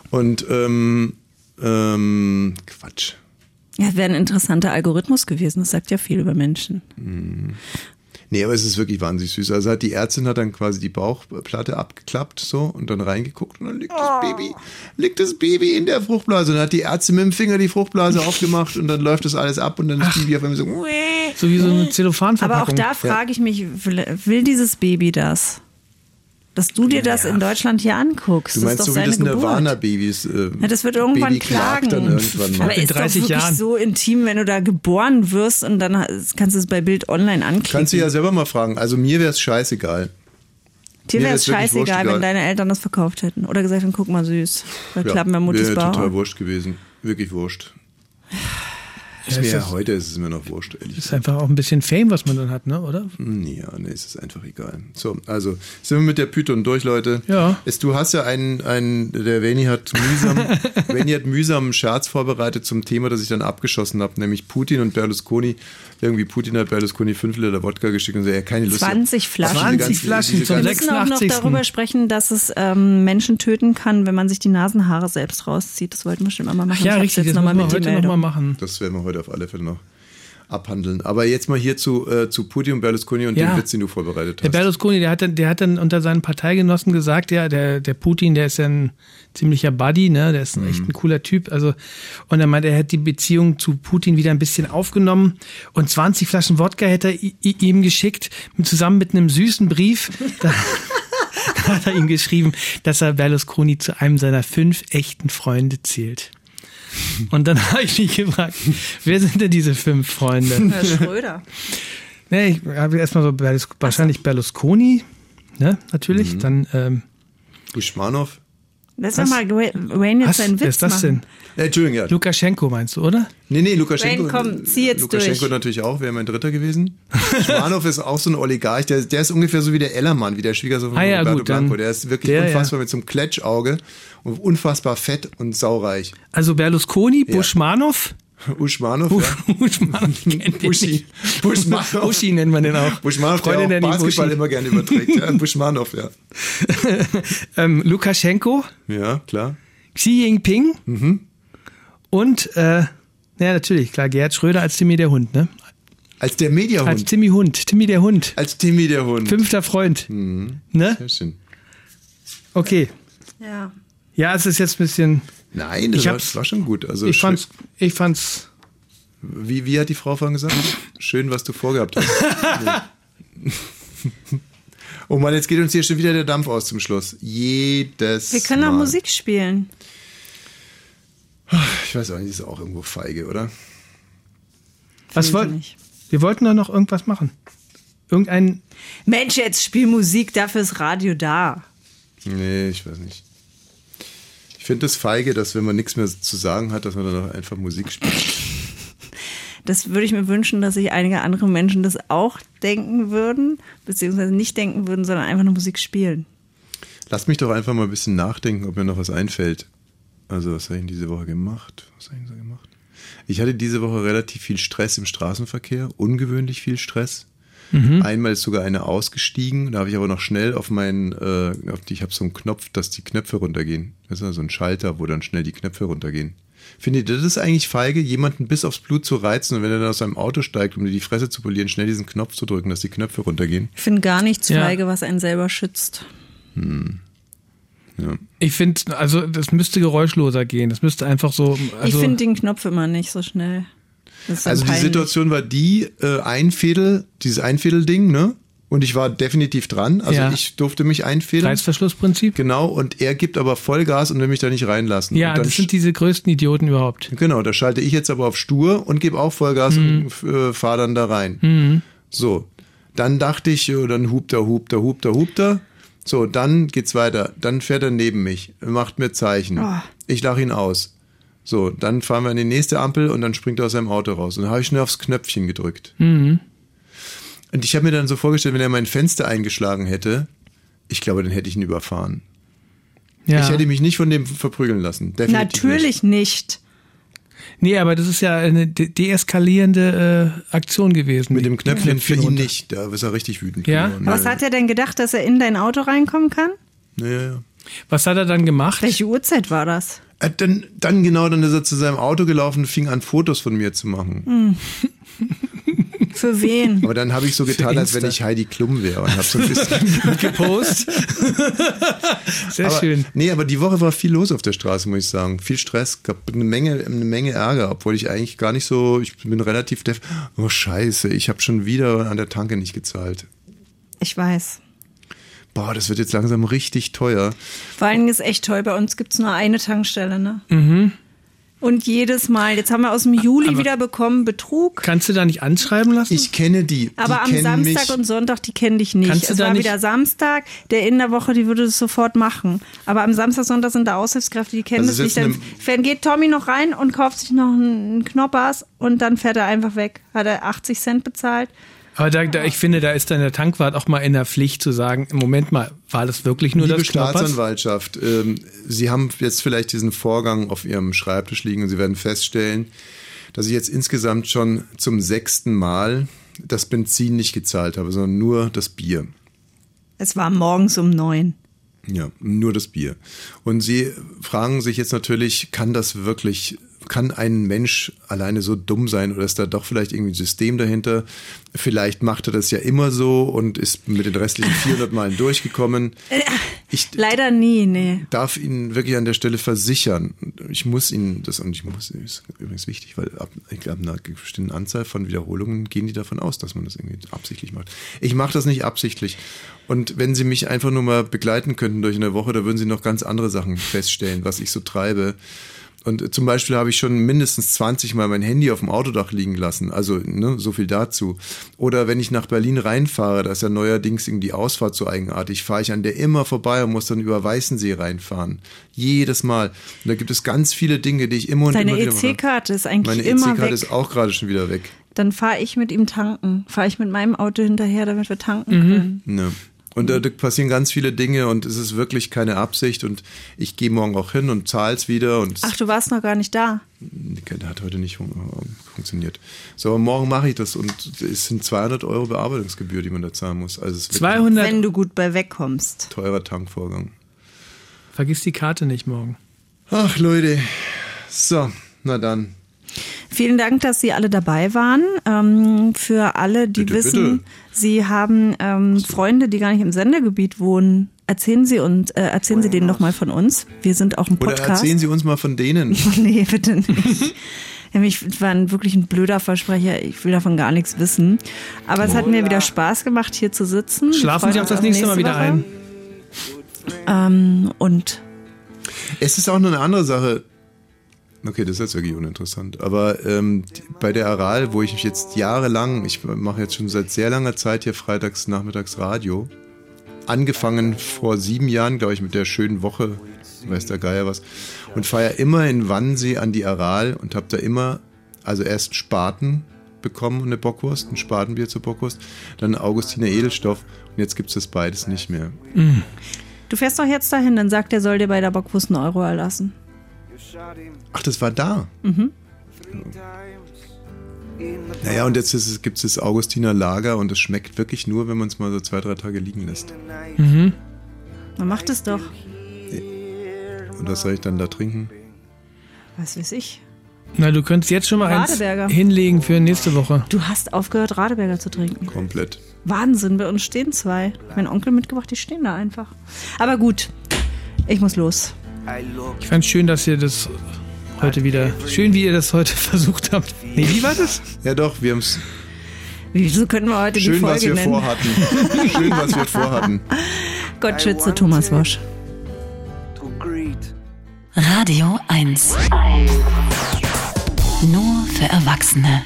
Und ähm, ähm, Quatsch.
Ja, wäre ein interessanter Algorithmus gewesen. Das sagt ja viel über Menschen.
Hm. Nee, aber es ist wirklich wahnsinnig süß. Also hat die Ärztin hat dann quasi die Bauchplatte abgeklappt so und dann reingeguckt und dann liegt das
Ah.
Baby, liegt das Baby in der Fruchtblase. Und dann hat die Ärztin mit dem Finger die Fruchtblase aufgemacht und dann läuft das alles ab und dann ist Baby auf einmal so.
So wie so eine
Aber auch
Zellophanverpackung.
da frage ich mich, will, will dieses Baby das? Dass du dir das in Deutschland hier anguckst.
Du meinst
das
so
ist doch
wie
seine
das
Geburt.
Nirvana-Babys. Äh,
Ja, das wird irgendwann
Baby
klagen.
klagt dann irgendwann mal.
Aber ist doch wirklich so intim, wenn du da geboren wirst und dann kannst du es bei Bild online anklicken.
Kannst du ja selber mal fragen. Also mir wäre es scheißegal.
Dir
Mir
wäre
wär's
es
wirklich
scheißegal,
wurscht
wenn deine Eltern das verkauft hätten. Oder gesagt haben, guck mal süß, da klappen wir Muttis
Wäre
Bauch.
total wurscht gewesen. Wirklich wurscht.
Ja,
Ist mir
es
ja,
ist-
heute ist es mir noch wurscht, ehrlich Hm,
Ist einfach auch ein bisschen Fame, was man dann hat, ne? oder?
Ja, nee, es ist einfach egal. So, also sind wir mit der Python durch, Leute.
Ja.
Ist, du hast ja einen, einen der Veni hat mühsam, Veni hat mühsam einen Scherz vorbereitet zum Thema, das ich dann abgeschossen habe, nämlich Putin und Berlusconi. Irgendwie Putin hat Berlusconi 5 Liter Wodka geschickt und so, ja, keine Lust.
20 Flaschen.
Diese ganzen- diese
Wir
ganzen-
müssen auch noch darüber sprechen, dass es ähm, Menschen töten kann, wenn man sich die Nasenhaare selbst rauszieht. Das wollten wir schon immer machen. Ich hab's Jetzt noch mal mit die Meldung.
machen.
Das werden wir heute auf alle Fälle noch abhandeln. Aber jetzt mal hier zu, äh, zu Putin und Berlusconi und
Ja.
dem Witz, den du vorbereitet
Der
hast.
Berlusconi, der hat dann, der hat dann unter seinen Parteigenossen gesagt, ja, der, der Putin, der ist ja ein ziemlicher Buddy, ne, der ist ein echt ein cooler Typ. Also, und er meinte, er hätte die Beziehung zu Putin wieder ein bisschen aufgenommen und 20 Flaschen Wodka hätte er i- i- ihm geschickt, zusammen mit einem süßen Brief. Da hat er ihm geschrieben, dass er Berlusconi zu einem seiner fünf echten Freunde zählt. Und dann habe ich mich gefragt, wer sind denn diese fünf Freunde?
Herr Schröder.
Nee, ich habe erstmal so Berlus wahrscheinlich Berlusconi, ne,
Mhm.
natürlich. Dann, ähm,
Buschmanov.
Lass
Was?
doch mal Wayne jetzt
Was
seinen Witz
wer ist das denn?
machen.
Äh, Entschuldigung, ja.
Lukaschenko meinst du, oder?
Nee, nee, Lukaschenko.
Wayne, komm, zieh jetzt
Lukaschenko
durch.
natürlich auch, wäre mein Dritter gewesen. Schmanow ist auch so ein Oligarch, der, der ist ungefähr so wie der Ellermann, wie der Schwiegersohn von
Ah ja,
Roberto
gut, dann-
Blanco. Der ist wirklich
der,
unfassbar mit so einem Kletschauge und unfassbar fett und saureich.
Also Berlusconi, Buschmanov.
Uschmanov,
ja. Uschmanov kennt Buschi. Buschmanov. Buschi nennt man den auch.
Buschmanov, der auch
nennen ihn
Basketball
Buschi.
immer gerne überträgt. Ja, Buschmanov, ja.
ähm, Lukaschenko,
Ja, klar.
Xi Jinping
Mhm.
und, äh, ja natürlich, klar, Gerhard Schröder als Timmy der Hund, ne?
Als der Mediahund.
Als Timmy Hund, Timmy der Hund.
Als Timmy der Hund. Mhm.
Fünfter Freund. Ne?
Sehr schön.
Okay.
Ja.
Ja, es ist jetzt ein bisschen.
Nein, das
Ich
war,
hab's-
war schon gut. Also
ich
schön-
fand's, ich fand's.
Wie, wie hat die Frau vorhin gesagt? Schön, was du vorgehabt hast. Nee. oh Mann, jetzt geht uns hier schon wieder der Dampf aus zum Schluss. Jedes
Wir können auch
Mal.
Musik spielen.
Ich weiß auch nicht, ist auch irgendwo feige, oder?
Was wollten? Wir wollten doch noch irgendwas machen. Irgendein.
Mensch, jetzt spiel Musik, dafür ist Radio da.
Nee, ich weiß nicht. Ich finde es feige, dass wenn man nichts mehr zu sagen hat, dass man dann auch einfach Musik spielt.
Das würde ich mir wünschen, dass sich einige andere Menschen das auch denken würden, beziehungsweise nicht denken würden, sondern einfach nur Musik spielen.
Lasst mich doch einfach mal ein bisschen nachdenken, ob mir noch was einfällt. Also, was habe ich denn diese Woche gemacht? Was habe ich denn so gemacht? Ich hatte diese Woche relativ viel Stress im Straßenverkehr, ungewöhnlich viel Stress.
Mhm.
Einmal ist sogar eine ausgestiegen, da habe ich aber noch schnell auf meinen, äh, auf die, ich habe so einen Knopf, dass die Knöpfe runtergehen. Das ist so ein Schalter, wo dann schnell die Knöpfe runtergehen. Findet ihr das ist eigentlich feige, jemanden bis aufs Blut zu reizen und wenn er dann aus seinem Auto steigt, um dir die Fresse zu polieren, schnell diesen Knopf zu drücken, dass die Knöpfe runtergehen?
Ich finde gar nichts
Ja.
feige, was einen selber schützt.
Hm. Ja.
Ich finde, also das müsste geräuschloser gehen. Das müsste einfach so. Also,
ich finde den Knopf immer nicht so schnell. Das ist dann
Also die
peinlich.
Situation war die, äh, Einfädel, dieses Einfädelding, ne? Und ich war definitiv dran. Also
Ja.
ich durfte mich einfädeln.
Reißverschlussprinzip.
Genau, und er gibt aber Vollgas und will mich da nicht reinlassen.
ja,
und dann
das sind diese größten Idioten überhaupt.
Genau, da schalte ich jetzt aber auf Stur und gebe auch Vollgas und äh, fahre dann da rein.
Mhm.
So, dann dachte ich, äh, dann hupt er, hupt er, hupt er, hupt er. So, dann geht's weiter. Dann fährt er neben mich, macht mir Zeichen.
Oh.
Ah.
Ich lache ihn aus. So, dann fahren wir an die nächste Ampel und dann springt er aus seinem Auto raus. Und dann habe ich schnell aufs Knöpfchen gedrückt.
Mhm.
Und ich habe mir dann so vorgestellt, wenn er mein Fenster eingeschlagen hätte, ich glaube, dann hätte ich ihn überfahren.
Ja.
Ich hätte mich nicht von dem verprügeln lassen. Definitiv Nicht.
Natürlich nicht.
Nee, aber das ist ja eine de deeskalierende äh, Aktion gewesen. Mit dem
Knöpfchen für ihn nicht. Da ist er richtig wütend.
Ja?
Was hat er denn gedacht, dass er in dein Auto reinkommen kann?
Was hat er dann gemacht?
Welche Uhrzeit war das?
Äh, Dann, dann genau, dann ist er zu seinem Auto gelaufen und fing an, Fotos von mir zu machen.
Hm. Für wen?
Aber dann habe ich so getan, als wenn ich Heidi Klum wäre und habe so ein bisschen
gepostet. Sehr
aber,
schön.
Nee, aber die Woche war viel los auf der Straße, muss ich sagen. Viel Stress, gab eine Menge, eine Menge Ärger, obwohl ich eigentlich gar nicht so, ich bin relativ def. Oh Scheiße, ich habe schon wieder an der Tanke nicht gezahlt.
Ich weiß.
Boah, das wird jetzt langsam richtig teuer.
Vor allen Dingen ist echt toll. Bei uns gibt es nur eine Tankstelle, ne?
Mhm. Ah,
Und jedes Mal, jetzt haben wir aus dem Juli wieder bekommen Betrug.
Kannst du da nicht anschreiben lassen?
Ich kenne die.
Aber am Samstag und Sonntag, die kennen dich nicht.
Kannst du
es
da
war
nicht-
wieder Samstag, der in der Woche, die würde es sofort machen. Aber am Samstag, Sonntag sind da Aushilfskräfte, die kennen
Also
das
ist
nicht.
jetzt
Dann fährt- geht Tommy noch rein und kauft sich noch einen Knoppers und dann fährt er einfach weg. Hat er 80 Cent bezahlt.
Aber da, da, ich finde, da ist dann der Tankwart auch mal in der Pflicht zu sagen, im Moment mal, war das wirklich nur
Liebe
das Knoppers?
Staatsanwaltschaft, ähm, Sie haben jetzt vielleicht diesen Vorgang auf Ihrem Schreibtisch liegen und Sie werden feststellen, dass ich jetzt insgesamt schon zum sechsten Mal das Benzin nicht gezahlt habe, sondern nur das Bier.
Es war morgens um neun.
Ja, nur das Bier. Und Sie fragen sich jetzt natürlich, kann das wirklich, kann ein Mensch alleine so dumm sein oder ist da doch vielleicht irgendwie ein System dahinter? Vielleicht macht er das ja immer so und ist mit den restlichen 400 Malen durchgekommen.
Leider nie, nee.
darf Ihnen wirklich an der Stelle versichern, ich muss Ihnen das, und ich muss, ist übrigens wichtig, weil ab, ich glaube, einer bestimmten Anzahl von Wiederholungen gehen die davon aus, dass man das irgendwie absichtlich macht. Ich mache das nicht absichtlich. Und wenn Sie mich einfach nur mal begleiten könnten durch eine Woche, da würden Sie noch ganz andere Sachen feststellen, was ich so treibe. Und äh, zum Beispiel habe ich schon mindestens 20 Mal mein Handy auf dem Autodach liegen lassen. Also ne, so viel dazu. Oder wenn ich nach Berlin reinfahre, da ist ja neuerdings irgendwie die Ausfahrt so eigenartig, fahre ich an der immer vorbei und muss dann über Weißensee reinfahren. Jedes Mal. Und da gibt es ganz viele Dinge, die ich immer und
Seine
immer wieder mache.
EC-Karte E ist eigentlich
Meine
immer
EC-Karte
weg.
ist auch gerade schon wieder weg.
Dann fahre ich mit ihm tanken. Fahre ich mit meinem Auto hinterher, damit wir tanken können.
Ne. Und da passieren ganz viele Dinge und es ist wirklich keine Absicht und ich gehe morgen auch hin und zahl's wieder und
Ach, du warst noch gar nicht da.
Der hat heute nicht fun- äh, funktioniert. So, aber morgen mache ich das und es sind 200 Euro Bearbeitungsgebühr, die man da zahlen muss. Also es ist wirklich
Wenn du gut bei wegkommst.
ein teurer Tankvorgang.
Vergiss die Karte nicht morgen.
Ach Leute, so, na dann.
Vielen Dank, dass Sie alle dabei waren. Ähm, für alle, die
Bitte,
wissen,
bitte.
Sie haben ähm, Freunde, die gar nicht im Sendergebiet wohnen. Erzählen Sie uns, äh, erzählen Sie denen noch mal von uns. Wir sind auch ein
Oder
Podcast.
erzählen Sie uns mal von denen.
nee, bitte nicht. Nämlich, Ich war ein, wirklich ein blöder Versprecher. Ich will davon gar nichts wissen. Aber es hat mir wieder Spaß gemacht, hier zu sitzen. Wir
Schlafen
freuen
Sie auf
uns
das nächste Mal wieder ein.
ein. Ähm, und
Es ist auch noch eine andere Sache. Okay, das ist jetzt wirklich uninteressant. Aber ähm, die- bei der Aral, wo ich mich jetzt jahrelang, ich mache jetzt schon seit sehr langer Zeit hier freitags nachmittags Radio, angefangen vor sieben Jahren, glaube ich, mit der schönen Woche, weiß der Geier was, und fahre ja immer in Wannsee an die Aral und habe da immer, also erst Spaten, bekommen und eine Bockwurst, ein Spatenbier zur Bockwurst, dann ein Augustiner Edelstoff und jetzt gibt es das beides nicht mehr.
Du fährst doch jetzt dahin, dann sagt er, soll dir bei der Bockwurst einen Euro erlassen.
Ach, das war da.
Mhm.
Naja, und jetzt gibt es das Augustiner Lager und es schmeckt wirklich nur, wenn man es mal so zwei, drei Tage liegen lässt.
Mhm. Dann macht es doch.
Und was soll ich dann da trinken?
Was weiß ich.
Na, du könntest jetzt schon mal eins
Radeberger.
hinlegen für nächste Woche.
Du hast aufgehört, Radeberger zu trinken.
Komplett.
Wahnsinn, bei uns stehen zwei. Mein Onkel mitgebracht, die stehen da einfach. Aber gut, ich muss los.
Ich fand's schön, dass ihr das heute wieder. Schön, wie ihr das heute versucht habt. Nee, wie war das?
Ja doch, wir haben es.
Wieso könnten wir heute die
Schön,
Folge
was wir
nennen?
vorhatten. Schön, was wir vorhatten.
Gott schütze Thomas Wosch.
Radio 1. Nur für Erwachsene.